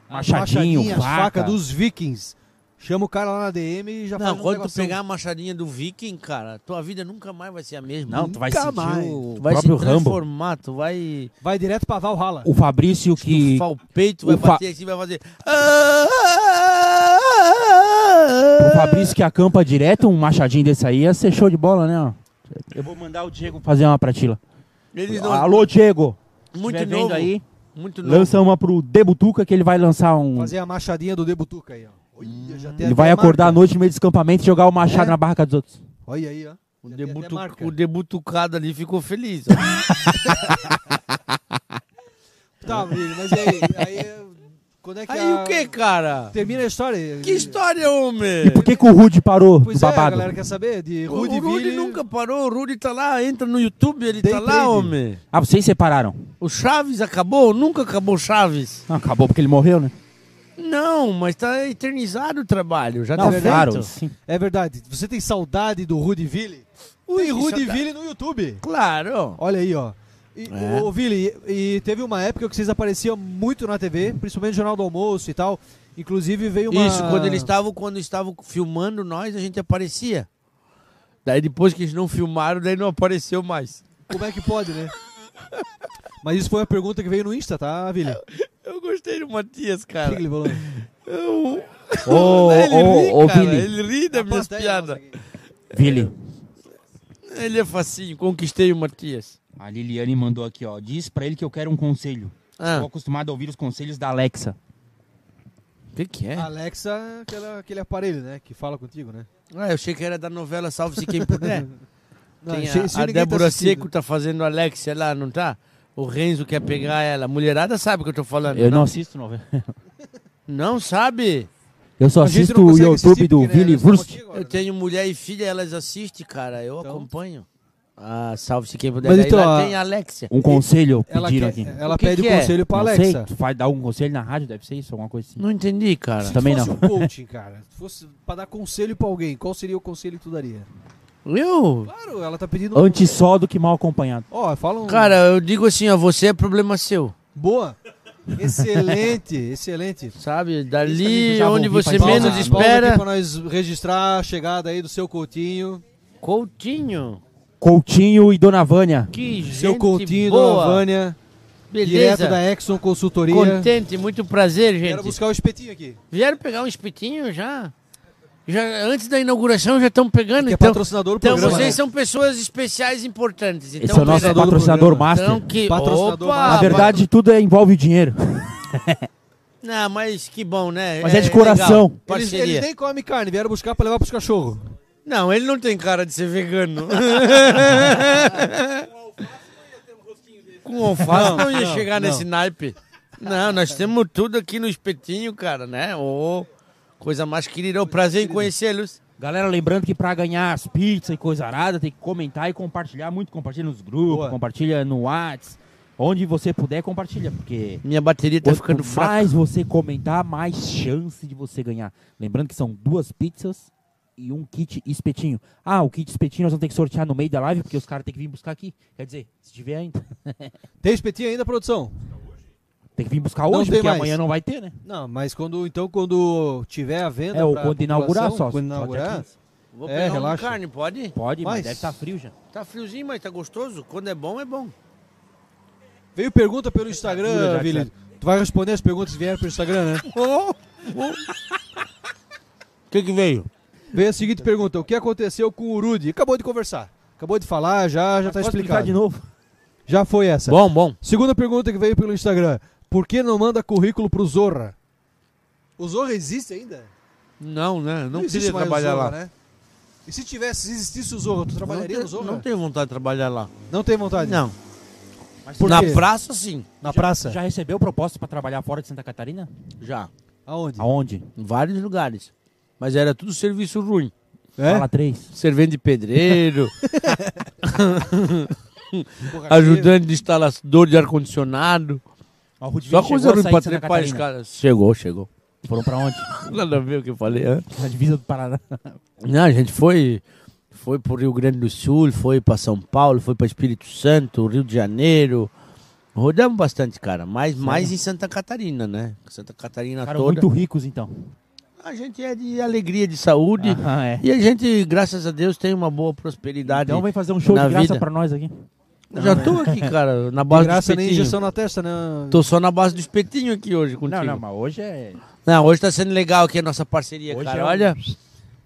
[SPEAKER 2] Machadinho,
[SPEAKER 3] Machadinha,
[SPEAKER 2] faca.
[SPEAKER 3] as facas dos vikings. Chama o cara lá na DM e já
[SPEAKER 1] Não,
[SPEAKER 3] faz um
[SPEAKER 1] quando tu
[SPEAKER 3] negocinho.
[SPEAKER 1] pegar a machadinha do Viking, cara, tua vida nunca mais vai ser a mesma.
[SPEAKER 2] Não, tu vai
[SPEAKER 3] Nunca
[SPEAKER 2] sentir
[SPEAKER 3] mais.
[SPEAKER 2] o
[SPEAKER 1] tu vai se
[SPEAKER 2] próprio Rambo.
[SPEAKER 1] transformar, tu vai.
[SPEAKER 3] Vai direto pra Valhalla.
[SPEAKER 2] O Fabrício que...
[SPEAKER 1] Fal peito, vai
[SPEAKER 2] o fa-
[SPEAKER 1] bater assim, vai fazer. Ah!
[SPEAKER 2] O Fabrício que acampa direto, um machadinho desse aí ia ser show de bola, né? ó? Eu vou mandar o Diego fazer uma pra ti lá.
[SPEAKER 1] Eles não-
[SPEAKER 2] Alô, Diego!
[SPEAKER 1] muito
[SPEAKER 2] Estiver
[SPEAKER 1] novo.
[SPEAKER 2] vendo aí,
[SPEAKER 1] Muito novo.
[SPEAKER 2] lança uma pro Debutuca que ele vai lançar um.
[SPEAKER 3] Fazer a machadinha do Debutuca aí, ó. Olha, já tem
[SPEAKER 2] Ele
[SPEAKER 3] até
[SPEAKER 2] vai
[SPEAKER 3] a
[SPEAKER 2] acordar à
[SPEAKER 3] marca.
[SPEAKER 2] noite no meio do escampamento e jogar o machado
[SPEAKER 3] É?
[SPEAKER 2] na barraca dos outros.
[SPEAKER 3] Olha aí, ó.
[SPEAKER 1] O,
[SPEAKER 3] Já tem até
[SPEAKER 1] debutu-
[SPEAKER 3] marca.
[SPEAKER 1] o debutucado ali ficou feliz. ó.
[SPEAKER 3] Tá, Vini, mas e aí? aí é- quando é que
[SPEAKER 1] aí
[SPEAKER 3] a-
[SPEAKER 1] o que, cara?
[SPEAKER 3] Termina a história.
[SPEAKER 1] Que história, homem?
[SPEAKER 2] E por que, que o Rude parou
[SPEAKER 3] É. Pois
[SPEAKER 2] do
[SPEAKER 3] é, a
[SPEAKER 2] babado?
[SPEAKER 3] galera quer saber de
[SPEAKER 1] O,
[SPEAKER 3] Rudy
[SPEAKER 1] o Rudy
[SPEAKER 3] Ville.
[SPEAKER 1] nunca parou, o Rudy tá lá, entra no YouTube, ele
[SPEAKER 3] Day
[SPEAKER 1] tá
[SPEAKER 3] trade.
[SPEAKER 1] lá, homem.
[SPEAKER 2] Ah, vocês separaram.
[SPEAKER 1] O Chaves acabou? Nunca acabou o Chaves.
[SPEAKER 2] Não, acabou porque ele morreu, né?
[SPEAKER 1] Não, mas tá eternizado o trabalho, já
[SPEAKER 2] Não,
[SPEAKER 1] tá
[SPEAKER 2] claro.
[SPEAKER 1] feito.
[SPEAKER 2] Sim.
[SPEAKER 3] É verdade. Você tem saudade do Rudy Ville? Tem
[SPEAKER 1] que
[SPEAKER 3] Rudy
[SPEAKER 1] saudade.
[SPEAKER 3] Ville no YouTube.
[SPEAKER 1] Claro.
[SPEAKER 3] Olha aí, ó. E,
[SPEAKER 1] É.
[SPEAKER 3] Ô, Vili, e, e teve uma época que vocês apareciam muito na TV, principalmente no Jornal do Almoço e tal. Inclusive veio uma.
[SPEAKER 1] Isso, quando eles estavam, quando estavam filmando nós, a gente aparecia. Daí depois que eles não filmaram, daí não apareceu mais.
[SPEAKER 3] Como é que pode, né? Mas isso foi uma pergunta que veio no Insta, tá, Vili? O
[SPEAKER 1] Eu gostei do Matias,
[SPEAKER 3] que,
[SPEAKER 1] cara.
[SPEAKER 3] que ele falou?
[SPEAKER 1] Eu-
[SPEAKER 2] Ô, ô, ô,
[SPEAKER 1] ele ri, cara.
[SPEAKER 2] Vili.
[SPEAKER 1] Ele ri das minhas
[SPEAKER 3] Plateia,
[SPEAKER 1] piadas.
[SPEAKER 3] nossa, aqui.
[SPEAKER 2] Vili.
[SPEAKER 1] Ele é facinho, conquistei o Matias.
[SPEAKER 2] A Liliane mandou aqui, ó. Diz pra ele que eu quero um conselho.
[SPEAKER 1] Ah,
[SPEAKER 2] Tô acostumado a ouvir os conselhos da Alexa.
[SPEAKER 1] o que que é?
[SPEAKER 3] Alexa, aquela- aquele aparelho, né? Que fala contigo, né?
[SPEAKER 1] Ah, eu achei que era da novela Salve-se Quem Puder.
[SPEAKER 3] Não,
[SPEAKER 1] É. Tem
[SPEAKER 3] se-
[SPEAKER 1] a,
[SPEAKER 3] se
[SPEAKER 1] é? a
[SPEAKER 3] ninguém tá
[SPEAKER 1] Débora
[SPEAKER 3] assistindo.
[SPEAKER 1] Seco tá fazendo Alexia lá, não tá? O Renzo quer pegar ela. A mulherada sabe o que eu tô falando.
[SPEAKER 2] Eu não assisto novela.
[SPEAKER 1] Não sabe?
[SPEAKER 2] Eu só
[SPEAKER 3] A gente
[SPEAKER 2] assisto
[SPEAKER 3] não
[SPEAKER 2] o
[SPEAKER 3] consegue
[SPEAKER 2] YouTube
[SPEAKER 3] assistir,
[SPEAKER 2] do
[SPEAKER 3] porque, né,
[SPEAKER 2] Vili
[SPEAKER 3] nós estamos
[SPEAKER 2] Wurst.
[SPEAKER 3] aqui agora,
[SPEAKER 1] Eu
[SPEAKER 3] né?
[SPEAKER 1] tenho mulher e filha, elas assistem, cara. Eu acompanho. Ah, salve-se quem puder.
[SPEAKER 3] Mas
[SPEAKER 1] Daí
[SPEAKER 3] então,
[SPEAKER 1] lá
[SPEAKER 3] a-
[SPEAKER 1] tem a Alexia.
[SPEAKER 2] Um conselho
[SPEAKER 3] Ela,
[SPEAKER 2] pediram
[SPEAKER 3] quer-
[SPEAKER 2] aqui.
[SPEAKER 1] O
[SPEAKER 3] ela
[SPEAKER 1] que
[SPEAKER 3] pede
[SPEAKER 1] que
[SPEAKER 3] o
[SPEAKER 1] é?
[SPEAKER 3] conselho pra
[SPEAKER 2] não
[SPEAKER 3] Alexa.
[SPEAKER 2] sei, tu vai dar um conselho na rádio, deve ser isso, alguma coisa assim.
[SPEAKER 1] Não entendi, cara.
[SPEAKER 3] Se
[SPEAKER 2] Também
[SPEAKER 3] fosse
[SPEAKER 2] não.
[SPEAKER 3] um coaching, cara, se fosse pra dar conselho pra alguém, qual seria o conselho que tu daria?
[SPEAKER 1] Eu?
[SPEAKER 3] Claro, ela tá pedindo.
[SPEAKER 2] Antes só do que mal acompanhado.
[SPEAKER 3] Ó, fala um.
[SPEAKER 1] Cara, eu digo assim, ó, você é problema seu.
[SPEAKER 3] Boa! Excelente, excelente.
[SPEAKER 1] Sabe?
[SPEAKER 2] Isso
[SPEAKER 1] Dali
[SPEAKER 2] também eu já
[SPEAKER 1] onde
[SPEAKER 2] ouvi
[SPEAKER 1] você
[SPEAKER 2] falar.
[SPEAKER 1] menos
[SPEAKER 3] Pausa aqui
[SPEAKER 1] espera.
[SPEAKER 3] Pra nós registrar a chegada aí do seu Coutinho.
[SPEAKER 1] Coutinho.
[SPEAKER 2] Coutinho e Dona Vânia.
[SPEAKER 1] Que gente
[SPEAKER 3] seu Coutinho,
[SPEAKER 1] boa.
[SPEAKER 3] Dona Vânia, direto
[SPEAKER 1] Beleza.
[SPEAKER 3] da Exxon Consultoria.
[SPEAKER 1] Contente, muito prazer,
[SPEAKER 3] Quero
[SPEAKER 1] gente.
[SPEAKER 3] buscar o espetinho aqui.
[SPEAKER 1] Vieram pegar um espetinho já? já antes da inauguração já estão pegando,
[SPEAKER 3] Que é
[SPEAKER 1] então.
[SPEAKER 3] patrocinador do
[SPEAKER 1] Então
[SPEAKER 3] programa.
[SPEAKER 1] vocês
[SPEAKER 3] né?
[SPEAKER 1] são pessoas especiais importantes. Então,
[SPEAKER 2] Esse é o nosso
[SPEAKER 1] pega-
[SPEAKER 3] patrocinador
[SPEAKER 2] patrocinador
[SPEAKER 3] do programa.
[SPEAKER 2] master.
[SPEAKER 1] então que
[SPEAKER 3] Patrocinador
[SPEAKER 1] Opa,
[SPEAKER 3] master.
[SPEAKER 2] Na verdade, tudo é- envolve o dinheiro.
[SPEAKER 1] Não, Ah, mas que bom, né?
[SPEAKER 2] Mas é de coração.
[SPEAKER 1] legal,
[SPEAKER 3] Eles,
[SPEAKER 1] parceria.
[SPEAKER 3] eles nem comem carne, vieram buscar pra levar pros cachorros.
[SPEAKER 1] Não, ele não tem cara de ser vegano. Com alface não ia
[SPEAKER 3] não,
[SPEAKER 1] chegar
[SPEAKER 3] não.
[SPEAKER 1] nesse naipe. Não, nós temos tudo aqui no espetinho, cara, né? Ô, coisa mais querida. É um prazer em conhecê-los.
[SPEAKER 2] Galera, lembrando que pra ganhar as pizzas e coisa arada, tem que comentar e compartilhar muito. Compartilha nos grupos,
[SPEAKER 3] Boa.
[SPEAKER 2] compartilha no WhatsApp. Onde você puder, compartilha, porque
[SPEAKER 1] Minha bateria tá
[SPEAKER 2] quanto
[SPEAKER 1] ficando fraca.
[SPEAKER 2] mais você comentar, mais chance de você ganhar. Lembrando que são duas pizzas e um kit espetinho. Ah, o kit espetinho nós vamos ter que sortear no meio da live, porque os caras têm que vir buscar aqui. Quer dizer, se tiver ainda.
[SPEAKER 3] Tem espetinho ainda, produção?
[SPEAKER 2] Tem que vir buscar
[SPEAKER 3] Não
[SPEAKER 2] hoje,
[SPEAKER 3] tem
[SPEAKER 2] porque
[SPEAKER 3] mais.
[SPEAKER 2] amanhã não vai ter, né?
[SPEAKER 3] Não, mas quando então quando tiver a venda.
[SPEAKER 2] É, ou
[SPEAKER 3] pra
[SPEAKER 2] quando inaugurar
[SPEAKER 3] população,
[SPEAKER 2] só,
[SPEAKER 3] Quando
[SPEAKER 2] só até
[SPEAKER 3] inaugurar.
[SPEAKER 2] 15.
[SPEAKER 1] Vou
[SPEAKER 3] É,
[SPEAKER 1] pegar uma
[SPEAKER 3] relaxa.
[SPEAKER 1] carne, pode?
[SPEAKER 2] Pode, mas,
[SPEAKER 3] Mas-
[SPEAKER 2] deve estar frio já.
[SPEAKER 1] Tá friozinho, mas tá gostoso. Quando é bom, é bom.
[SPEAKER 3] Veio pergunta pelo
[SPEAKER 2] Dura
[SPEAKER 3] Instagram,
[SPEAKER 2] já,
[SPEAKER 3] Vili. Tu vai responder as perguntas que vieram pelo Instagram, né?
[SPEAKER 1] O que que veio?
[SPEAKER 3] Veio a seguinte pergunta: o que aconteceu com o Urudi? Acabou de conversar. Acabou de falar, já, já tá
[SPEAKER 2] Posso
[SPEAKER 3] explicado.
[SPEAKER 2] explicar de novo?
[SPEAKER 3] Já foi essa.
[SPEAKER 1] Bom, bom.
[SPEAKER 3] Segunda pergunta que veio pelo Instagram: por que não manda currículo pro Zorra? O Zorra existe ainda?
[SPEAKER 1] Não, né? Não,
[SPEAKER 3] existe
[SPEAKER 1] queria
[SPEAKER 3] mais o
[SPEAKER 1] trabalhar
[SPEAKER 3] Zorra,
[SPEAKER 1] lá.
[SPEAKER 3] né? E se tivesse, se existisse o Zorra, tu trabalharia
[SPEAKER 1] não,
[SPEAKER 3] no
[SPEAKER 1] te-
[SPEAKER 3] Zorra?
[SPEAKER 1] não tenho vontade de trabalhar lá.
[SPEAKER 3] É. Não tem vontade?
[SPEAKER 1] Não.
[SPEAKER 2] Mas
[SPEAKER 3] Por
[SPEAKER 1] Na
[SPEAKER 3] quê?
[SPEAKER 1] praça, sim.
[SPEAKER 3] Na praça?
[SPEAKER 2] Já recebeu proposta pra trabalhar fora Tá. de Santa Catarina?
[SPEAKER 1] Já.
[SPEAKER 3] Aonde?
[SPEAKER 2] Aonde?
[SPEAKER 1] Em vários lugares. Mas era tudo serviço ruim.
[SPEAKER 3] É?
[SPEAKER 2] Fala três.
[SPEAKER 1] Servente de pedreiro,
[SPEAKER 3] Borracheiro?
[SPEAKER 1] ajudante de instalador de ar-condicionado.
[SPEAKER 2] Ó, o Rudivini
[SPEAKER 1] Só
[SPEAKER 2] chegou
[SPEAKER 1] coisa
[SPEAKER 2] a
[SPEAKER 1] ruim
[SPEAKER 2] sair
[SPEAKER 1] pra
[SPEAKER 2] de Santa
[SPEAKER 1] trepar os
[SPEAKER 2] Catarina.
[SPEAKER 1] caras. Chegou, chegou.
[SPEAKER 2] Foram pra onde?
[SPEAKER 1] Nada a ver o que eu falei. hã?
[SPEAKER 2] Na divisa do Paraná.
[SPEAKER 1] Não, a gente foi, foi pro Rio Grande do Sul, foi pra São Paulo, foi pra Espírito Santo, Rio de Janeiro. Rodamos bastante, cara. Mas mais em Santa Catarina, né? Santa Catarina
[SPEAKER 2] Ficaram
[SPEAKER 1] toda.
[SPEAKER 2] muito ricos, então.
[SPEAKER 1] A gente é de alegria, de saúde.
[SPEAKER 2] Aham, é.
[SPEAKER 1] E a gente, graças a Deus, tem uma boa prosperidade.
[SPEAKER 2] Então vem fazer um show
[SPEAKER 1] na
[SPEAKER 2] de graça
[SPEAKER 1] vida.
[SPEAKER 2] pra nós aqui.
[SPEAKER 1] Já tô aqui, cara, na
[SPEAKER 3] De
[SPEAKER 1] base
[SPEAKER 3] graça
[SPEAKER 1] do
[SPEAKER 3] nem
[SPEAKER 1] espetinho.
[SPEAKER 3] injeção na testa, né?
[SPEAKER 1] Tô só na base do espetinho aqui hoje contigo.
[SPEAKER 2] Não,
[SPEAKER 1] Não,
[SPEAKER 2] não, mas hoje é.
[SPEAKER 1] hoje tá sendo legal aqui a nossa parceria,
[SPEAKER 2] Hoje
[SPEAKER 1] cara.
[SPEAKER 2] é um-
[SPEAKER 1] Olha,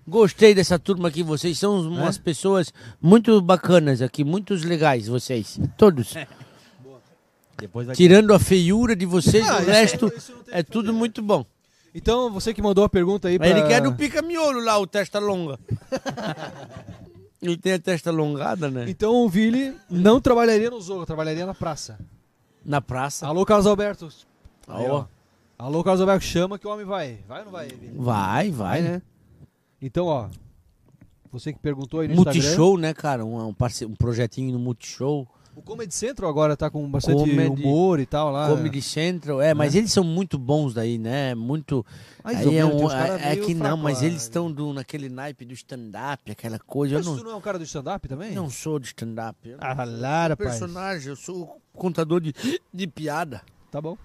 [SPEAKER 1] gostei dessa turma aqui. Vocês são umas pessoas muito bacanas aqui, muitos legais vocês. Todos.
[SPEAKER 2] Depois vai
[SPEAKER 1] Tirando a feiura de vocês, o
[SPEAKER 3] Ah, isso-
[SPEAKER 1] resto
[SPEAKER 3] isso não tem
[SPEAKER 1] é
[SPEAKER 3] que
[SPEAKER 1] tudo
[SPEAKER 3] fazer.
[SPEAKER 1] muito bom.
[SPEAKER 3] Então, você que mandou a pergunta aí pra...
[SPEAKER 1] Mas ele quer do pica-miolo lá, o testa longa. ele tem a testa alongada, né?
[SPEAKER 3] Então o Vili não trabalharia no Zorro, trabalharia na praça.
[SPEAKER 1] Na praça.
[SPEAKER 3] Alô, Carlos Alberto. Aí,
[SPEAKER 1] Ó.
[SPEAKER 3] ó. Alô, Carlos Alberto, chama que o homem vai. Vai ou não vai, Vili?
[SPEAKER 1] Vai, vai, né?
[SPEAKER 3] Então, ó. Você que perguntou aí no Instagram.
[SPEAKER 1] Multishow, né, cara? Um, um, parce- um projetinho no Multishow.
[SPEAKER 3] O Comedy Central agora tá com bastante
[SPEAKER 1] Comedy-
[SPEAKER 3] humor e tal lá.
[SPEAKER 1] Comedy Central, é, mas eles são muito bons daí, né? Muito.
[SPEAKER 3] Mais
[SPEAKER 1] aí
[SPEAKER 3] ou
[SPEAKER 1] é,
[SPEAKER 3] menos, tem
[SPEAKER 1] um,
[SPEAKER 3] uns cara
[SPEAKER 1] é, é
[SPEAKER 3] meio
[SPEAKER 1] que não,
[SPEAKER 3] fraco
[SPEAKER 1] mas
[SPEAKER 3] lá,
[SPEAKER 1] eles
[SPEAKER 3] né?
[SPEAKER 1] estão do- naquele naipe do stand-up, aquela coisa. Eu
[SPEAKER 3] Mas tu
[SPEAKER 1] não,
[SPEAKER 3] não é um cara do stand-up também?
[SPEAKER 1] não sou de stand-up. Eu não
[SPEAKER 3] Ah, lá,
[SPEAKER 1] sou
[SPEAKER 3] rapaz.
[SPEAKER 1] personagem, eu sou contador de, de piada.
[SPEAKER 3] Tá bom.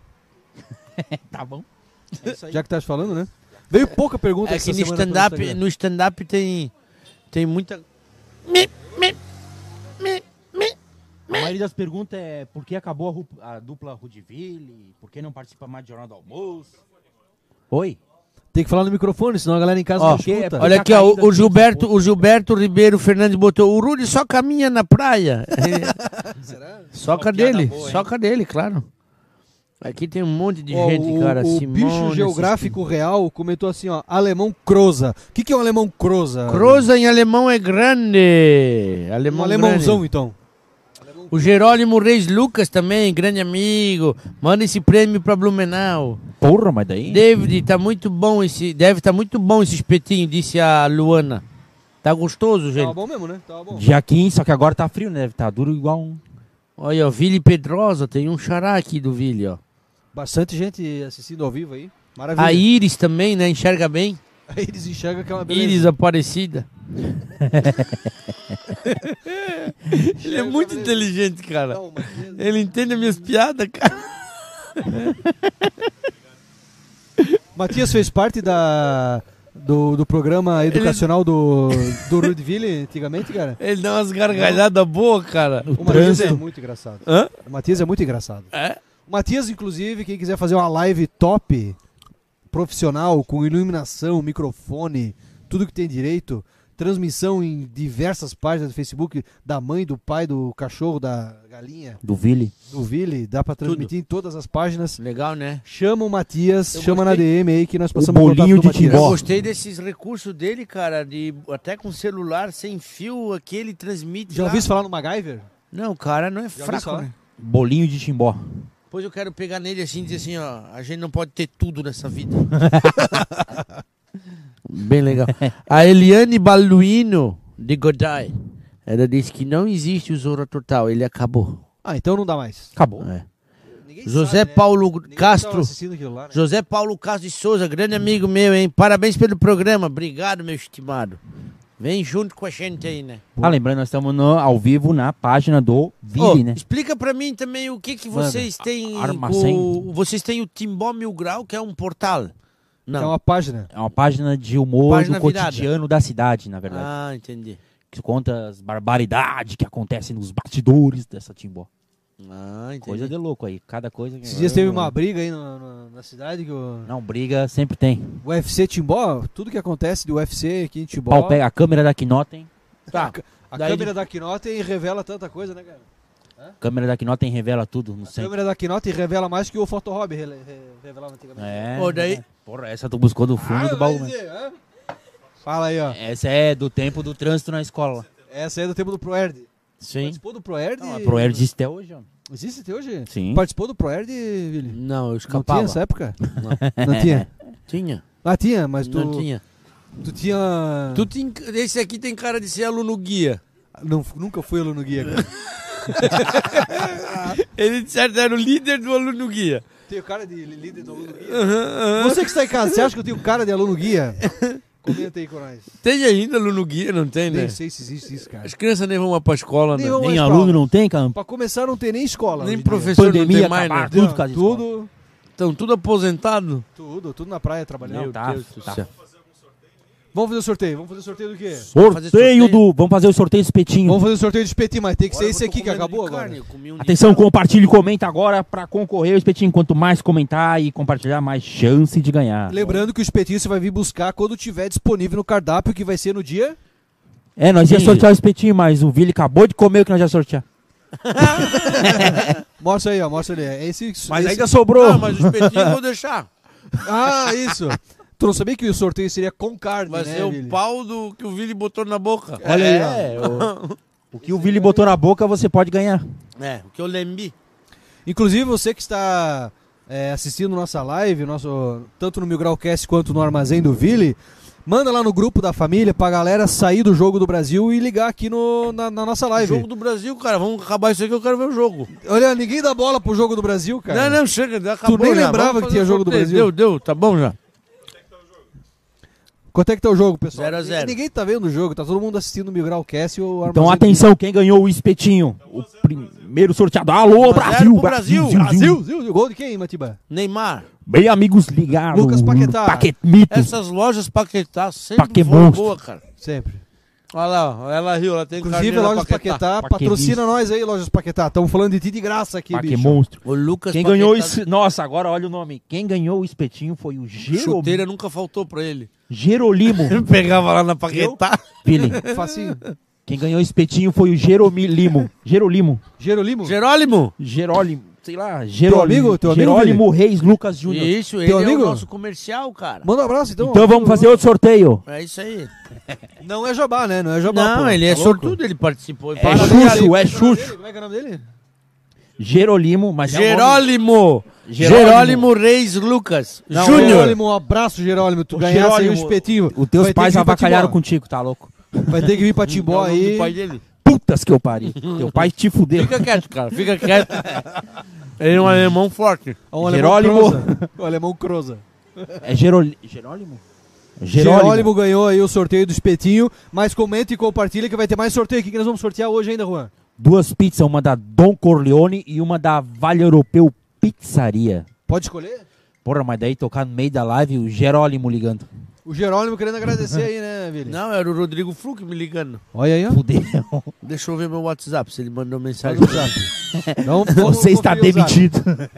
[SPEAKER 2] Tá bom.
[SPEAKER 3] Já que tá te falando, né? Veio pouca pergunta
[SPEAKER 1] É
[SPEAKER 3] essa
[SPEAKER 1] que no
[SPEAKER 3] semana pelo
[SPEAKER 1] stand-up
[SPEAKER 3] Instagram.
[SPEAKER 1] no stand tem, tem muita. Mi, mi, mi, mi.
[SPEAKER 2] A maioria das perguntas é por que acabou a, ru- a dupla Rudiville, por que não participa mais do Jornal do Almoço. Oi?
[SPEAKER 3] Tem que falar no microfone, senão a galera em casa
[SPEAKER 1] Ó,
[SPEAKER 3] não escuta.
[SPEAKER 2] é-
[SPEAKER 1] Olha
[SPEAKER 2] Tá
[SPEAKER 1] aqui, ó,
[SPEAKER 2] caindo
[SPEAKER 1] o, o
[SPEAKER 2] aqui,
[SPEAKER 1] Gilberto, o Gilberto Ribeiro Fernandes botou, o Rudy só caminha na praia. soca
[SPEAKER 2] Uma piada
[SPEAKER 1] dele,
[SPEAKER 2] boa, hein?
[SPEAKER 1] soca dele, claro. Aqui tem um monte de
[SPEAKER 3] Ó,
[SPEAKER 1] gente,
[SPEAKER 3] o,
[SPEAKER 1] cara.
[SPEAKER 3] o
[SPEAKER 1] Simone,
[SPEAKER 3] bicho geográfico real comentou assim, ó, alemão Croza. O que, que é um alemão Croza?
[SPEAKER 1] esses- Croza em alemão é grande. Alemão
[SPEAKER 3] Um alemãozão,
[SPEAKER 1] grande.
[SPEAKER 3] então.
[SPEAKER 1] O Jerônimo Reis Lucas também, grande amigo. Manda esse prêmio pra Blumenau.
[SPEAKER 2] Porra, mas daí.
[SPEAKER 1] David, tá muito bom esse. Deve tá muito bom esse espetinho, disse a Luana. Tá gostoso,
[SPEAKER 3] Tava
[SPEAKER 1] gente.
[SPEAKER 3] bom mesmo, né? Tava bom.
[SPEAKER 2] Dia 15, só que agora tá frio, né? Deve tá duro igual um.
[SPEAKER 1] Olha, o Vili Pedrosa, tem um xará aqui do Vili, ó.
[SPEAKER 3] Bastante gente assistindo ao vivo aí. Maravilha.
[SPEAKER 1] A Iris também, né? Enxerga bem.
[SPEAKER 3] Aí eles enxergam que é uma beleza.
[SPEAKER 1] Iris Aparecida. Ele é muito inteligente, cara.
[SPEAKER 3] Não, mas beleza.
[SPEAKER 1] Ele entende as minhas piadas, cara.
[SPEAKER 3] Matias fez parte da, do, do programa educacional do, do Rudville antigamente, cara?
[SPEAKER 1] Ele dá umas gargalhadas boas, cara.
[SPEAKER 3] O Matias é muito engraçado.
[SPEAKER 1] Hã?
[SPEAKER 3] O Matias é muito engraçado.
[SPEAKER 1] É?
[SPEAKER 3] O Matias, inclusive, quem quiser fazer uma live top, profissional, com iluminação, microfone, tudo que tem direito, transmissão em diversas páginas do Facebook, da mãe, do pai, do cachorro, da galinha,
[SPEAKER 2] Do Vili.
[SPEAKER 3] do Vili, dá pra transmitir em todas as páginas.
[SPEAKER 1] Legal, né?
[SPEAKER 3] Chama o Matias,
[SPEAKER 1] Eu
[SPEAKER 3] chama
[SPEAKER 1] gostei.
[SPEAKER 3] na DM aí que nós
[SPEAKER 2] O
[SPEAKER 3] passamos
[SPEAKER 2] bolinho
[SPEAKER 3] contato do
[SPEAKER 2] de
[SPEAKER 3] Matias.
[SPEAKER 1] Eu
[SPEAKER 2] Ó.
[SPEAKER 1] gostei desses recursos dele, cara, de até com celular sem fio, aqui ele transmite.
[SPEAKER 3] Já
[SPEAKER 1] lá.
[SPEAKER 3] ouviu falar no MacGyver?
[SPEAKER 1] Não, cara, não é
[SPEAKER 3] ouvi
[SPEAKER 1] fraco,
[SPEAKER 3] falar.
[SPEAKER 1] né?
[SPEAKER 2] Bolinho de Timbó.
[SPEAKER 1] Pois eu quero pegar nele assim e dizer assim, ó, a gente não pode ter tudo nessa vida. Bem legal. A Eliane Baluino de Godai, ela disse que não existe o Zorra Total, ele acabou.
[SPEAKER 3] Ah, então não dá mais.
[SPEAKER 2] Acabou.
[SPEAKER 1] É.
[SPEAKER 3] Ninguém
[SPEAKER 1] José
[SPEAKER 3] sabe, né?
[SPEAKER 1] Paulo
[SPEAKER 3] Ninguém tava
[SPEAKER 1] Castro,
[SPEAKER 3] assistindo aquilo lá, né?
[SPEAKER 1] José Paulo Castro de Souza, grande amigo meu, hein? Parabéns pelo programa, obrigado, meu estimado. Vem junto com a gente aí, né?
[SPEAKER 2] Ah, lembrando, nós estamos no- ao vivo na página do Vili,
[SPEAKER 1] Ô,
[SPEAKER 2] né?
[SPEAKER 1] Explica pra mim também o que que
[SPEAKER 2] Manda.
[SPEAKER 1] vocês têm
[SPEAKER 2] A- armazém.
[SPEAKER 1] com- Vocês têm o Timbó Mil Grau, que é um portal. Não.
[SPEAKER 3] É uma página.
[SPEAKER 2] É uma página de humor
[SPEAKER 1] Página
[SPEAKER 2] do
[SPEAKER 1] virada.
[SPEAKER 2] cotidiano da cidade, na verdade.
[SPEAKER 1] Ah, entendi.
[SPEAKER 2] Que conta as barbaridades que acontecem nos bastidores dessa Timbó.
[SPEAKER 1] Ah, entendi.
[SPEAKER 2] Coisa de louco aí. Cada coisa. que-
[SPEAKER 3] Esses dias teve uma briga aí na, na- na cidade que o,
[SPEAKER 2] Não, briga sempre tem.
[SPEAKER 3] o UFC Timbó, tudo que acontece do UFC aqui em Timbó.
[SPEAKER 2] Pau pega a câmera da Knoten.
[SPEAKER 1] Tá.
[SPEAKER 3] A
[SPEAKER 1] Daí
[SPEAKER 3] câmera da Quinotem revela tanta coisa, né, cara?
[SPEAKER 2] Câmera da Knoten revela tudo no
[SPEAKER 3] A
[SPEAKER 2] centro.
[SPEAKER 3] câmera da Quinotem revela mais que o Photorob rele- re- revelava antigamente.
[SPEAKER 2] É.
[SPEAKER 1] Ô, daí-
[SPEAKER 2] Porra, essa tu buscou do fundo
[SPEAKER 3] Ah,
[SPEAKER 2] do
[SPEAKER 3] vai
[SPEAKER 2] baú. né?
[SPEAKER 3] dizer, hã? Fala aí, ó.
[SPEAKER 2] Essa é do tempo do trânsito na escola.
[SPEAKER 3] Essa aí é do tempo do Proerd.
[SPEAKER 1] Sim.
[SPEAKER 3] Participou do Proerd?
[SPEAKER 2] Não, a Proer disse até hoje, ó.
[SPEAKER 3] Existe até hoje?
[SPEAKER 2] Sim.
[SPEAKER 3] Participou do Proerd, Vili?
[SPEAKER 1] Não, eu
[SPEAKER 3] Não
[SPEAKER 1] escapava.
[SPEAKER 3] tinha nessa época?
[SPEAKER 1] Não.
[SPEAKER 3] Não tinha?
[SPEAKER 1] Tinha.
[SPEAKER 3] Ah, tinha, mas tu... Ah.
[SPEAKER 1] Não tinha.
[SPEAKER 3] Tu tinha...
[SPEAKER 1] Tu tem, esse aqui tem cara de ser aluno guia.
[SPEAKER 3] Não, nunca fui aluno guia, cara.
[SPEAKER 1] Ele, de certo, era o líder do aluno guia.
[SPEAKER 3] Tenho cara de líder do aluno guia? Você que está em casa, você acha que eu tenho cara de aluno guia? Comenta aí com nós.
[SPEAKER 1] Tem ainda aluno guia, não tem, né?
[SPEAKER 3] Nem sei se existe isso, cara.
[SPEAKER 1] As crianças nem vão mais pra escola, né?
[SPEAKER 3] Nem vão- Vamos
[SPEAKER 2] Nem
[SPEAKER 3] pra
[SPEAKER 2] aluno
[SPEAKER 3] aula.
[SPEAKER 2] não tem, cara.
[SPEAKER 3] Pra começar, não tem nem escola. hoje
[SPEAKER 1] Nem
[SPEAKER 3] em dia.
[SPEAKER 1] professor não
[SPEAKER 2] Pandemia
[SPEAKER 1] tem mais, né?
[SPEAKER 2] acabar. Tudo por causa de
[SPEAKER 3] Tudo,
[SPEAKER 1] Estão tudo aposentado.
[SPEAKER 3] tudo, tudo na praia trabalhando.
[SPEAKER 2] Não, tá,
[SPEAKER 1] Deus do
[SPEAKER 2] tá.
[SPEAKER 1] céu.
[SPEAKER 3] Vamos fazer o sorteio. Vamos fazer o sorteio do quê?
[SPEAKER 1] fazer
[SPEAKER 2] Sorteio,
[SPEAKER 1] sorteio.
[SPEAKER 2] do. Vamos fazer o sorteio do espetinho.
[SPEAKER 3] Vamos fazer o sorteio de espetinho, mas tem que
[SPEAKER 1] Agora
[SPEAKER 3] ser
[SPEAKER 1] eu
[SPEAKER 3] esse
[SPEAKER 1] tô
[SPEAKER 3] aqui que
[SPEAKER 1] comendo
[SPEAKER 3] acabou
[SPEAKER 1] de
[SPEAKER 3] agora.
[SPEAKER 1] carne, eu comi um de
[SPEAKER 2] Atenção,
[SPEAKER 1] carne.
[SPEAKER 2] compartilhe e comenta agora pra concorrer ao espetinho. Quanto mais comentar e compartilhar, mais chance de ganhar.
[SPEAKER 3] Lembrando que o espetinho você vai vir buscar quando tiver disponível no cardápio, que vai ser no dia.
[SPEAKER 2] É, nós ia
[SPEAKER 1] Sim.
[SPEAKER 2] sortear o espetinho, mas o Vili acabou de comer o que nós já sortear.
[SPEAKER 3] Mostra aí, ó, mostra ali. É esse,
[SPEAKER 2] Mas
[SPEAKER 3] esse-
[SPEAKER 2] ainda sobrou.
[SPEAKER 1] Ah, mas os petinhos eu vou deixar.
[SPEAKER 3] Ah, isso. Tu não sabia que o sorteio seria com carne,
[SPEAKER 1] Vai
[SPEAKER 3] né,
[SPEAKER 1] ser o
[SPEAKER 3] Vili?
[SPEAKER 1] pau do que o Vili botou na boca.
[SPEAKER 3] Olha aí, ó.
[SPEAKER 2] É, o, o que o Vili botou na boca, você pode ganhar.
[SPEAKER 1] É, o que eu lembi.
[SPEAKER 3] Inclusive, você que está é, assistindo nossa live, nosso, tanto no Mil Grau Cast quanto no Armazém do Ville, manda lá no grupo da família pra galera sair do Jogo do Brasil e ligar aqui no, na, na nossa live.
[SPEAKER 1] Jogo do Brasil, cara. Vamos acabar isso aqui, eu quero ver o jogo.
[SPEAKER 3] Olha, ninguém dá bola pro Jogo do Brasil, cara.
[SPEAKER 1] Não, não, chega, já acabou
[SPEAKER 3] nem
[SPEAKER 1] já.
[SPEAKER 3] lembrava
[SPEAKER 1] Vamos
[SPEAKER 3] que
[SPEAKER 1] fazer
[SPEAKER 3] tinha
[SPEAKER 1] o
[SPEAKER 3] jogo do
[SPEAKER 1] sorteio.
[SPEAKER 3] Brasil.
[SPEAKER 1] Deu, deu, tá bom já.
[SPEAKER 3] Quanto é que tá o jogo, pessoal?
[SPEAKER 1] Zero a zero.
[SPEAKER 3] Ninguém tá vendo o jogo, tá todo mundo assistindo o Mil Grau Cast e o Armazém
[SPEAKER 2] Então
[SPEAKER 3] do
[SPEAKER 2] atenção, quem ganhou o espetinho? O primeiro sorteado.
[SPEAKER 1] Um
[SPEAKER 2] Alô,
[SPEAKER 1] a zero
[SPEAKER 2] Brasil!
[SPEAKER 1] pro Brasil.
[SPEAKER 3] Ville. Brasil, Brasil, gol de quem, Matiba?
[SPEAKER 1] Neymar,
[SPEAKER 2] Bem, amigos ligados.
[SPEAKER 3] Lucas Paquetá.
[SPEAKER 2] Paquetmitos.
[SPEAKER 1] essas lojas Paquetá sempre
[SPEAKER 2] Paquemon.
[SPEAKER 1] foram boa, cara.
[SPEAKER 3] Sempre.
[SPEAKER 1] Olha lá, ó, ela riu, ela tem
[SPEAKER 3] Inclusive,
[SPEAKER 1] carneiro
[SPEAKER 3] Lojas Paquetá,
[SPEAKER 2] Paquevista.
[SPEAKER 3] patrocina nós aí, Lojas Paquetá. Estamos falando de ti de graça aqui,
[SPEAKER 2] Paque
[SPEAKER 3] bicho.
[SPEAKER 2] monstro.
[SPEAKER 1] O Lucas
[SPEAKER 2] Quem
[SPEAKER 1] Paquetá-
[SPEAKER 2] ganhou isso? Nossa, agora olha o nome. Quem ganhou o espetinho foi o Gero...
[SPEAKER 1] Chuteira nunca faltou pra ele.
[SPEAKER 2] Gerolimo.
[SPEAKER 1] Ele pegava lá na Paquetá.
[SPEAKER 2] Vili. assim,
[SPEAKER 3] Facinho.
[SPEAKER 2] Quem ganhou o espetinho foi o Jerolimo. Gerolimo.
[SPEAKER 3] Jerolimo?
[SPEAKER 1] Jerônimo,
[SPEAKER 2] Gerolimo. sei lá, Gerônimo.
[SPEAKER 3] amigo, teu amigo,
[SPEAKER 2] Gerônimo Reis Lucas Júnior.
[SPEAKER 1] Isso, ele é
[SPEAKER 3] amigo?
[SPEAKER 1] o nosso comercial, cara.
[SPEAKER 3] Manda um abraço, então.
[SPEAKER 2] Então vamos fazer outro sorteio.
[SPEAKER 1] É isso aí.
[SPEAKER 3] Não é Jabá, né? Não é Jabá,
[SPEAKER 1] Não,
[SPEAKER 3] pô.
[SPEAKER 1] ele é
[SPEAKER 3] Tá louco?
[SPEAKER 1] sortudo, ele participou.
[SPEAKER 2] É
[SPEAKER 1] Fala-
[SPEAKER 2] Xuxo, é
[SPEAKER 3] Como é o nome dele?
[SPEAKER 2] Xuxo.
[SPEAKER 3] Como é que é o nome dele?
[SPEAKER 2] Gerolimo, mas é um nome-
[SPEAKER 1] Jerônimo.
[SPEAKER 2] Jerônimo.
[SPEAKER 1] Jerônimo é Reis Lucas
[SPEAKER 3] Não,
[SPEAKER 1] Júnior. Tá
[SPEAKER 3] Jerônimo, um abraço, Jerônimo. Tu
[SPEAKER 2] O
[SPEAKER 3] ganhasse aí
[SPEAKER 2] Jerônimo,
[SPEAKER 3] o espetinho.
[SPEAKER 2] Os teus
[SPEAKER 3] Vai ter
[SPEAKER 2] pais
[SPEAKER 3] que vir pra
[SPEAKER 2] avacalharam
[SPEAKER 3] Timbó.
[SPEAKER 2] contigo, tá louco?
[SPEAKER 3] Vai ter que vir pra Timbó
[SPEAKER 1] É o nome do
[SPEAKER 3] aí.
[SPEAKER 1] pai dele.
[SPEAKER 2] Putas que eu pariu. Teu pai te fudeu.
[SPEAKER 1] Fica quieto, cara. Fica quieto. Ele é um alemão forte.
[SPEAKER 3] Ó, alemão
[SPEAKER 2] Jerônimo.
[SPEAKER 3] Croza. O alemão Croza.
[SPEAKER 2] É Gerol... Gerônimo?
[SPEAKER 3] Jerônimo.
[SPEAKER 2] Gerônimo.
[SPEAKER 3] ganhou aí o sorteio do espetinho, mas comenta e compartilha que vai ter mais sorteio. O que, que nós vamos sortear hoje ainda, Juan?
[SPEAKER 2] Duas pizzas, uma da Don Corleone e uma da Vale Europeu Pizzaria.
[SPEAKER 3] Pode escolher?
[SPEAKER 2] Porra, mas daí tocar no meio da live o Gerólimo ligando.
[SPEAKER 3] O Jerônimo querendo agradecer aí, né, Vili?
[SPEAKER 1] Não, era o Rodrigo Fluck me ligando.
[SPEAKER 3] Olha aí, ó.
[SPEAKER 2] Fudeu.
[SPEAKER 1] Deixa eu ver meu WhatsApp, se ele mandou mensagem.
[SPEAKER 3] Não, Então, vamos
[SPEAKER 2] Você está
[SPEAKER 3] conferir o zap.
[SPEAKER 2] demitido.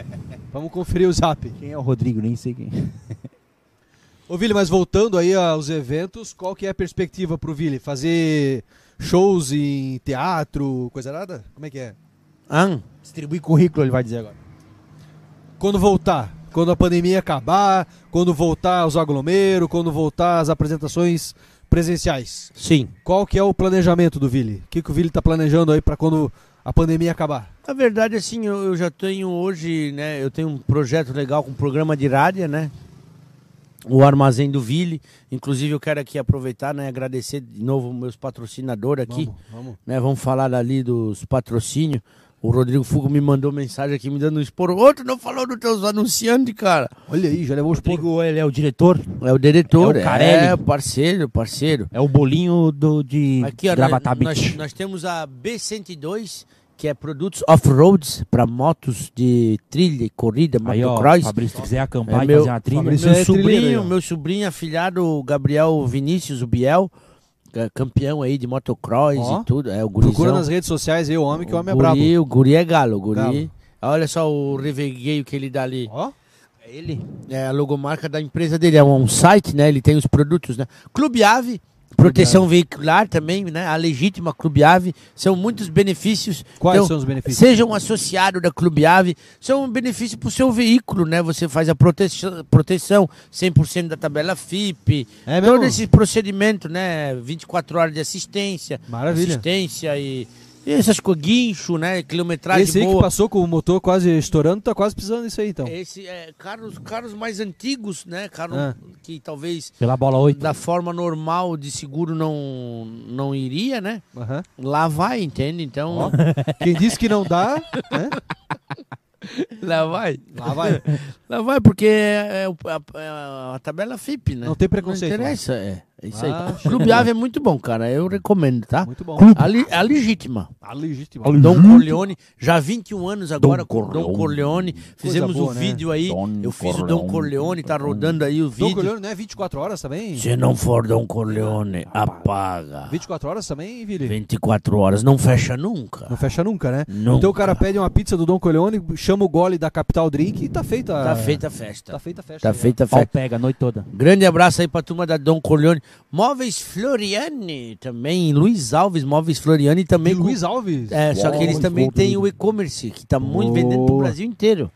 [SPEAKER 3] Vamos conferir o zap.
[SPEAKER 2] Quem é o Rodrigo? Nem sei quem.
[SPEAKER 3] Ô, Vili, mas voltando aí aos eventos, qual que é a perspectiva pro Vili? Fazer shows em teatro, coisa nada? Como é que é?
[SPEAKER 1] Hã?
[SPEAKER 2] Distribuir currículo, ele vai dizer agora.
[SPEAKER 3] Quando voltar? Quando a pandemia acabar, quando voltar os aglomeros, quando voltar as apresentações presenciais.
[SPEAKER 1] Sim.
[SPEAKER 3] Qual que é o planejamento do Vili? O que, que o Vili tá planejando aí pra quando a pandemia acabar?
[SPEAKER 1] Na verdade, assim, eu, eu já tenho hoje, né? Eu tenho um projeto legal com um programa de rádio, né? O Armazém do Ville. Inclusive, eu quero aqui aproveitar, né? Agradecer de novo meus patrocinadores aqui.
[SPEAKER 3] Vamos, vamos.
[SPEAKER 1] né? Vamos falar ali dos patrocínios. O Rodrigo Fugo me mandou mensagem aqui me dando um esporro. Outro não falou dos teus anunciantes, cara.
[SPEAKER 3] Olha aí, já levou os porcos.
[SPEAKER 2] Rodrigo, ele é o diretor,
[SPEAKER 1] É o diretor,
[SPEAKER 2] É
[SPEAKER 1] é,
[SPEAKER 2] o Carelli.
[SPEAKER 1] parceiro, parceiro.
[SPEAKER 2] é o bolinho do, de
[SPEAKER 1] Aqui, ó,
[SPEAKER 2] Gravatá
[SPEAKER 1] nós, nós,
[SPEAKER 2] Beach.
[SPEAKER 1] nós temos a B102, que é produtos off-roads para motos de trilha, e corrida,
[SPEAKER 2] Aí, ó, tá
[SPEAKER 1] motocross.
[SPEAKER 2] Fabrício, se quiser
[SPEAKER 1] É
[SPEAKER 2] acampar e
[SPEAKER 1] meu-
[SPEAKER 2] fazer uma trilha.
[SPEAKER 3] Fabrício,
[SPEAKER 1] meu
[SPEAKER 3] é trilheiro aí, ó.
[SPEAKER 1] sobrinho, meu sobrinho afilhado Gabriel Vinícius, o Biel, é campeão aí de motocross
[SPEAKER 3] Ó,
[SPEAKER 1] e tudo. É o gurizão.
[SPEAKER 3] Procura nas redes sociais aí o homem, que o homem é
[SPEAKER 1] guri,
[SPEAKER 3] brabo.
[SPEAKER 1] O guri é galo, o guri.
[SPEAKER 3] Galo.
[SPEAKER 1] Olha só o revegueio que ele dá ali.
[SPEAKER 3] Ó,
[SPEAKER 1] É ele? É a logomarca da empresa dele, é um site, né? Ele tem os produtos, né? Clube Ave, proteção veicular também, né? A legítima Clube Ave, são muitos benefícios.
[SPEAKER 3] quais
[SPEAKER 1] Então,
[SPEAKER 3] são os benefícios?
[SPEAKER 1] Sejam associado da Clube Ave, são um benefício para o seu veículo, né? Você faz a proteção, proteção 100% da tabela FIP,
[SPEAKER 3] É mesmo?
[SPEAKER 1] todo esse procedimento, né? 24 horas de assistência,
[SPEAKER 3] Maravilha.
[SPEAKER 1] assistência e, e essas coisas, guincho, né? Quilometragem
[SPEAKER 3] Esse aí
[SPEAKER 1] boa.
[SPEAKER 3] que passou com o motor quase estourando, tá quase precisando disso aí então.
[SPEAKER 1] Esse é carros, carros mais antigos, né? Carros
[SPEAKER 3] Ah.
[SPEAKER 1] que talvez
[SPEAKER 2] Pela bola 8.
[SPEAKER 1] da forma normal de seguro não, não iria, né?
[SPEAKER 3] Aham.
[SPEAKER 1] Lá vai, entende? Então,
[SPEAKER 3] Quem disse que não dá, né?
[SPEAKER 1] lá vai.
[SPEAKER 3] lá vai.
[SPEAKER 1] Lá vai, porque é, o- a, é a tabela FIP, né?
[SPEAKER 3] Não tem preconceito.
[SPEAKER 1] Não interessa, é. É isso aí.
[SPEAKER 3] Ah,
[SPEAKER 1] Clube Ave é muito bom, cara. Eu recomendo, tá?
[SPEAKER 3] Muito bom. Tá
[SPEAKER 1] A, li- a legítima.
[SPEAKER 3] A legítima.
[SPEAKER 1] Dom Corleone, já há 21 anos agora com o Dom
[SPEAKER 2] Corleone.
[SPEAKER 1] Corleone. Fizemos
[SPEAKER 3] boa,
[SPEAKER 1] um
[SPEAKER 3] né?
[SPEAKER 1] vídeo aí.
[SPEAKER 2] Dom
[SPEAKER 1] eu fiz o Dom
[SPEAKER 2] Corleone.
[SPEAKER 1] Corleone, tá rodando aí o vídeo.
[SPEAKER 3] Dom Corleone não é 24 horas também?
[SPEAKER 1] Se não for Dom Corleone,
[SPEAKER 3] Ah,
[SPEAKER 1] apaga.
[SPEAKER 3] 24 horas também, Vili?
[SPEAKER 1] 24 horas, não fecha nunca.
[SPEAKER 3] Não fecha nunca, né?
[SPEAKER 1] Nunca.
[SPEAKER 3] Então o cara pede uma pizza do Dom Corleone, chama o gole da Capital Drink e tá feita.
[SPEAKER 1] Tá feita a
[SPEAKER 3] Tá
[SPEAKER 1] festa.
[SPEAKER 3] feita a festa.
[SPEAKER 1] Tá
[SPEAKER 3] aí,
[SPEAKER 1] feita a
[SPEAKER 2] Pau
[SPEAKER 1] festa.
[SPEAKER 2] pega a noite toda.
[SPEAKER 1] Grande abraço aí pra turma da Dom Corleone. Móveis Floriani também. Luiz Alves, Móveis Floriani
[SPEAKER 3] ó. E
[SPEAKER 1] também. com-
[SPEAKER 3] Luiz Alves.
[SPEAKER 1] É, só que eles
[SPEAKER 2] Móveis
[SPEAKER 1] também têm o
[SPEAKER 2] Floriani.
[SPEAKER 1] e-commerce, que tá muito
[SPEAKER 2] Boa.
[SPEAKER 1] vendendo pro Brasil inteiro.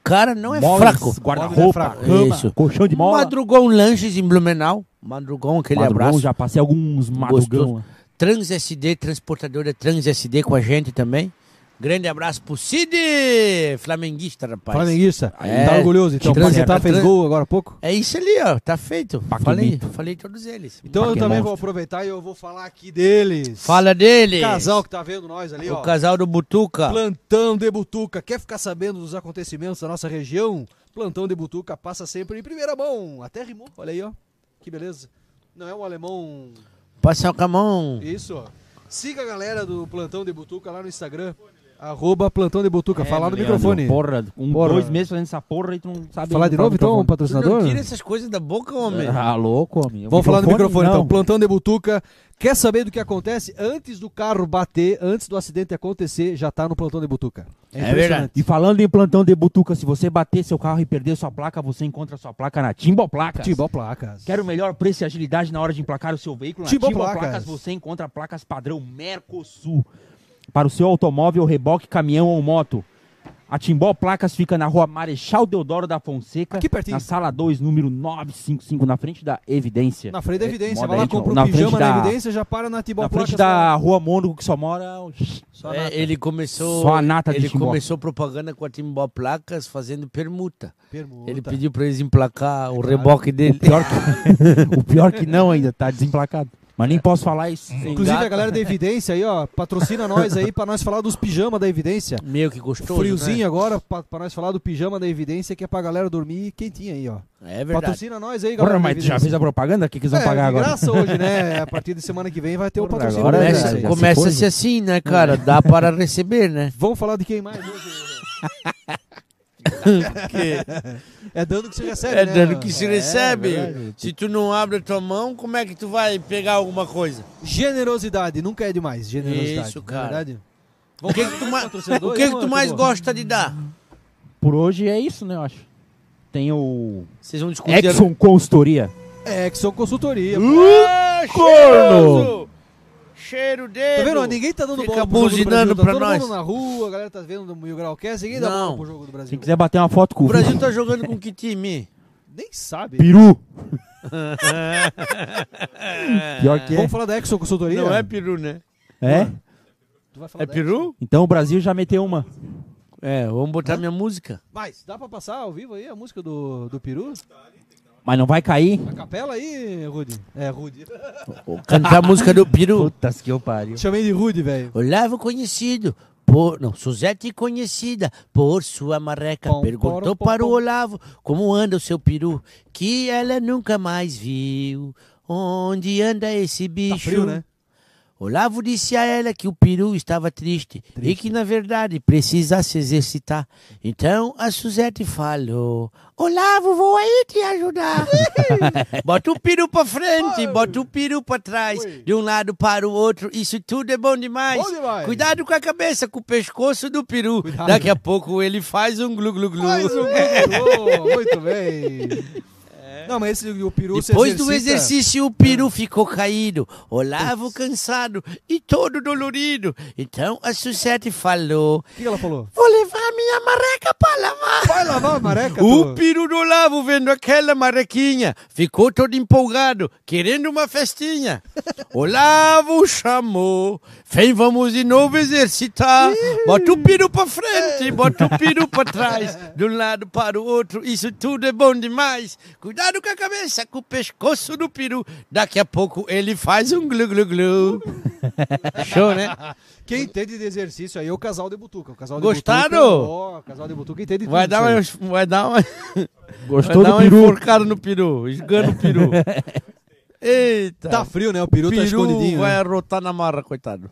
[SPEAKER 1] O cara não é
[SPEAKER 2] Móveis,
[SPEAKER 1] fraco.
[SPEAKER 3] Móvel é
[SPEAKER 2] Guarda-roupa,
[SPEAKER 3] fraco.
[SPEAKER 2] cama,
[SPEAKER 1] Isso.
[SPEAKER 2] colchão de mola.
[SPEAKER 1] Madrugão Lanches em Blumenau. Madrugão, aquele
[SPEAKER 2] Madrugão,
[SPEAKER 1] abraço.
[SPEAKER 2] já passei alguns madrugão.
[SPEAKER 1] TransSD, transportadora TransSD com a gente também. Grande abraço pro Cid, flamenguista, rapaz.
[SPEAKER 3] Flamenguista.
[SPEAKER 1] É.
[SPEAKER 3] Tá orgulhoso. Então,
[SPEAKER 1] Trans-
[SPEAKER 3] você tá, fez
[SPEAKER 1] Trans-
[SPEAKER 3] gol agora há pouco?
[SPEAKER 1] É isso ali, ó, tá feito.
[SPEAKER 2] Paquemito.
[SPEAKER 1] Falei, falei todos eles.
[SPEAKER 3] Então eu
[SPEAKER 2] Baque
[SPEAKER 3] também
[SPEAKER 2] monstro.
[SPEAKER 3] vou aproveitar e eu vou falar aqui deles.
[SPEAKER 1] Fala dele.
[SPEAKER 3] O casal que tá vendo nós ali, ó.
[SPEAKER 1] O casal do
[SPEAKER 2] Ah.
[SPEAKER 1] Butuca.
[SPEAKER 3] Plantão de Butuca. Quer ficar sabendo dos acontecimentos da nossa região? Plantão de Butuca passa sempre em primeira mão. Até rimou. Olha aí, ó. Que beleza. Não é um alemão.
[SPEAKER 1] Passa com a mão.
[SPEAKER 3] Isso, ó. Siga a galera do Plantão de Butuca lá no Instagram. Arroba Plantão de Butuca. Falar no
[SPEAKER 2] É, Leandro,
[SPEAKER 3] microfone.
[SPEAKER 2] Porra, um,
[SPEAKER 3] Porra.
[SPEAKER 2] dois meses fazendo essa porra e tu não sabe.
[SPEAKER 3] Falar de
[SPEAKER 2] falar
[SPEAKER 3] novo,
[SPEAKER 2] no
[SPEAKER 3] então,
[SPEAKER 2] microfone.
[SPEAKER 1] Tu não
[SPEAKER 3] patrocinador?
[SPEAKER 1] tira essas coisas da boca, homem.
[SPEAKER 2] Ah, louco, homem. O
[SPEAKER 3] Vamos falar no microfone,
[SPEAKER 2] não.
[SPEAKER 3] então. Plantão de Butuca. Quer saber do que acontece? Antes do carro bater, antes do acidente acontecer, já tá no Plantão de Butuca.
[SPEAKER 1] É
[SPEAKER 3] impressionante.
[SPEAKER 2] E falando em plantão de butuca, se você bater seu carro e perder sua placa, você encontra sua placa na Timbal Placas.
[SPEAKER 3] Timbal Placas.
[SPEAKER 2] Quer o melhor preço e agilidade na hora de emplacar o seu veículo? Na
[SPEAKER 3] Timbal
[SPEAKER 2] Timbal,
[SPEAKER 3] Placas.
[SPEAKER 2] Placas. você encontra placas padrão Mercosul para o seu automóvel, reboque, caminhão ou moto. A Timbó Placas fica na rua Marechal Deodoro da Fonseca.
[SPEAKER 3] Aqui pertinho.
[SPEAKER 2] Na sala 2, número 955, na frente da Evidência.
[SPEAKER 3] Na frente da
[SPEAKER 2] É,
[SPEAKER 3] evidência.
[SPEAKER 2] moda
[SPEAKER 3] Vai lá,
[SPEAKER 2] íntima.
[SPEAKER 3] compra um
[SPEAKER 2] Na
[SPEAKER 3] pijama
[SPEAKER 2] frente
[SPEAKER 3] na
[SPEAKER 2] da-
[SPEAKER 3] evidência, já para na Tibó
[SPEAKER 2] na frente
[SPEAKER 3] Placa,
[SPEAKER 2] da rua Mônico, que só mora...
[SPEAKER 3] só- só
[SPEAKER 1] É,
[SPEAKER 3] nata.
[SPEAKER 1] ele começou.
[SPEAKER 2] Só a nata de
[SPEAKER 1] Ele
[SPEAKER 2] Timbó.
[SPEAKER 1] começou propaganda com a Timbó Placas fazendo permuta.
[SPEAKER 3] Permuta.
[SPEAKER 1] Ele pediu pra eles emplacar o reboque dele.
[SPEAKER 2] Pior que... o pior que não ainda, tá desemplacado. Mas nem posso falar isso.
[SPEAKER 3] Inclusive a galera da Evidência aí, ó, patrocina nós aí pra nós falar dos pijamas da Evidência.
[SPEAKER 1] Meio que né? gostoso.
[SPEAKER 3] Friozinho agora pra, pra nós falar do pijama da Evidência que é pra galera dormir quentinha aí, ó.
[SPEAKER 1] Né? É verdade.
[SPEAKER 3] Patrocina nós aí,
[SPEAKER 2] Porra,
[SPEAKER 3] galera. da
[SPEAKER 2] mas tu já
[SPEAKER 3] Evidência.
[SPEAKER 2] fez a propaganda? O que, que eles vão
[SPEAKER 3] é,
[SPEAKER 2] pagar
[SPEAKER 3] de
[SPEAKER 2] agora?
[SPEAKER 3] graça hoje, né? A partir de semana que vem vai ter o
[SPEAKER 2] Porra,
[SPEAKER 3] patrocínio. né,
[SPEAKER 2] agora
[SPEAKER 3] da
[SPEAKER 2] é
[SPEAKER 3] Evidência
[SPEAKER 2] verdade.
[SPEAKER 1] Começa,
[SPEAKER 3] aí.
[SPEAKER 2] já
[SPEAKER 1] começa
[SPEAKER 2] se foi,
[SPEAKER 1] a ser assim, né, cara? Dá para receber, né?
[SPEAKER 3] Vamos falar de quem mais hoje? É dando que se recebe,
[SPEAKER 1] É
[SPEAKER 3] né?
[SPEAKER 1] dano que se
[SPEAKER 3] É,
[SPEAKER 1] recebe.
[SPEAKER 3] verdade.
[SPEAKER 1] Se tu não abre a tua mão, como é que tu vai pegar alguma coisa?
[SPEAKER 3] Generosidade, nunca é demais. Generosidade.
[SPEAKER 1] Isso,
[SPEAKER 3] não é
[SPEAKER 1] cara.
[SPEAKER 3] verdade?
[SPEAKER 1] O que, que tu, ma-
[SPEAKER 3] patrocinador é
[SPEAKER 1] o que
[SPEAKER 3] aí,
[SPEAKER 1] que tu
[SPEAKER 3] mano,
[SPEAKER 1] mais
[SPEAKER 3] pô?
[SPEAKER 1] gosta de dar?
[SPEAKER 2] Por hoje é isso, né, eu acho. Tem o...
[SPEAKER 1] Vocês vão discutir.
[SPEAKER 2] Exxon Consultoria.
[SPEAKER 3] É, que são consultoria.
[SPEAKER 1] Ah, cheiroso! Cheiro
[SPEAKER 3] Tá
[SPEAKER 1] dele!
[SPEAKER 3] vendo? ó, Ninguém tá dando
[SPEAKER 1] Fica
[SPEAKER 3] bola pro jogo do
[SPEAKER 1] buzinando
[SPEAKER 3] Brasil,
[SPEAKER 1] pra
[SPEAKER 3] tá
[SPEAKER 1] nós.
[SPEAKER 3] Todo mundo na rua, a galera tá vendo do Mil Grau Cast, ninguém dá
[SPEAKER 1] Não.
[SPEAKER 3] bola pro jogo do Brasil.
[SPEAKER 2] Se quiser bater uma foto com
[SPEAKER 1] O
[SPEAKER 2] o
[SPEAKER 1] Brasil tá jogando com que time?
[SPEAKER 3] Nem sabe.
[SPEAKER 2] Peru. Pior que é.
[SPEAKER 3] Vamos falar da Exxon Consultoria?
[SPEAKER 1] Não é peru, né?
[SPEAKER 2] É?
[SPEAKER 3] Tu vai falar
[SPEAKER 1] É
[SPEAKER 3] da
[SPEAKER 1] peru?
[SPEAKER 2] Então o Brasil já meteu uma.
[SPEAKER 1] É, vamos botar minha música.
[SPEAKER 3] Mas, dá pra passar ao vivo aí a música do, do peru?
[SPEAKER 2] Mas não vai cair?
[SPEAKER 3] A capela aí, Rude. É, Rude.
[SPEAKER 1] Cantar a música do peru.
[SPEAKER 2] Putas que eu pariu.
[SPEAKER 3] Chamei de Rude, velho.
[SPEAKER 1] Olavo conhecido, por, não, Suzete conhecida por sua marreca,
[SPEAKER 3] Pom,
[SPEAKER 1] perguntou
[SPEAKER 3] porom, pom,
[SPEAKER 1] para o
[SPEAKER 3] pom.
[SPEAKER 1] Olavo como anda o seu peru, que ela nunca mais viu. Onde anda esse bicho?
[SPEAKER 3] Tá frio, né?
[SPEAKER 1] Olavo disse a ela que o peru estava triste, e que, na verdade, precisava se exercitar. Então a Suzete falou: Olavo, vou aí te ajudar. bota o peru pra frente, bota o peru pra trás,
[SPEAKER 3] Oi.
[SPEAKER 1] de um lado para o outro. Isso tudo é bom demais.
[SPEAKER 3] Bom demais.
[SPEAKER 1] Cuidado com a cabeça, com o pescoço do peru.
[SPEAKER 3] Cuidado.
[SPEAKER 1] Daqui a pouco ele faz um glu-glu-glu.
[SPEAKER 3] Mais um Google. Muito bem. Não, mas esse o peru
[SPEAKER 1] É.
[SPEAKER 3] se
[SPEAKER 1] Depois do
[SPEAKER 3] exercita.
[SPEAKER 1] exercício, o peru ficou caído, Olavo cansado e todo dolorido. Então a Suzete falou:
[SPEAKER 3] O que ela falou?
[SPEAKER 1] Vou levar minha marreca para lavar.
[SPEAKER 3] Vai lavar a mareca,
[SPEAKER 1] O
[SPEAKER 3] tu.
[SPEAKER 1] peru do Olavo, vendo aquela marrequinha, ficou todo empolgado, querendo uma festinha. Olavo chamou: Vem, vamos de novo exercitar. Bota o peru para frente, bota o peru para trás, de um lado para o outro. Isso tudo é bom demais. Cuidado com a cabeça, com o pescoço do peru. Daqui a pouco ele faz um glu-glu-glu. Show, né?
[SPEAKER 3] Quem entende de exercício aí é o casal de butuca. O casal de
[SPEAKER 1] Gostaram?
[SPEAKER 3] Butuca, ó, o casal de butuca entende
[SPEAKER 1] Vai
[SPEAKER 3] tudo
[SPEAKER 1] dar
[SPEAKER 3] isso aí.
[SPEAKER 1] uma. Vai dar uma. Vai
[SPEAKER 2] Gostou do
[SPEAKER 1] dar uma
[SPEAKER 2] peru?
[SPEAKER 1] enforcada no peru, esgando o peru. Eita!
[SPEAKER 3] Tá frio, né? O peru,
[SPEAKER 1] o
[SPEAKER 3] tá escondidinho.
[SPEAKER 1] peru vai
[SPEAKER 3] né?
[SPEAKER 1] arrotar na marra, coitado.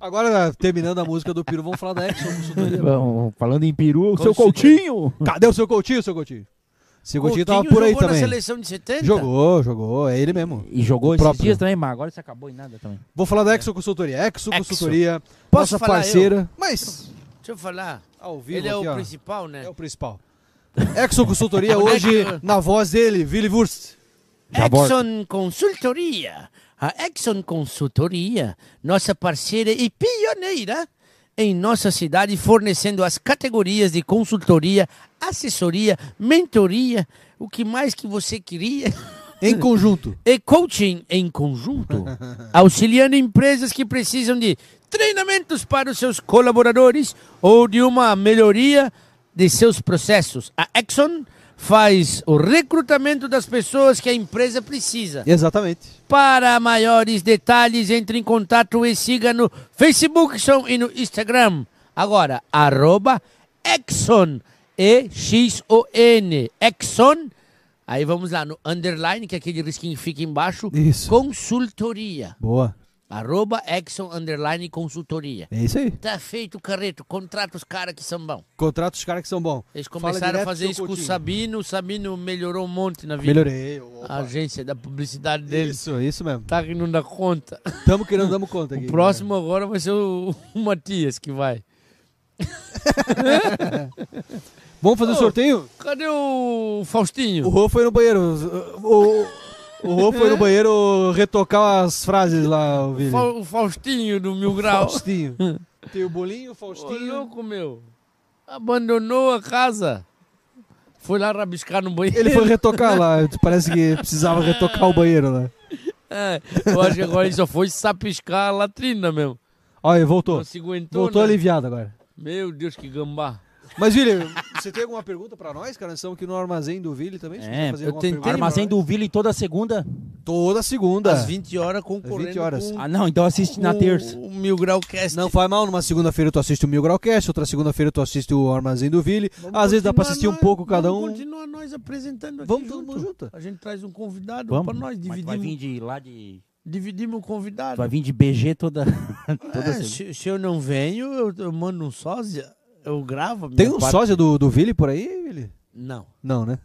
[SPEAKER 3] Agora, terminando a música do peru, vamos falar da Exxon Consultoria.
[SPEAKER 2] Vamos, falando em peru, o seu
[SPEAKER 1] Consultoria.
[SPEAKER 2] Coutinho.
[SPEAKER 3] Cadê o seu Coutinho, seu Coutinho? Seu Coutinho, tava por aí
[SPEAKER 1] jogou na
[SPEAKER 3] também.
[SPEAKER 1] seleção de 70?
[SPEAKER 3] Jogou, jogou. É ele mesmo.
[SPEAKER 2] E jogou esses
[SPEAKER 3] próprio.
[SPEAKER 2] dias também, mas agora isso acabou em nada também.
[SPEAKER 3] Vou falar da Exo Consultoria. Exo
[SPEAKER 1] Exo.
[SPEAKER 3] Consultoria,
[SPEAKER 1] Posso
[SPEAKER 3] nossa
[SPEAKER 1] falar
[SPEAKER 3] parceira, mas
[SPEAKER 1] Deixa eu falar.
[SPEAKER 3] ao vivo
[SPEAKER 1] Ele é
[SPEAKER 3] aqui,
[SPEAKER 1] o
[SPEAKER 3] ó,
[SPEAKER 1] principal, né?
[SPEAKER 3] é o principal. Exo Consultoria hoje,
[SPEAKER 1] Onde é que-
[SPEAKER 3] na voz dele, Willy Wurst.
[SPEAKER 2] Já volto.
[SPEAKER 1] Exxon Consultoria. A Exxon Consultoria, nossa parceira e pioneira em nossa cidade, fornecendo as categorias de consultoria, assessoria, mentoria, o que mais que você queria.
[SPEAKER 3] Em conjunto.
[SPEAKER 1] e coaching em conjunto, auxiliando empresas que precisam de treinamentos para os seus colaboradores ou de uma melhoria de seus processos. A Exxon faz o recrutamento das pessoas que a empresa precisa.
[SPEAKER 3] Exatamente.
[SPEAKER 1] Para maiores detalhes, entre em contato e siga no Facebook são, e no Instagram. Agora, arroba Exxon, E-X-O-N, Exxon. Aí vamos lá no underline, que é aquele risquinho que fica embaixo.
[SPEAKER 3] Isso.
[SPEAKER 1] Consultoria.
[SPEAKER 3] Boa.
[SPEAKER 1] Arroba Exxon, underline, consultoria.
[SPEAKER 3] É isso aí.
[SPEAKER 1] Tá feito, Carreto. Contrata os caras que são bons.
[SPEAKER 3] Contrata os caras que são bons.
[SPEAKER 1] Eles
[SPEAKER 3] Fala
[SPEAKER 1] começaram a
[SPEAKER 3] direto,
[SPEAKER 1] fazer
[SPEAKER 3] seu
[SPEAKER 1] isso com o
[SPEAKER 3] Coutinho.
[SPEAKER 1] Sabino. O Sabino melhorou um monte na vida.
[SPEAKER 3] Melhorei. opa.
[SPEAKER 1] A agência da publicidade dele.
[SPEAKER 3] Isso, isso mesmo.
[SPEAKER 1] Tá que não dá conta.
[SPEAKER 3] Tamo querendo, damos conta aqui.
[SPEAKER 1] O próximo agora vai ser o, o Matias que vai.
[SPEAKER 3] Vamos fazer o sorteio?
[SPEAKER 1] Cadê o
[SPEAKER 3] O
[SPEAKER 1] Faustinho?
[SPEAKER 3] Rô foi no banheiro. O, o Rô foi no banheiro retocar as frases lá, o Vini.
[SPEAKER 1] Fa- o Faustinho do Mil Grau.
[SPEAKER 3] Faustinho. Tem o bolinho, o
[SPEAKER 1] Ô,
[SPEAKER 3] Faustinho.
[SPEAKER 1] louco, meu. Abandonou a casa. Foi lá rabiscar no banheiro.
[SPEAKER 3] Ele foi retocar lá. Parece que precisava retocar o banheiro lá.
[SPEAKER 1] É, eu acho que agora ele só foi sapiscar a latrina mesmo.
[SPEAKER 3] Olha, voltou.
[SPEAKER 1] Não se aguentou,
[SPEAKER 3] Voltou
[SPEAKER 1] né?
[SPEAKER 3] aliviado agora.
[SPEAKER 1] Meu Deus, que gambá.
[SPEAKER 3] Mas, Vili, você tem alguma pergunta pra nós, cara? Nós estamos aqui no Armazém do Vili também. se
[SPEAKER 2] É,
[SPEAKER 3] quiser fazer
[SPEAKER 1] eu
[SPEAKER 3] alguma
[SPEAKER 1] tentei,
[SPEAKER 3] pergunta
[SPEAKER 2] Armazém
[SPEAKER 3] pra nós.
[SPEAKER 2] do Vili toda segunda.
[SPEAKER 3] Toda segunda.
[SPEAKER 1] Às 20 horas concorrendo
[SPEAKER 3] 20 horas.
[SPEAKER 1] com
[SPEAKER 2] Ah, não, então assiste na
[SPEAKER 1] o-
[SPEAKER 2] terça.
[SPEAKER 1] O Mil Grau Cast.
[SPEAKER 3] Não faz mal, numa segunda-feira tu assiste o Mil Graucast, outra segunda-feira tu assiste o Armazém do Vili.
[SPEAKER 1] Vamos
[SPEAKER 3] Às vezes dá pra
[SPEAKER 1] continuar
[SPEAKER 3] assistir um
[SPEAKER 1] nós-
[SPEAKER 3] pouco cada
[SPEAKER 1] Vamos
[SPEAKER 3] um.
[SPEAKER 1] continuar nós apresentando aqui
[SPEAKER 3] Vamos todo
[SPEAKER 1] junto.
[SPEAKER 3] mundo junto.
[SPEAKER 1] A gente traz um convidado
[SPEAKER 2] Vamos.
[SPEAKER 1] pra nós.
[SPEAKER 2] Mas tu vai
[SPEAKER 1] Dividimos,
[SPEAKER 2] vir de lá de.
[SPEAKER 1] dividimos o
[SPEAKER 2] tu
[SPEAKER 1] convidado.
[SPEAKER 2] vai vir de BG toda. toda
[SPEAKER 1] É,
[SPEAKER 2] segunda.
[SPEAKER 1] se, se eu não venho, eu, eu mando um sósia. Eu gravo. a minha
[SPEAKER 3] Tem um
[SPEAKER 1] parte.
[SPEAKER 3] sósia do, do Vili por aí, Vili?
[SPEAKER 1] Não.
[SPEAKER 3] Não, né?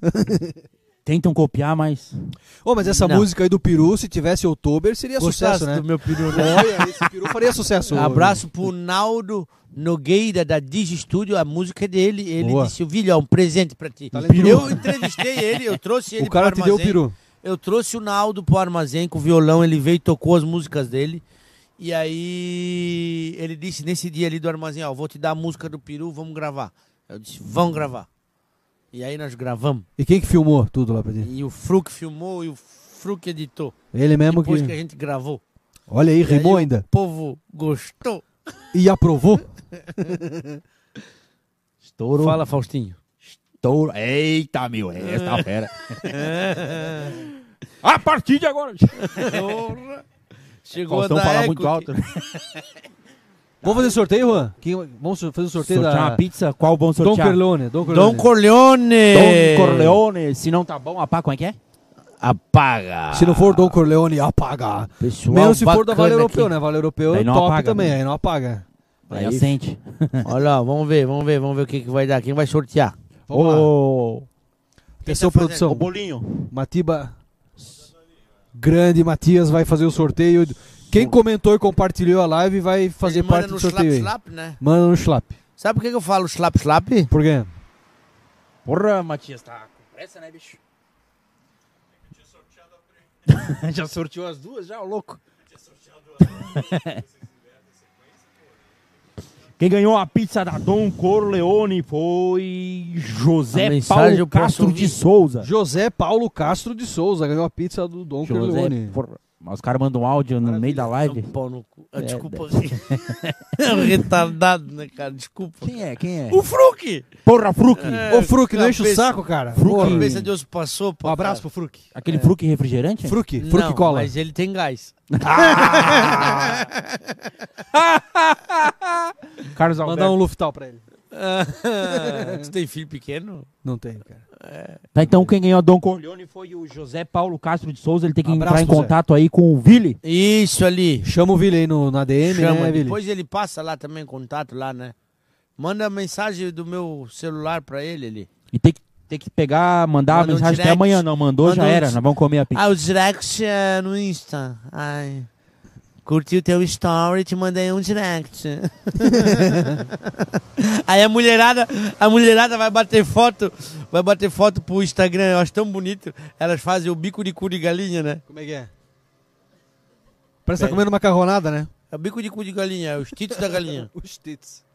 [SPEAKER 2] Tentam copiar, mas.
[SPEAKER 3] Ô, mas essa
[SPEAKER 1] Não.
[SPEAKER 3] música aí do Peru, se tivesse outubro, seria
[SPEAKER 1] Gostasse
[SPEAKER 3] sucesso, né?
[SPEAKER 1] do meu peru, né?
[SPEAKER 3] Olha, esse Peru faria sucesso.
[SPEAKER 1] Abraço pro Naldo Nogueira da Digi Studio, a música é dele. Ele
[SPEAKER 3] Boa.
[SPEAKER 1] disse: Vilha, um presente pra ti.
[SPEAKER 3] Tá lendo
[SPEAKER 1] Eu entrevistei ele, eu trouxe ele
[SPEAKER 3] O cara
[SPEAKER 1] pro
[SPEAKER 3] te deu o
[SPEAKER 1] armazém.
[SPEAKER 3] peru.
[SPEAKER 1] Eu trouxe o Naldo pro armazém com o violão, ele veio e tocou as músicas dele. E aí ele disse nesse dia ali do armazém, ó, vou te dar a música do Peru, vamos gravar. Eu disse, vamos gravar. E aí nós gravamos.
[SPEAKER 3] E quem que filmou tudo lá pra ti?
[SPEAKER 1] E o Fruc filmou e o Fruc editou.
[SPEAKER 3] Ele mesmo
[SPEAKER 1] Depois que a
[SPEAKER 3] que...
[SPEAKER 1] gente gravou.
[SPEAKER 3] Olha aí, rimou
[SPEAKER 1] aí o-
[SPEAKER 3] ainda.
[SPEAKER 1] O povo
[SPEAKER 3] É,
[SPEAKER 1] gostou.
[SPEAKER 3] E aprovou.
[SPEAKER 2] Estouro.
[SPEAKER 1] Fala, Faustinho. É.
[SPEAKER 2] Estouro. Eita, meu, esta fera. a partir de agora.
[SPEAKER 1] Porra. Chegou a
[SPEAKER 3] um
[SPEAKER 2] Faustão
[SPEAKER 1] dar
[SPEAKER 2] fala
[SPEAKER 1] eco
[SPEAKER 2] muito
[SPEAKER 1] aqui.
[SPEAKER 2] alto.
[SPEAKER 3] Vamos fazer sorteio, Juan? Quem- Vamos so- fazer o sorteio
[SPEAKER 2] Sortear
[SPEAKER 3] da...
[SPEAKER 2] uma pizza? Qual bom
[SPEAKER 3] Dom
[SPEAKER 2] sortear?
[SPEAKER 3] Corleone. Dom
[SPEAKER 1] Dom
[SPEAKER 3] Corleone.
[SPEAKER 1] Corleone.
[SPEAKER 2] Dom Corleone. Se não tá bom, apá, como é que é?
[SPEAKER 1] Apaga.
[SPEAKER 3] Se não for Dom Corleone, apaga.
[SPEAKER 1] Pessoal
[SPEAKER 3] Menos se for da
[SPEAKER 1] bacana
[SPEAKER 3] Vale Europeu,
[SPEAKER 1] aqui.
[SPEAKER 3] né? Vale Europeu é
[SPEAKER 2] Daí não
[SPEAKER 3] top
[SPEAKER 2] apaga,
[SPEAKER 3] também,
[SPEAKER 2] né?
[SPEAKER 3] aí não apaga.
[SPEAKER 2] Aí
[SPEAKER 1] Aí-
[SPEAKER 2] assente.
[SPEAKER 3] né?
[SPEAKER 1] Olha lá, vamos ver, vamos ver, vamos ver o que, que vai dar. Quem vai sortear?
[SPEAKER 3] Vamos lá.
[SPEAKER 2] Ô,
[SPEAKER 3] Atenção,
[SPEAKER 1] tá fazendo?
[SPEAKER 3] é produção.
[SPEAKER 2] bolinho.
[SPEAKER 3] Matiba. Grande Matias vai fazer o sorteio. Quem comentou e compartilhou a live vai fazer
[SPEAKER 1] Ele manda
[SPEAKER 3] parte
[SPEAKER 1] no
[SPEAKER 3] do sorteio aí.
[SPEAKER 1] slap, slap, né?
[SPEAKER 3] Manda no Schlap.
[SPEAKER 1] Sabe por que, que eu falo slap slap?
[SPEAKER 3] Por quê?
[SPEAKER 2] Porra, Matias, tá com pressa, né, bicho? já sorteou as duas, já, ô louco. Quem ganhou a pizza da Dom Corleone foi
[SPEAKER 1] A
[SPEAKER 2] José
[SPEAKER 1] mensagem eu
[SPEAKER 2] Paulo
[SPEAKER 1] posso
[SPEAKER 2] Castro
[SPEAKER 1] ouvir.
[SPEAKER 2] de Souza.
[SPEAKER 3] José Paulo Castro de Souza ganhou a pizza do Dom Corleone.
[SPEAKER 2] porra, mas os caras mandam um áudio no meio da
[SPEAKER 3] é
[SPEAKER 2] live.
[SPEAKER 1] Um pau no cu. Ah,
[SPEAKER 2] É,
[SPEAKER 1] desculpa. É um retardado, né, cara? Desculpa.
[SPEAKER 2] Quem é? Quem é?
[SPEAKER 1] O Fruc!
[SPEAKER 2] Porra, Fruc!
[SPEAKER 3] Ô, Fruc, não enche o
[SPEAKER 1] cabeça-
[SPEAKER 3] saco, cara.
[SPEAKER 1] A
[SPEAKER 3] Porra.
[SPEAKER 1] cabeça de osso passou, pô.
[SPEAKER 3] Um
[SPEAKER 1] cara.
[SPEAKER 3] abraço pro Fruc.
[SPEAKER 2] Aquele Fruc refrigerante?
[SPEAKER 3] Fruc,
[SPEAKER 1] Não,
[SPEAKER 3] Fruc cola.
[SPEAKER 1] mas ele tem gás.
[SPEAKER 2] Carlos
[SPEAKER 3] Mandar um luftal pra ele.
[SPEAKER 1] Você tem filho pequeno?
[SPEAKER 3] Não tem, cara.
[SPEAKER 2] Tá, então quem ganhou a Dom Corleone foi o José Paulo Castro de Souza. Ele tem que
[SPEAKER 3] Abraço,
[SPEAKER 2] entrar em
[SPEAKER 3] José.
[SPEAKER 2] contato aí com o Vili.
[SPEAKER 1] Isso ali.
[SPEAKER 3] Chama o Vili aí no, na DM,
[SPEAKER 1] Chama.
[SPEAKER 3] né, Vili?
[SPEAKER 1] Depois ele passa lá também, contato lá, né? Manda mensagem do meu celular pra ele ali.
[SPEAKER 2] E tem que, tem que pegar, mandar
[SPEAKER 1] Manda um
[SPEAKER 2] a mensagem até
[SPEAKER 1] direct.
[SPEAKER 2] amanhã. Não mandou,
[SPEAKER 1] Manda
[SPEAKER 2] já
[SPEAKER 1] um
[SPEAKER 2] era.
[SPEAKER 1] dis-
[SPEAKER 2] Nós vamos comer a pizza.
[SPEAKER 1] Ah, o direct é no Insta. Ai. Curti o teu story, te mandei um direct. Aí a mulherada, a mulherada vai bater foto, vai bater foto pro Instagram, eu acho tão bonito. Elas fazem o bico de cu de galinha, né?
[SPEAKER 3] Como é que é? Parece que tá comendo macarronada, né?
[SPEAKER 1] É o bico de cu de galinha, é os títulos da galinha.
[SPEAKER 3] Os tits.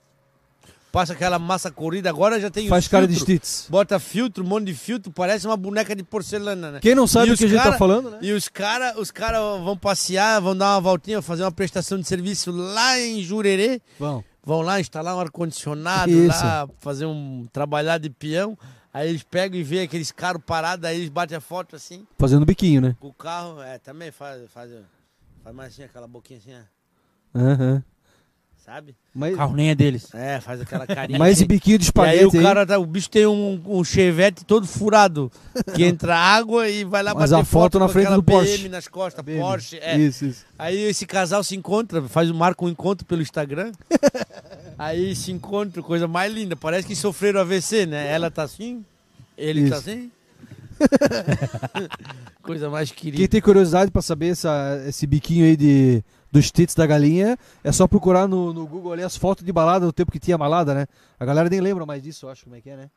[SPEAKER 1] Passa aquela massa corrida, agora já tem
[SPEAKER 3] Faz
[SPEAKER 1] os
[SPEAKER 3] cara de
[SPEAKER 1] filtros.
[SPEAKER 3] tits.
[SPEAKER 1] Bota filtro, um monte de filtro, parece uma boneca de porcelana, né?
[SPEAKER 3] Quem não sabe
[SPEAKER 1] E
[SPEAKER 3] o
[SPEAKER 1] os
[SPEAKER 3] que a gente
[SPEAKER 1] cara-
[SPEAKER 3] tá falando, né?
[SPEAKER 1] E os caras os cara vão passear, vão dar uma voltinha, fazer uma prestação de serviço lá em Jurerê.
[SPEAKER 3] Vão.
[SPEAKER 1] Vão lá instalar um ar-condicionado,
[SPEAKER 3] Isso.
[SPEAKER 1] lá fazer um trabalhar de peão. Aí eles pegam e veem aqueles caras parados, aí eles batem a foto assim,
[SPEAKER 3] Fazendo biquinho, né?
[SPEAKER 1] com o carro. É, também faz, faz, faz mais assim, aquela boquinha assim, ó,
[SPEAKER 3] Aham.
[SPEAKER 1] sabe?
[SPEAKER 3] Mas,
[SPEAKER 2] O carro nem é deles.
[SPEAKER 1] É, faz aquela carinha.
[SPEAKER 3] mas e
[SPEAKER 1] assim.
[SPEAKER 3] biquinho de
[SPEAKER 1] E aí o
[SPEAKER 3] espaguete aí?
[SPEAKER 1] cara, tá- o bicho tem um, um chevette todo furado, que entra água e vai lá
[SPEAKER 3] Mas
[SPEAKER 1] bater
[SPEAKER 3] a foto na
[SPEAKER 1] com
[SPEAKER 3] frente
[SPEAKER 1] aquela
[SPEAKER 3] do Porsche.
[SPEAKER 1] BM nas costas,
[SPEAKER 3] BM.
[SPEAKER 1] Porsche, é.
[SPEAKER 3] Isso, isso.
[SPEAKER 1] Aí esse casal se encontra, faz um marca um encontro pelo Instagram. Aí se encontra, coisa mais linda. Parece que sofreram AVC, né? Ela tá assim, ele tá
[SPEAKER 3] Isso.
[SPEAKER 1] assim. coisa mais
[SPEAKER 3] Quem
[SPEAKER 1] querida.
[SPEAKER 3] tem curiosidade pra saber essa- esse biquinho aí de, dos tits da galinha, é só procurar no, no Google ali as fotos de balada, do tempo que tinha balada, né? A galera nem lembra mais disso, eu acho, como é que é, né?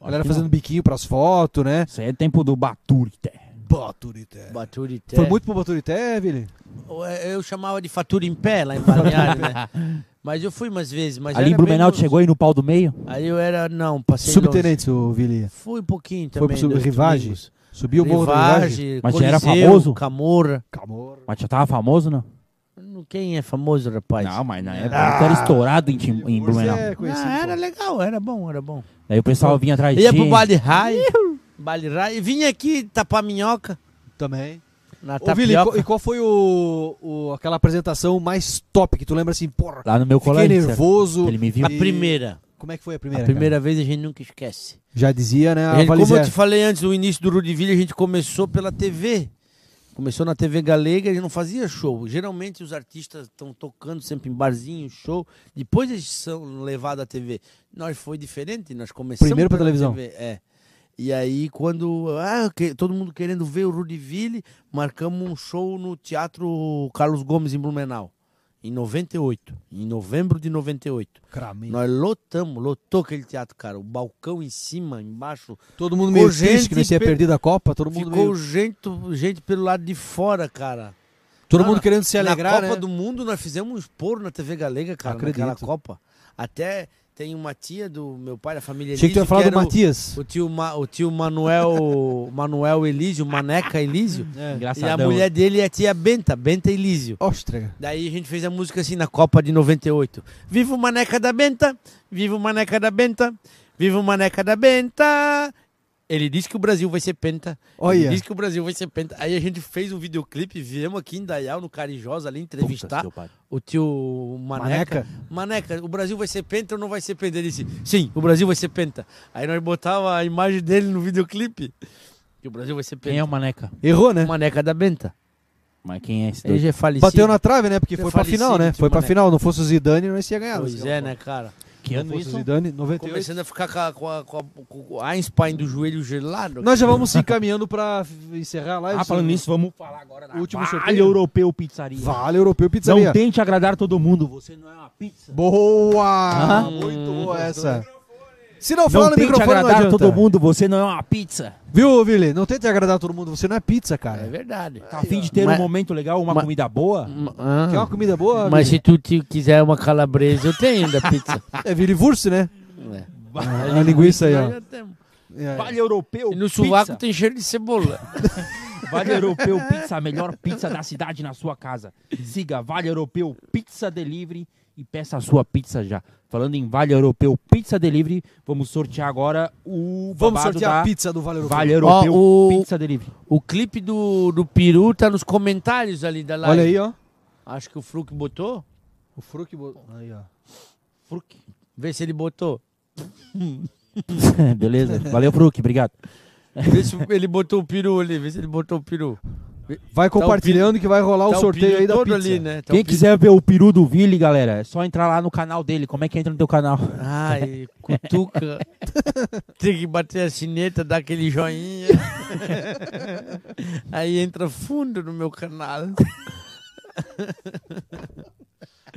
[SPEAKER 3] A galera
[SPEAKER 2] Acho que
[SPEAKER 3] fazendo
[SPEAKER 2] não.
[SPEAKER 3] biquinho pras fotos, né?
[SPEAKER 2] Isso aí é tempo do Baturité.
[SPEAKER 3] Baturité.
[SPEAKER 1] Baturité.
[SPEAKER 3] Foi muito pro Baturité, Vili?
[SPEAKER 1] Eu chamava de fatura em pé lá em Balneário, né? Mas eu fui umas vezes. Mas
[SPEAKER 2] Ali em
[SPEAKER 1] era
[SPEAKER 2] Blumenau
[SPEAKER 1] é bem
[SPEAKER 2] tu chegou aí no pau do meio?
[SPEAKER 1] longe. Aí eu era, não, passei longe.
[SPEAKER 3] Subtenente, o Vili.
[SPEAKER 1] Fui um pouquinho
[SPEAKER 3] Foi
[SPEAKER 1] também.
[SPEAKER 3] pro sub-
[SPEAKER 1] dos
[SPEAKER 3] Rivagem?
[SPEAKER 1] domingos.
[SPEAKER 3] Subiu o morro do Rivagem.
[SPEAKER 1] Rivagem,
[SPEAKER 2] Mas já era
[SPEAKER 1] Coliseu,
[SPEAKER 2] famoso?
[SPEAKER 1] Camorra.
[SPEAKER 3] Camor.
[SPEAKER 2] Mas já tava famoso, não?
[SPEAKER 1] Quem é famoso, rapaz?
[SPEAKER 2] Não, é mas na época tu era estourado em, Tim- em Blumenau.
[SPEAKER 3] É, conhecido,
[SPEAKER 1] Ah, era
[SPEAKER 3] pô.
[SPEAKER 1] legal, era bom, era bom.
[SPEAKER 2] Aí o pessoal vinha atrás de
[SPEAKER 1] Ia pro
[SPEAKER 2] ti.
[SPEAKER 1] Bali Rai. Bali Rai. E vinha aqui tapar minhoca
[SPEAKER 3] Também.
[SPEAKER 1] na
[SPEAKER 3] Ô, Vili, e qual-
[SPEAKER 1] tapioca.
[SPEAKER 3] e qual foi o, o- aquela apresentação mais top que tu lembra assim, porra,
[SPEAKER 2] Lá no meu
[SPEAKER 3] fiquei
[SPEAKER 2] colégio. certo?
[SPEAKER 3] nervoso.
[SPEAKER 2] Ele me viu.
[SPEAKER 1] A primeira.
[SPEAKER 3] Como é que foi a
[SPEAKER 1] A
[SPEAKER 3] primeira?
[SPEAKER 1] primeira vez a gente nunca esquece.
[SPEAKER 3] cara? Já dizia, né?
[SPEAKER 1] A
[SPEAKER 3] A
[SPEAKER 1] gente, como eu
[SPEAKER 3] Valizé.
[SPEAKER 1] te falei antes, no início do Rudiville, a gente começou pela TV. Começou na TV galega, a gente não fazia show. Geralmente os artistas estão tocando sempre em barzinho, show. Depois eles são levados à TV. Nós foi diferente, nós começamos
[SPEAKER 3] Primeiro pra
[SPEAKER 1] pela
[SPEAKER 3] televisão.
[SPEAKER 1] TV, é. E aí quando ah, que- todo mundo querendo ver o Rudiville, marcamos um show no Teatro Carlos Gomes em Blumenau. Em 98, em novembro de 98.
[SPEAKER 3] Cramei.
[SPEAKER 1] Nós lotamos, lotou aquele teatro, cara. O balcão em cima, embaixo,
[SPEAKER 3] Todo mundo meio
[SPEAKER 1] Ficou
[SPEAKER 3] triste
[SPEAKER 1] gente
[SPEAKER 3] que nós tinha
[SPEAKER 1] pe-
[SPEAKER 3] perdido a Copa, todo mundo
[SPEAKER 1] Ficou
[SPEAKER 3] meio-
[SPEAKER 1] gente, gente pelo lado de fora, cara.
[SPEAKER 3] todo
[SPEAKER 1] Ah,
[SPEAKER 3] mundo querendo se alegrar,
[SPEAKER 1] Na Copa
[SPEAKER 3] né?
[SPEAKER 1] do Mundo nós fizemos um expor na TV Galega, cara,
[SPEAKER 3] Acredito.
[SPEAKER 1] naquela Copa. Até tem uma tia do meu pai, da família
[SPEAKER 3] Achei que tu ia
[SPEAKER 1] Elísio,
[SPEAKER 3] falar do
[SPEAKER 1] era o-
[SPEAKER 3] Matias.
[SPEAKER 1] O, tio, Ma- o tio Manuel, Manuel Elísio, Maneca Elísio. É. E a
[SPEAKER 2] Engraçadão.
[SPEAKER 1] mulher dele é a tia Benta, Benta Elísio.
[SPEAKER 3] Ostrega.
[SPEAKER 1] Daí a gente fez a música assim na Copa de 98. Viva o Maneca da Benta! Viva o Maneca da Benta! Viva o Maneca da Benta! Ele disse que o Brasil vai ser penta.
[SPEAKER 3] Olha.
[SPEAKER 1] Ele disse que o Brasil vai ser penta. Aí a gente fez um videoclipe, viemos aqui em Dayal, no Carijosa, ali
[SPEAKER 2] Puta,
[SPEAKER 1] entrevistar
[SPEAKER 2] seu pai.
[SPEAKER 1] o tio Maneca.
[SPEAKER 3] Maneca.
[SPEAKER 1] Maneca, o Brasil vai ser penta ou não vai ser penta? Ele disse, sim, o Brasil vai ser penta. Aí nós botava a imagem dele no videoclipe. Que o Brasil vai ser penta.
[SPEAKER 2] Quem é o Maneca?
[SPEAKER 3] Errou, né?
[SPEAKER 1] Maneca da Benta.
[SPEAKER 2] Mas quem é esse
[SPEAKER 1] Ele
[SPEAKER 2] doido?
[SPEAKER 1] já é falecido.
[SPEAKER 3] Bateu na trave, né? Porque
[SPEAKER 1] Ele
[SPEAKER 3] foi pra
[SPEAKER 1] falecido,
[SPEAKER 3] final, né?
[SPEAKER 1] tio
[SPEAKER 3] Foi pra
[SPEAKER 1] Mané.
[SPEAKER 3] final. Não fosse o Zidane, nós ia ganhar.
[SPEAKER 1] Pois é, né, cara?
[SPEAKER 2] Que
[SPEAKER 3] Não
[SPEAKER 2] ano
[SPEAKER 3] fosse o
[SPEAKER 2] isso?
[SPEAKER 3] Zidane, 98.
[SPEAKER 1] Começando a ficar com, a, com, a- com, a- com o Einstein do joelho gelado.
[SPEAKER 3] Nós já vamos se encaminhando pra encerrar a live. né?
[SPEAKER 2] Ah, falando
[SPEAKER 3] senhor.
[SPEAKER 2] nisso, vamos falar agora da
[SPEAKER 3] Último
[SPEAKER 2] Vale
[SPEAKER 3] sorteio.
[SPEAKER 2] Europeu Pizzaria.
[SPEAKER 3] Vale Europeu
[SPEAKER 2] Não
[SPEAKER 3] Pizzaria.
[SPEAKER 2] tente agradar todo mundo, você não é uma pizza.
[SPEAKER 3] Boa!
[SPEAKER 2] Aham.
[SPEAKER 3] Muito boa essa. Se não
[SPEAKER 2] Não
[SPEAKER 3] falar no
[SPEAKER 2] tente
[SPEAKER 3] microfone, não
[SPEAKER 2] agradar
[SPEAKER 3] adianta.
[SPEAKER 2] todo mundo, você não é uma pizza.
[SPEAKER 3] Viu, Vili? Não tente agradar todo mundo. Você não é pizza,
[SPEAKER 1] É
[SPEAKER 3] cara.
[SPEAKER 1] verdade.
[SPEAKER 2] Tá a fim de ter
[SPEAKER 1] Mas-
[SPEAKER 2] um momento legal, uma
[SPEAKER 1] mas-
[SPEAKER 2] comida boa?
[SPEAKER 3] Quer uma comida boa?
[SPEAKER 1] Ah, mas se
[SPEAKER 3] Vili?
[SPEAKER 1] tu te quiser uma calabresa, eu tenho ainda pizza.
[SPEAKER 3] É Vili Wurst, né?
[SPEAKER 1] É.
[SPEAKER 3] A Ah, linguiça aí,
[SPEAKER 1] Nós
[SPEAKER 3] ó.
[SPEAKER 1] já temos.
[SPEAKER 3] É.
[SPEAKER 2] Vale Europeu
[SPEAKER 1] E no
[SPEAKER 2] Pizza.
[SPEAKER 1] sovaco tem cheiro de cebola.
[SPEAKER 2] Vale Europeu Pizza, a melhor pizza da cidade na sua casa. Siga Vale Europeu Pizza Delivery e peça a sua pizza já. Falando em Vale Europeu Pizza Delivery, vamos sortear agora o
[SPEAKER 3] Vamos
[SPEAKER 2] babado
[SPEAKER 3] sortear
[SPEAKER 2] da
[SPEAKER 3] a pizza do Vale Europeu.
[SPEAKER 2] Vale Europeu
[SPEAKER 1] Ó, o-
[SPEAKER 2] Pizza Delivery.
[SPEAKER 1] O clipe do, do peru tá nos comentários ali da live.
[SPEAKER 3] Olha aí, ó.
[SPEAKER 1] Acho que o Fruc botou.
[SPEAKER 3] O Fruc botou. Aí, ó.
[SPEAKER 1] Fruc. Vê se ele botou.
[SPEAKER 2] Beleza, valeu Fruc, obrigado.
[SPEAKER 1] Vê se ele botou o peru ali. Vê se ele botou o peru.
[SPEAKER 3] Vai compartilhando que vai rolar
[SPEAKER 1] Tá
[SPEAKER 3] o sorteio
[SPEAKER 1] peru
[SPEAKER 3] aí da
[SPEAKER 1] todo
[SPEAKER 3] pizza.
[SPEAKER 1] ali, né? Tá o peru-
[SPEAKER 2] Quem quiser ver o peru do Vili, galera, é só entrar lá no canal dele. Como é que entra no teu canal?
[SPEAKER 1] Ai, cutuca. Tem que bater a sineta, dar aquele joinha. Aí entra fundo no meu canal.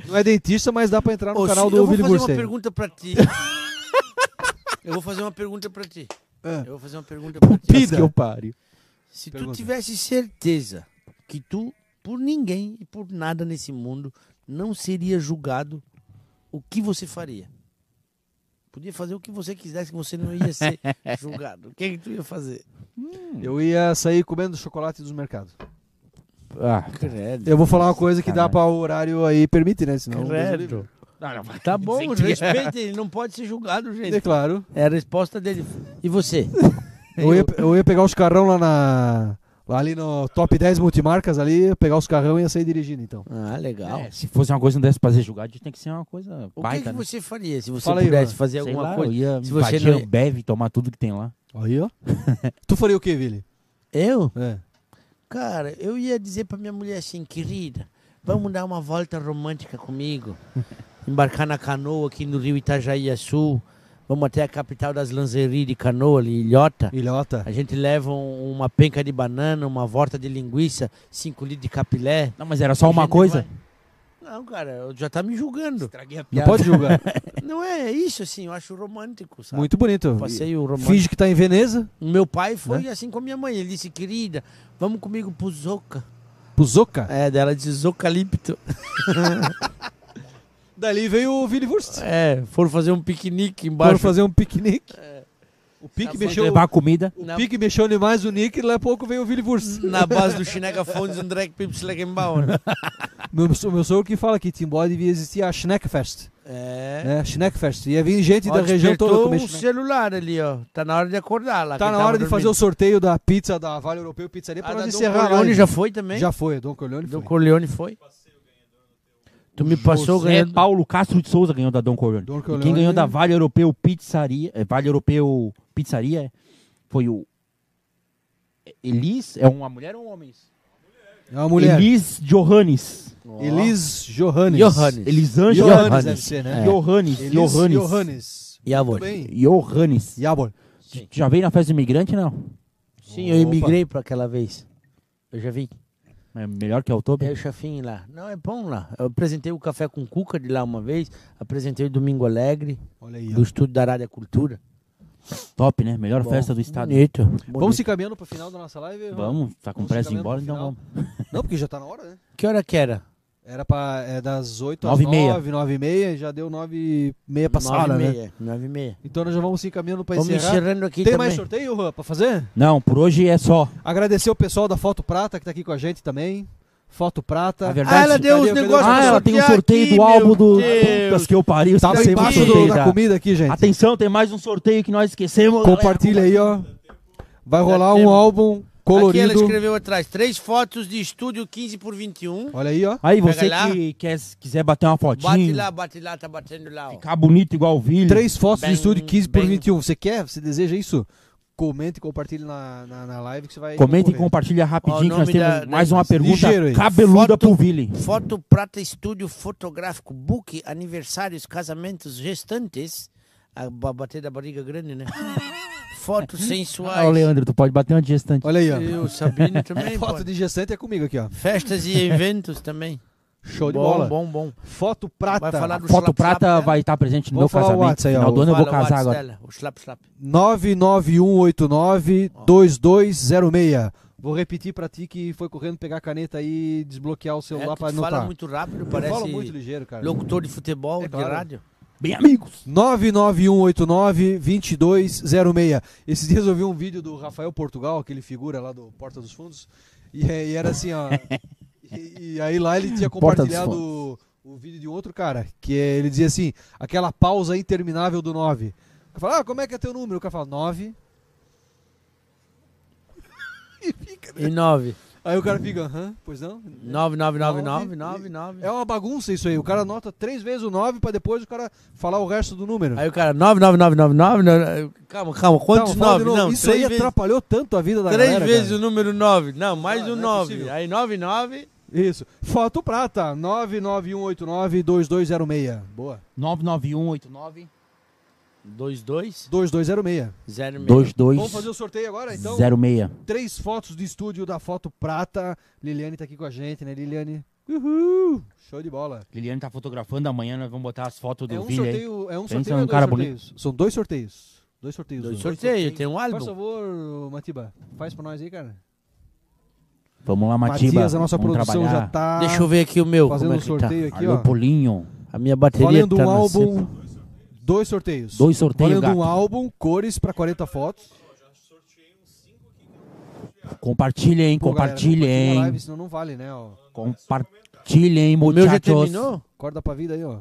[SPEAKER 3] Não é dentista, mas dá pra entrar no
[SPEAKER 1] Ô,
[SPEAKER 3] é canal
[SPEAKER 1] Cid, eu
[SPEAKER 3] do
[SPEAKER 1] vou
[SPEAKER 3] Vili
[SPEAKER 1] fazer
[SPEAKER 3] Wurst.
[SPEAKER 1] uma
[SPEAKER 3] aí.
[SPEAKER 1] pergunta pra ti. Eu vou fazer uma pergunta pra ti.
[SPEAKER 3] Ah.
[SPEAKER 1] Eu vou fazer uma pergunta pra ti.
[SPEAKER 2] Mas que eu pare.
[SPEAKER 1] Se tu
[SPEAKER 3] Pergunta.
[SPEAKER 1] tivesse certeza que tu, por ninguém e por nada nesse mundo, não seria julgado, o que você faria? Podia fazer o que você quisesse, que você não ia ser julgado. O que, que tu ia fazer?
[SPEAKER 3] Eu ia sair comendo chocolate dos mercados.
[SPEAKER 2] Ah,
[SPEAKER 1] Credo.
[SPEAKER 3] Eu vou falar uma coisa que dá
[SPEAKER 2] Caralho.
[SPEAKER 3] pra o horário aí permite, né? Senão.
[SPEAKER 1] Credo. Tá bom, respeita, ele não pode ser julgado,
[SPEAKER 3] É
[SPEAKER 1] gente.
[SPEAKER 3] claro.
[SPEAKER 1] É a resposta dele. E você?
[SPEAKER 3] Eu ia, eu ia pegar os carrão lá na. Lá ali no top 10 multimarcas ali, ia pegar os carrão e ia sair dirigindo, então.
[SPEAKER 1] Ah, legal.
[SPEAKER 2] É, se fosse uma coisa que não desse pra ser julgado, tem que ser uma coisa
[SPEAKER 1] O que,
[SPEAKER 2] baita,
[SPEAKER 1] que
[SPEAKER 2] né?
[SPEAKER 1] você faria se você
[SPEAKER 3] Fala aí,
[SPEAKER 1] pudesse
[SPEAKER 3] Ivan.
[SPEAKER 1] fazer
[SPEAKER 2] Sei
[SPEAKER 1] alguma
[SPEAKER 2] lá,
[SPEAKER 1] coisa?
[SPEAKER 2] eu ia
[SPEAKER 1] se
[SPEAKER 2] se
[SPEAKER 1] você
[SPEAKER 2] você
[SPEAKER 1] não- é-
[SPEAKER 2] bebe, tomar tudo que tem lá.
[SPEAKER 3] Aí, ó. tu faria o quê, Vili?
[SPEAKER 1] Eu?
[SPEAKER 3] É.
[SPEAKER 1] Cara, eu ia dizer pra minha mulher assim, querida, vamos dar uma volta romântica comigo. Embarcar na canoa aqui no rio Itajaí Sul. Vamos até a capital das lanzerias de canoa, ali, Ilhota.
[SPEAKER 3] Ilhota.
[SPEAKER 1] A gente leva um- uma penca de banana, uma volta de linguiça, cinco litros de capilé.
[SPEAKER 2] Não, mas era só
[SPEAKER 1] A
[SPEAKER 2] uma
[SPEAKER 1] gente
[SPEAKER 2] coisa.
[SPEAKER 1] vai- Não, cara, já tá me julgando.
[SPEAKER 3] Não pode julgar.
[SPEAKER 1] Não é isso, assim, eu acho romântico, sabe?
[SPEAKER 3] Muito bonito. Né?
[SPEAKER 1] Passeio romântico.
[SPEAKER 3] Finge que tá em Veneza,
[SPEAKER 1] O Meu pai foi assim com a minha mãe. Ele disse, querida, vamos comigo pro Zoca.
[SPEAKER 3] Puzoca.
[SPEAKER 1] É, dela disse Zocalipto.
[SPEAKER 3] Dali veio o Vili Wurst.
[SPEAKER 1] É, foram fazer um piquenique
[SPEAKER 3] Foram
[SPEAKER 1] embaixo.
[SPEAKER 3] fazer um piquenique. O
[SPEAKER 1] Tá
[SPEAKER 3] pique
[SPEAKER 1] bom.
[SPEAKER 3] mexeu.
[SPEAKER 2] Levar comida.
[SPEAKER 3] O
[SPEAKER 1] Não.
[SPEAKER 3] um pique mexeu demais o Nick e lá a pouco veio o Vili Wurst.
[SPEAKER 1] Na base do Chineca Fondes, André Pips Legenbaum.
[SPEAKER 3] meu, so- meu sogro que fala que em Timbó devia existir a Schneckfest.
[SPEAKER 1] É.
[SPEAKER 3] É, Schneckfest. Ia vir gente
[SPEAKER 1] Ó,
[SPEAKER 3] É, da região toda
[SPEAKER 1] despertou
[SPEAKER 3] comer
[SPEAKER 1] o
[SPEAKER 3] Schneck.
[SPEAKER 1] celular ali, ó. Tá na hora de acordar lá.
[SPEAKER 3] Tá na hora de fazer o sorteio da pizza da Vale Europeu Pizzaria pra
[SPEAKER 1] Ah, da
[SPEAKER 3] nós
[SPEAKER 1] Dom
[SPEAKER 3] encerrar a
[SPEAKER 1] Corleone
[SPEAKER 3] live.
[SPEAKER 1] já foi também?
[SPEAKER 3] Já foi, Dom Corleone
[SPEAKER 1] Dom
[SPEAKER 3] foi. é
[SPEAKER 1] Corleone foi? é Tu me passou
[SPEAKER 2] José
[SPEAKER 1] ganhando.
[SPEAKER 2] Paulo Castro de Souza ganhou da Don Corleone.
[SPEAKER 3] Don
[SPEAKER 2] E
[SPEAKER 3] Corleone.
[SPEAKER 2] quem ganhou da Vale Europeu Pizzaria, eh, Vale Europeu Pizzaria foi o Elis, é uma mulher ou um homem? isso?
[SPEAKER 3] É uma mulher.
[SPEAKER 2] Elis Johannes.
[SPEAKER 3] Elis Johannes.
[SPEAKER 1] Johannes.
[SPEAKER 2] Elisângela
[SPEAKER 3] Johannes
[SPEAKER 2] Johannes. É.
[SPEAKER 3] deve ser, né?
[SPEAKER 2] Johannes.
[SPEAKER 3] Elis
[SPEAKER 2] Johannes.
[SPEAKER 3] Johannes.
[SPEAKER 1] Yavor.
[SPEAKER 3] Bem.
[SPEAKER 2] Johannes.
[SPEAKER 3] Jabor.
[SPEAKER 2] Já veio na festa do imigrante, não?
[SPEAKER 1] Sim, eu
[SPEAKER 3] Opa.
[SPEAKER 1] imigrei pra aquela vez. Eu já vim.
[SPEAKER 2] É melhor que o
[SPEAKER 1] É o
[SPEAKER 2] Tobi.
[SPEAKER 1] chefinho lá. Não, é bom lá. Eu apresentei o Café com Cuca de lá uma vez. Apresentei o Domingo Alegre,
[SPEAKER 3] Olha aí. ó.
[SPEAKER 1] do Estúdio da Arábia Cultura.
[SPEAKER 2] Top, né? Melhor
[SPEAKER 1] Bom,
[SPEAKER 2] festa do estado.
[SPEAKER 1] Bonito.
[SPEAKER 3] Vamos
[SPEAKER 1] bonito.
[SPEAKER 3] se caminhando pro final da nossa
[SPEAKER 1] Então,
[SPEAKER 3] live?
[SPEAKER 2] Vamos, tá com
[SPEAKER 3] Vamos
[SPEAKER 2] pressa de ir
[SPEAKER 3] chegando
[SPEAKER 2] embora,
[SPEAKER 3] no
[SPEAKER 2] então
[SPEAKER 3] final.
[SPEAKER 2] vamos.
[SPEAKER 3] Não, porque já tá na hora, né?
[SPEAKER 1] Que hora que era?
[SPEAKER 3] Era pra, é das 8 às
[SPEAKER 2] Nove e meia.
[SPEAKER 3] 9, 9 e meia, já deu 9 e meia passada,
[SPEAKER 1] Nove É e
[SPEAKER 3] né?
[SPEAKER 1] meia. Nove e meia.
[SPEAKER 3] Então nós já vamos se encaminhando pra
[SPEAKER 1] Vamos
[SPEAKER 3] encerrar.
[SPEAKER 1] encerrando aqui
[SPEAKER 3] é, Tem mais
[SPEAKER 1] também.
[SPEAKER 3] um. sorteio, Juan, pra fazer?
[SPEAKER 2] Não, por hoje é só.
[SPEAKER 3] Agradecer o pessoal da Foto Prata que tá aqui com a gente também. Foto Prata.
[SPEAKER 2] A verdade- Ah, ela
[SPEAKER 3] deu os negócios
[SPEAKER 2] Ah,
[SPEAKER 3] pra
[SPEAKER 2] ela tem um sorteio do álbum do Putas que eu pariu.
[SPEAKER 1] tá
[SPEAKER 3] Tava
[SPEAKER 2] esquecemos o
[SPEAKER 3] tá embaixo do-
[SPEAKER 2] sorteio
[SPEAKER 3] da
[SPEAKER 2] da-
[SPEAKER 3] comida aqui, gente.
[SPEAKER 2] Atenção, tem mais um sorteio que nós esquecemos.
[SPEAKER 3] Compartilha aí, ó. Vai rolar um
[SPEAKER 1] temos.
[SPEAKER 3] álbum
[SPEAKER 1] Aqui ela
[SPEAKER 3] colorido.
[SPEAKER 1] escreveu atrás. Três fotos de estúdio 15 por 21.
[SPEAKER 3] Olha aí, ó.
[SPEAKER 2] Aí
[SPEAKER 1] Pega
[SPEAKER 2] você
[SPEAKER 1] lá.
[SPEAKER 2] que quer, quiser bater uma
[SPEAKER 1] Bate
[SPEAKER 2] fotinho,
[SPEAKER 1] lá, bate lá, tá batendo lá. Ó.
[SPEAKER 2] ficar bonito igual o Vili.
[SPEAKER 3] Três fotos
[SPEAKER 1] Bem-
[SPEAKER 3] de estúdio 15 por
[SPEAKER 1] bem-
[SPEAKER 3] 21. Você quer? Você deseja isso? Comente e compartilhe na, na, na live que você vai.
[SPEAKER 2] Comenta e
[SPEAKER 3] concorrer.
[SPEAKER 2] compartilha
[SPEAKER 1] Ó, o
[SPEAKER 2] rapidinho que nós
[SPEAKER 1] nome
[SPEAKER 2] temos
[SPEAKER 1] da-
[SPEAKER 2] mais
[SPEAKER 1] da-
[SPEAKER 2] uma pergunta
[SPEAKER 3] Ligeiro aí.
[SPEAKER 2] cabeluda
[SPEAKER 1] Foto-
[SPEAKER 2] pro Vili.
[SPEAKER 1] Foto Prata Estúdio Fotográfico, book, aniversários, casamentos, gestantes. A ba- bater da barriga grande, né? Fotos
[SPEAKER 2] Ah, ô,
[SPEAKER 1] sensuais.
[SPEAKER 2] Leandro, tu pode bater um gestante.
[SPEAKER 3] Olha aí, ó.
[SPEAKER 1] E o Sabine também.
[SPEAKER 3] Foto
[SPEAKER 1] pode.
[SPEAKER 3] de gestante é comigo aqui, ó.
[SPEAKER 1] Festas e eventos também.
[SPEAKER 3] Show de
[SPEAKER 1] bom,
[SPEAKER 3] bola.
[SPEAKER 1] bom, bom.
[SPEAKER 3] Foto prata.
[SPEAKER 1] Vai falar do
[SPEAKER 2] Foto
[SPEAKER 1] slap,
[SPEAKER 2] prata
[SPEAKER 1] slap, né?
[SPEAKER 2] vai estar presente no
[SPEAKER 3] Vou
[SPEAKER 2] meu
[SPEAKER 3] falar o
[SPEAKER 2] casamento.
[SPEAKER 3] WhatsApp aí, ó.
[SPEAKER 2] Final do ano eu vou
[SPEAKER 1] Fala o
[SPEAKER 2] casar
[SPEAKER 1] WhatsApp
[SPEAKER 2] agora.
[SPEAKER 1] dela, o slap, slap.
[SPEAKER 3] 991892206. Vou repetir pra ti que foi correndo pegar a caneta aí e desbloquear o
[SPEAKER 1] É,
[SPEAKER 3] celular
[SPEAKER 1] que
[SPEAKER 3] pra
[SPEAKER 1] tu fala
[SPEAKER 3] anotar.
[SPEAKER 1] muito rápido,
[SPEAKER 3] Eu
[SPEAKER 1] parece
[SPEAKER 3] falo muito ligeiro, cara.
[SPEAKER 1] locutor de futebol,
[SPEAKER 3] É
[SPEAKER 1] de
[SPEAKER 3] claro.
[SPEAKER 1] rádio.
[SPEAKER 2] Bem amigos.
[SPEAKER 3] 991892206. Esses dias eu vi um vídeo do Rafael Portugal, aquele figura lá do Porta dos Fundos, e, e era assim, ó. e, e aí lá ele tinha
[SPEAKER 2] Porta dos
[SPEAKER 3] compartilhado o, o vídeo de um outro cara, que é- ele dizia assim, aquela pausa interminável do 9. Eu falo, ah, como é que é teu número? O cara fala, 9.
[SPEAKER 1] E nove.
[SPEAKER 3] né? Aí o cara fica, aham, pois não?
[SPEAKER 1] Nove, nove, nove, nove,
[SPEAKER 3] Nove.
[SPEAKER 1] nove, nove.
[SPEAKER 3] É uma bagunça isso aí. O cara anota três vezes o 9 pra depois o cara falar o resto do número.
[SPEAKER 1] Aí o cara, 99999, calma, calma, quantos
[SPEAKER 3] Calma, fala de
[SPEAKER 1] 9?
[SPEAKER 3] novo.
[SPEAKER 1] Não,
[SPEAKER 3] isso aí
[SPEAKER 1] três vezes,
[SPEAKER 3] atrapalhou tanto a vida da
[SPEAKER 1] três
[SPEAKER 3] galera.
[SPEAKER 1] vezes o
[SPEAKER 3] cara.
[SPEAKER 1] número 9. Não, mais
[SPEAKER 3] Não,
[SPEAKER 1] um
[SPEAKER 3] não é
[SPEAKER 1] 9.
[SPEAKER 3] possível.
[SPEAKER 1] Aí 99.
[SPEAKER 3] Isso. Foto prata, 991892206. Boa.
[SPEAKER 2] 99189
[SPEAKER 1] 2206.
[SPEAKER 3] 2206. Vamos fazer
[SPEAKER 2] 2206.
[SPEAKER 3] o sorteio agora, então? Três fotos do estúdio da foto prata. Liliane tá aqui com a gente, né, Liliane? Uhul! Show de bola.
[SPEAKER 2] Liliane tá fotografando, amanhã nós vamos botar as fotos do
[SPEAKER 3] É um
[SPEAKER 2] Vili aí.
[SPEAKER 3] sorteio, é um
[SPEAKER 2] Pensa
[SPEAKER 3] sorteio ou
[SPEAKER 2] num
[SPEAKER 3] dois
[SPEAKER 2] cara
[SPEAKER 3] sorteios? São dois sorteios. Dois sorteios.
[SPEAKER 1] Dois
[SPEAKER 3] hoje.
[SPEAKER 1] sorteios, tem um
[SPEAKER 3] Por
[SPEAKER 1] álbum.
[SPEAKER 3] favor, Matiba, faz pra nós aí, cara.
[SPEAKER 2] Vamos lá, Matiba.
[SPEAKER 3] Matias, a nossa
[SPEAKER 2] Vamos
[SPEAKER 3] produção
[SPEAKER 2] trabalhar.
[SPEAKER 3] já tá
[SPEAKER 1] Deixa eu ver aqui o meu,
[SPEAKER 3] fazendo
[SPEAKER 1] como é
[SPEAKER 3] um
[SPEAKER 1] que tá.
[SPEAKER 3] sorteio aqui,
[SPEAKER 2] Alô,
[SPEAKER 3] ó.
[SPEAKER 2] Polinho.
[SPEAKER 1] A minha bateria
[SPEAKER 3] Valendo
[SPEAKER 1] tá
[SPEAKER 3] um
[SPEAKER 1] na
[SPEAKER 3] álbum,
[SPEAKER 1] cepa.
[SPEAKER 3] dois sorteios.
[SPEAKER 2] Dois sorteios,
[SPEAKER 3] Valendo
[SPEAKER 2] gato.
[SPEAKER 3] um álbum, cores pra 40 fotos.
[SPEAKER 2] um Compartilhem,
[SPEAKER 3] Pô, galera, compartilha a
[SPEAKER 2] compartilhem.
[SPEAKER 3] live, senão não vale, né? Ó.
[SPEAKER 2] Compartilhem,
[SPEAKER 1] O meu já
[SPEAKER 2] muchachos.
[SPEAKER 1] terminou?
[SPEAKER 3] Acorda pra vida aí, ó.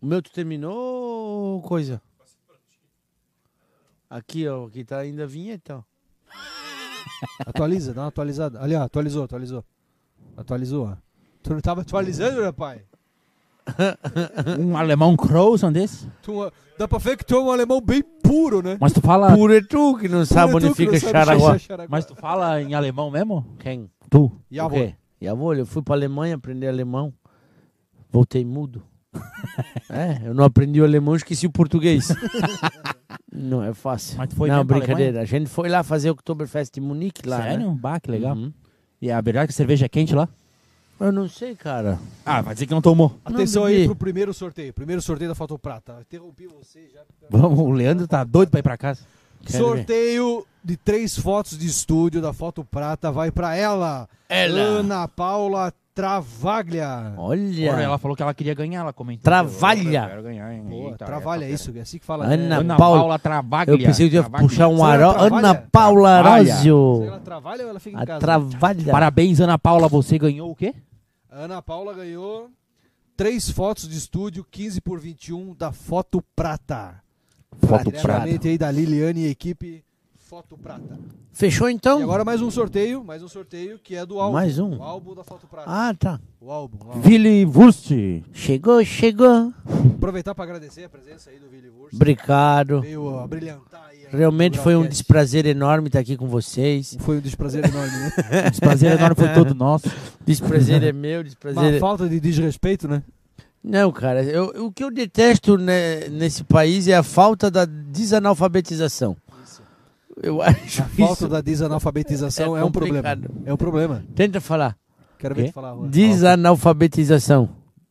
[SPEAKER 1] O meu tu terminou, coisa? Aqui, ó, aqui tá ainda a vinheta, ó.
[SPEAKER 3] Atualiza, dá uma atualizada. Ali, ó, atualizou, atualizou. Atualizou, ó. Tu não tava atualizando, né, pai?
[SPEAKER 2] Um alemão Krausen desse?
[SPEAKER 3] Tu- dá pra ver que tu é um alemão bem puro, né?
[SPEAKER 2] Mas tu fala,
[SPEAKER 1] Puro é tu que não sabe
[SPEAKER 3] Puro é
[SPEAKER 1] onde
[SPEAKER 3] tu que
[SPEAKER 1] fica
[SPEAKER 3] não sabe
[SPEAKER 1] Xaraguá.
[SPEAKER 3] Xaraguá.
[SPEAKER 2] mas tu fala em alemão mesmo?
[SPEAKER 1] Quem?
[SPEAKER 2] Tu.
[SPEAKER 3] E a voz?
[SPEAKER 1] E avô, eu fui pra Alemanha aprender alemão. Voltei mudo. é, eu não aprendi o alemão, esqueci o português. não é fácil.
[SPEAKER 2] Mas tu foi
[SPEAKER 1] não,
[SPEAKER 2] mesmo pra
[SPEAKER 1] brincadeira. A gente foi lá fazer o Oktoberfest de Munique lá.
[SPEAKER 2] Sério?
[SPEAKER 1] né?
[SPEAKER 2] Bah, que legal.
[SPEAKER 1] Uhum.
[SPEAKER 2] E a verdade é que a cerveja é quente lá?
[SPEAKER 1] Eu não sei, cara.
[SPEAKER 2] Ah, vai dizer que não tomou.
[SPEAKER 3] Atenção
[SPEAKER 1] Não,
[SPEAKER 3] aí
[SPEAKER 1] bebê.
[SPEAKER 3] pro um primeiro sorteio. Primeiro sorteio da Foto Prata. Interrompi você já.
[SPEAKER 2] Vamos, o Leandro tá doido pra ir pra casa.
[SPEAKER 5] Quero
[SPEAKER 3] Sorteio de três fotos de estúdio da Foto Prata vai pra ela.
[SPEAKER 5] Ela.
[SPEAKER 3] Ana Paula Travaglia.
[SPEAKER 2] Olha,
[SPEAKER 1] Olha.
[SPEAKER 2] ela falou que ela queria ganhar, ela comentou.
[SPEAKER 1] Travalha.
[SPEAKER 2] Eu quero ganhar, hein?
[SPEAKER 3] Boa,
[SPEAKER 2] Eita,
[SPEAKER 3] Travalha,
[SPEAKER 2] é
[SPEAKER 3] é
[SPEAKER 2] pra-
[SPEAKER 3] isso, é assim que fala.
[SPEAKER 1] tá, Ana-
[SPEAKER 3] né?
[SPEAKER 2] Ana
[SPEAKER 1] Paula-
[SPEAKER 2] Paula, Travaglia.
[SPEAKER 1] Eu pensei que eu ia
[SPEAKER 2] Travaglia.
[SPEAKER 1] puxar um
[SPEAKER 3] Será
[SPEAKER 1] aró.
[SPEAKER 3] que trabalha?
[SPEAKER 1] Ana Paula
[SPEAKER 2] Trabalha.
[SPEAKER 3] Se
[SPEAKER 1] Arósio.
[SPEAKER 3] ela trabalha ou ela fica em
[SPEAKER 1] A
[SPEAKER 3] casa?
[SPEAKER 1] trabalha.
[SPEAKER 2] Parabéns, Ana Paula, você ganhou o quê?
[SPEAKER 3] Ana Paula ganhou três fotos de estúdio 15 por 21 da Foto Prata.
[SPEAKER 2] Foto prata.
[SPEAKER 3] Diretamente aí da Liliane e equipe Foto Prata.
[SPEAKER 1] Fechou então?
[SPEAKER 3] E agora mais um sorteio, mais um sorteio que é do álbum.
[SPEAKER 1] Mais um?
[SPEAKER 3] O álbum da Foto Prata.
[SPEAKER 1] Ah, tá.
[SPEAKER 3] O álbum. o álbum.
[SPEAKER 2] Vili Wurst.
[SPEAKER 1] Chegou, chegou.
[SPEAKER 3] Aproveitar para agradecer a presença aí do Vili Wurst.
[SPEAKER 1] Obrigado.
[SPEAKER 3] Veio a brilhantar aí. a-
[SPEAKER 1] Realmente
[SPEAKER 3] o
[SPEAKER 1] foi um
[SPEAKER 3] Graucast.
[SPEAKER 1] desprazer enorme estar aqui com vocês.
[SPEAKER 3] Foi um desprazer enorme, né?
[SPEAKER 2] Prazer enorme foi todo nosso.
[SPEAKER 1] Desprazer é meu,
[SPEAKER 3] Uma
[SPEAKER 1] desprazer é...
[SPEAKER 3] falta de desrespeito, né?
[SPEAKER 1] Não, cara, eu- o que eu detesto né, nesse país é a falta da desanalfabetização. Eu acho
[SPEAKER 3] A falta
[SPEAKER 1] isso
[SPEAKER 3] da desanalfabetização
[SPEAKER 1] é
[SPEAKER 3] é, um problema.
[SPEAKER 1] complicado.
[SPEAKER 3] É um problema.
[SPEAKER 1] Tenta falar.
[SPEAKER 3] Quero ver
[SPEAKER 2] Quê?
[SPEAKER 3] te falar agora.
[SPEAKER 1] Desanalfabetização.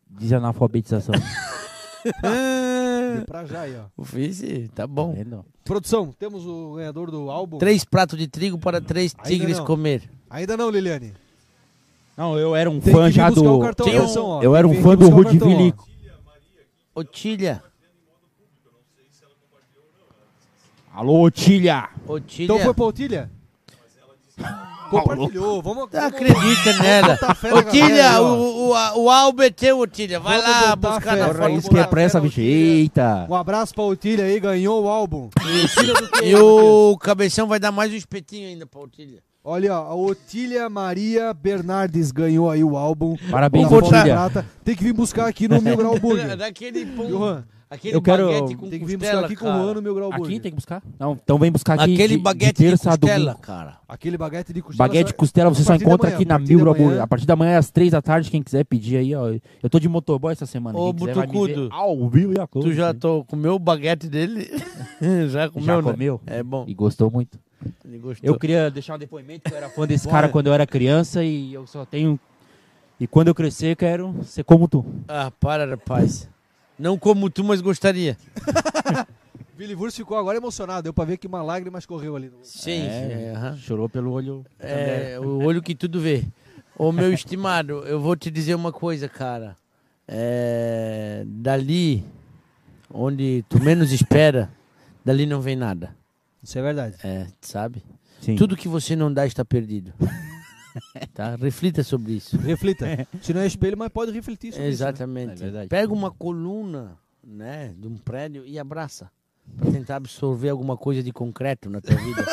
[SPEAKER 2] Desanalfabetização.
[SPEAKER 3] Deu Pra já aí, ó.
[SPEAKER 1] O Vice, tá bom.
[SPEAKER 3] Produção, temos o ganhador do álbum?
[SPEAKER 1] Três pratos de trigo para três
[SPEAKER 3] Ainda
[SPEAKER 1] tigres
[SPEAKER 3] não.
[SPEAKER 1] comer.
[SPEAKER 3] Ainda não, Liliane.
[SPEAKER 2] Não, eu era um
[SPEAKER 3] Tem
[SPEAKER 2] fã
[SPEAKER 3] que vir
[SPEAKER 2] já
[SPEAKER 3] buscar
[SPEAKER 2] do.
[SPEAKER 3] o cartão,
[SPEAKER 1] Tem um-
[SPEAKER 3] produção, ó.
[SPEAKER 2] Eu era um
[SPEAKER 3] Tem que
[SPEAKER 2] fã
[SPEAKER 3] vir
[SPEAKER 2] do
[SPEAKER 3] buscar o
[SPEAKER 2] Rudy
[SPEAKER 3] cartão, ó.
[SPEAKER 2] Vilico.
[SPEAKER 1] Otília.
[SPEAKER 2] Alô, Otília!
[SPEAKER 1] Otília.
[SPEAKER 3] Então foi pra Otília? Compartilhou, vamos...
[SPEAKER 1] Tá,
[SPEAKER 3] vamos-
[SPEAKER 1] Acredita nela.
[SPEAKER 3] botar fé na
[SPEAKER 1] Otília,
[SPEAKER 3] galera,
[SPEAKER 1] o, o, o Albert é o Otília. Vai
[SPEAKER 3] Vamos
[SPEAKER 1] lá
[SPEAKER 3] botar
[SPEAKER 1] buscar
[SPEAKER 3] fé,
[SPEAKER 1] na
[SPEAKER 3] vamos
[SPEAKER 1] foto.
[SPEAKER 3] botar
[SPEAKER 2] Isso que é pra essa bicha. Eita!
[SPEAKER 3] Um abraço pra Otília aí, ganhou o álbum. Otília do é,
[SPEAKER 1] E
[SPEAKER 3] Teatro.
[SPEAKER 1] o Cabeção vai dar mais um espetinho ainda pra Otília.
[SPEAKER 3] Olha, ó, a Otília Maria Bernardes ganhou aí o álbum.
[SPEAKER 2] Parabéns,
[SPEAKER 3] da Foto
[SPEAKER 2] Otília.
[SPEAKER 3] Prata. Tem que vir buscar aqui no Mil Grau
[SPEAKER 1] Da-
[SPEAKER 3] Burger.
[SPEAKER 1] Daquele pão,
[SPEAKER 3] Johan,
[SPEAKER 1] aquele
[SPEAKER 2] eu quero-
[SPEAKER 1] baguete com
[SPEAKER 3] Tem que vir buscar
[SPEAKER 1] costela,
[SPEAKER 3] aqui com o
[SPEAKER 1] cara.
[SPEAKER 3] Juan no Mil Grau
[SPEAKER 2] Aqui
[SPEAKER 3] Burger.
[SPEAKER 2] tem que buscar? Não, então vem buscar aqui.
[SPEAKER 1] Aquele
[SPEAKER 2] de- de
[SPEAKER 1] baguete de,
[SPEAKER 2] terça a
[SPEAKER 1] costela,
[SPEAKER 2] domingo.
[SPEAKER 1] cara.
[SPEAKER 3] Aquele baguete de costela.
[SPEAKER 2] Baguete de
[SPEAKER 3] só-
[SPEAKER 2] costela você
[SPEAKER 3] a
[SPEAKER 2] só
[SPEAKER 3] partir da
[SPEAKER 2] encontra
[SPEAKER 3] manhã,
[SPEAKER 2] aqui
[SPEAKER 3] a
[SPEAKER 2] na
[SPEAKER 3] partir da
[SPEAKER 2] Milra
[SPEAKER 3] manhã.
[SPEAKER 2] Burger. A partir da manhã às três da tarde, quem quiser pedir aí, ó. Eu tô de motoboy essa semana.
[SPEAKER 1] Ô,
[SPEAKER 2] quem quiser vai me
[SPEAKER 1] Butucudo,
[SPEAKER 2] ver Ao vivo e a cor.
[SPEAKER 1] Tu já
[SPEAKER 3] né?
[SPEAKER 1] tô, comeu o baguete dele? já comeu,
[SPEAKER 2] Já
[SPEAKER 1] né?
[SPEAKER 2] comeu?
[SPEAKER 1] É bom.
[SPEAKER 2] E gostou muito.
[SPEAKER 1] Ele gostou.
[SPEAKER 2] Eu queria deixar um depoimento que eu era fã desse cara quando eu era criança e eu só tenho. E quando eu crescer, eu quero ser como tu.
[SPEAKER 1] Ah, para, rapaz. Não como tu, mas gostaria.
[SPEAKER 3] Billy Wurst ficou agora emocionado. Deu pra ver que uma lágrima escorreu ali. No...
[SPEAKER 1] Sim, é, aham.
[SPEAKER 2] Ah, Chorou pelo olho.
[SPEAKER 1] É, o olho que tudo vê. Ô, meu estimado, eu vou te dizer uma coisa, cara. É, dali, onde tu menos espera, dali não vem nada.
[SPEAKER 3] Isso é verdade.
[SPEAKER 1] É, sabe?
[SPEAKER 2] Sim.
[SPEAKER 1] Tudo que você não dá está perdido. tá? Reflita sobre isso.
[SPEAKER 3] Reflita. Se não é espelho, mas pode refletir sobre isso, né?
[SPEAKER 1] Exatamente.
[SPEAKER 2] É verdade.
[SPEAKER 1] Pega uma coluna, né, de um prédio e abraça. Pra tentar absorver alguma coisa de concreto na tua vida.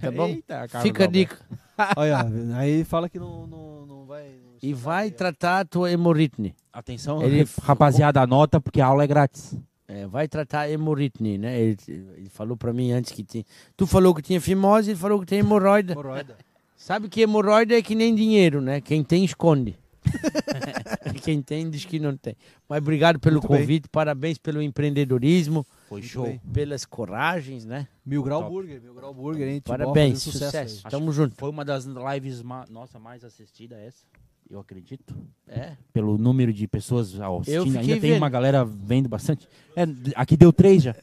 [SPEAKER 1] tá bom? Fica a dica.
[SPEAKER 3] Olha, aí fala que não, não, não vai. não
[SPEAKER 1] E
[SPEAKER 3] estuda
[SPEAKER 1] vai
[SPEAKER 3] aí, ó.
[SPEAKER 1] tratar a tua hemorritne.
[SPEAKER 2] Atenção,
[SPEAKER 1] Ele-
[SPEAKER 2] rapaziada, anota porque a aula é grátis.
[SPEAKER 1] É, vai tratar a hemorritne, né? Ele, ele falou pra mim antes que tinha. Tu falou que tinha fimose, ele falou que tem hemorroida.
[SPEAKER 3] Hemorroida.
[SPEAKER 1] Sabe que hemorroida é que nem dinheiro, né? Quem tem, esconde. Quem tem, diz que não tem. Mas obrigado pelo
[SPEAKER 3] Muito bem.
[SPEAKER 1] convite, parabéns pelo empreendedorismo,
[SPEAKER 2] Foi
[SPEAKER 3] show. bem.
[SPEAKER 1] pelas coragens, né?
[SPEAKER 3] Mil Grau Burger, Mil Grau Burger, hein? Tibó,
[SPEAKER 1] Parabéns,
[SPEAKER 3] fazendo
[SPEAKER 1] sucesso.
[SPEAKER 3] aí.
[SPEAKER 2] aí.
[SPEAKER 1] Tamo junto.
[SPEAKER 2] Foi uma das lives ma- nossa mais assistida essa, eu acredito.
[SPEAKER 1] É.
[SPEAKER 2] Pelo número de pessoas ao
[SPEAKER 1] Eu
[SPEAKER 2] assistindo.
[SPEAKER 1] fiquei
[SPEAKER 2] Ainda tem
[SPEAKER 1] vendo.
[SPEAKER 2] uma galera vendo bastante. É, aqui deu três já.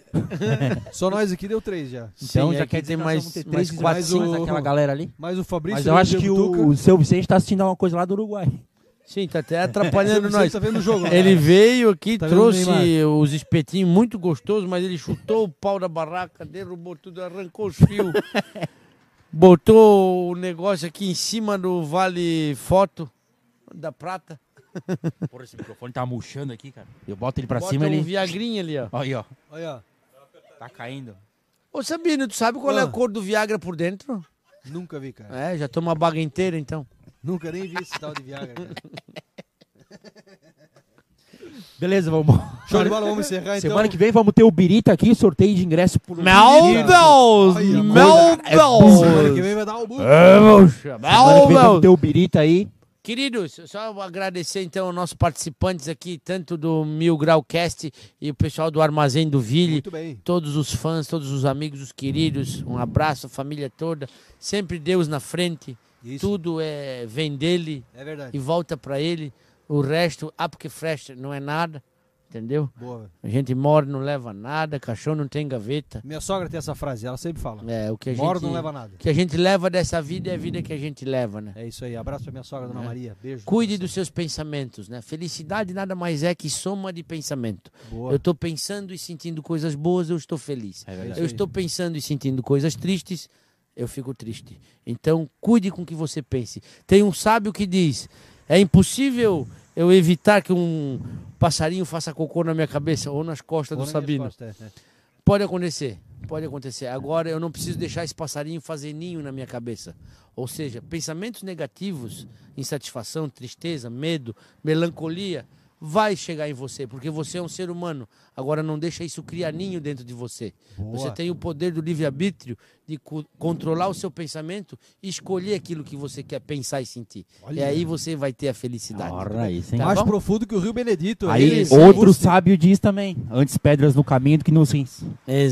[SPEAKER 3] Só nós aqui deu três já.
[SPEAKER 2] Então
[SPEAKER 1] Sim,
[SPEAKER 2] já
[SPEAKER 1] aqui
[SPEAKER 2] quer dizer
[SPEAKER 1] tem
[SPEAKER 2] que
[SPEAKER 1] mais-
[SPEAKER 2] nós vamos ter
[SPEAKER 1] mais
[SPEAKER 2] três
[SPEAKER 1] quatro,
[SPEAKER 2] visualizações
[SPEAKER 3] cinco.
[SPEAKER 2] daquela galera ali.
[SPEAKER 3] Mas o Fabrício.
[SPEAKER 2] Mas eu acho que o, o seu Vicente tá assistindo alguma coisa lá do Uruguai.
[SPEAKER 1] Sim, tá até atrapalhando nós.
[SPEAKER 3] Tá vendo o jogo, né?
[SPEAKER 1] Ele veio aqui,
[SPEAKER 3] Tá vendo
[SPEAKER 1] trouxe
[SPEAKER 3] o
[SPEAKER 1] os espetinhos muito gostosos, mas ele chutou o pau da barraca, derrubou tudo, arrancou os fios, botou o negócio aqui em cima do Vale Foto da Prata.
[SPEAKER 2] Porra, esse microfone tá murchando aqui, cara. Eu boto ele pra
[SPEAKER 1] Bota
[SPEAKER 2] cima
[SPEAKER 1] um
[SPEAKER 2] ele.
[SPEAKER 1] Viagrinha ali, ó.
[SPEAKER 2] Olha, aí, ó.
[SPEAKER 3] Olha,
[SPEAKER 2] Tá caindo.
[SPEAKER 1] Ô Sabino, tu sabe qual é a
[SPEAKER 3] Ah.
[SPEAKER 1] cor do Viagra por dentro?
[SPEAKER 3] nunca vi, cara.
[SPEAKER 1] É, já toma a baga inteira então.
[SPEAKER 3] Nunca nem vi esse tal de Viagra, cara.
[SPEAKER 2] Beleza, vamos.
[SPEAKER 1] Então-
[SPEAKER 3] Show de bola, vamos encerrar então.
[SPEAKER 2] Semana que vem vamos ter o Birita aqui, sorteio de ingresso um pro
[SPEAKER 1] Deus!
[SPEAKER 3] Olha,
[SPEAKER 1] Meu
[SPEAKER 3] Semana que
[SPEAKER 1] Deus!
[SPEAKER 3] vem vai dar o burro.
[SPEAKER 2] É. Semana que vem
[SPEAKER 1] Meu
[SPEAKER 2] vamos ter
[SPEAKER 1] Deus!
[SPEAKER 2] o Birita aí.
[SPEAKER 1] Queridos, só agradecer então aos nossos participantes aqui, tanto do Mil Grau Cast e o pessoal do Armazém do Ville.
[SPEAKER 3] Muito bem.
[SPEAKER 1] Todos os fãs, todos os amigos, os queridos, um abraço, a família toda. Sempre Deus na frente,
[SPEAKER 3] Isso.
[SPEAKER 1] tudo é vem dele,
[SPEAKER 3] É verdade.
[SPEAKER 1] ah, e volta para ele. O resto, up que fresh, não é nada. entendeu?
[SPEAKER 3] Boa, velho.
[SPEAKER 1] A gente mora não leva nada, cachorro não tem gaveta.
[SPEAKER 3] Minha sogra tem essa frase, ela sempre fala.
[SPEAKER 1] É, o que a
[SPEAKER 3] Moro
[SPEAKER 1] gente
[SPEAKER 3] não leva nada.
[SPEAKER 1] o que a gente leva dessa vida é a vida que a gente leva, né?
[SPEAKER 3] É isso aí. Abraço pra minha sogra, dona Maria. Beijo.
[SPEAKER 1] É. Cuide dos seus pensamentos, né? Felicidade nada mais é que soma de pensamento.
[SPEAKER 3] Boa. é
[SPEAKER 1] Eu estou pensando e sentindo coisas boas, eu estou feliz.
[SPEAKER 3] verdade.
[SPEAKER 1] eu estou pensando e sentindo coisas tristes, eu fico triste. Então, cuide com o que você pense. Tem um sábio que diz: é impossível eu evitar que um passarinho faça cocô na minha cabeça ou nas costas
[SPEAKER 3] Boa
[SPEAKER 1] do
[SPEAKER 3] nas minhas
[SPEAKER 1] Sabino.
[SPEAKER 3] costas, é, é.
[SPEAKER 1] Pode acontecer, pode acontecer. Agora eu não preciso deixar esse passarinho fazer ninho na minha cabeça. Ou seja, pensamentos negativos, insatisfação, tristeza, medo, melancolia, vai chegar em você, porque você é um ser humano. Agora não deixa isso criar ninho dentro de você.
[SPEAKER 3] Boa.
[SPEAKER 1] Você tem o poder do livre-arbítrio de co- controlar o seu pensamento e escolher aquilo que você quer pensar e sentir.
[SPEAKER 3] Olha.
[SPEAKER 1] E aí você vai ter a felicidade.
[SPEAKER 2] Ora, isso, hein?
[SPEAKER 1] Tá
[SPEAKER 3] Mais
[SPEAKER 1] bom?
[SPEAKER 3] profundo que o Rio Benedito.
[SPEAKER 2] Aí
[SPEAKER 1] Isso.
[SPEAKER 2] outro sábio diz também: antes pedras no caminho do que nos rins.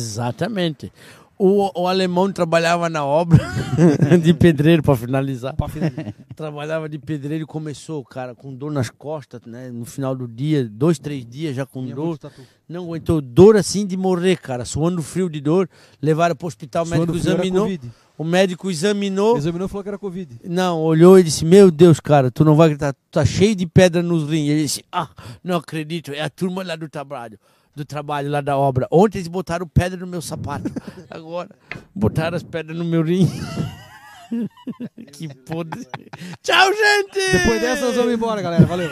[SPEAKER 1] Exatamente. O, o alemão trabalhava na obra de pedreiro, para finalizar.
[SPEAKER 3] Pra finalizar.
[SPEAKER 1] Trabalhava de pedreiro e começou, cara, com dor nas costas, né? No final do dia, dois, três dias já com
[SPEAKER 3] Tinha
[SPEAKER 1] dor.
[SPEAKER 3] muito tatu.
[SPEAKER 1] Não aguentou dor assim de morrer, cara. Suando frio de dor. Levaram pro hospital, o
[SPEAKER 3] Suando
[SPEAKER 1] médico
[SPEAKER 3] frio era
[SPEAKER 1] examinou.
[SPEAKER 3] Covid.
[SPEAKER 1] O médico examinou.
[SPEAKER 3] Examinou e falou que era Covid.
[SPEAKER 1] Não, olhou e disse: Meu Deus, cara, tu não vai acreditar, tu tá cheio de pedra nos rins. Ele disse: Ah, não acredito, é a turma lá do trabalho, do trabalho lá da obra. Ontem eles botaram pedra no meu sapato, agora botaram as pedras no meu rim. que podre. Tchau, gente!
[SPEAKER 3] Depois dessa nós vamos embora, galera. Valeu.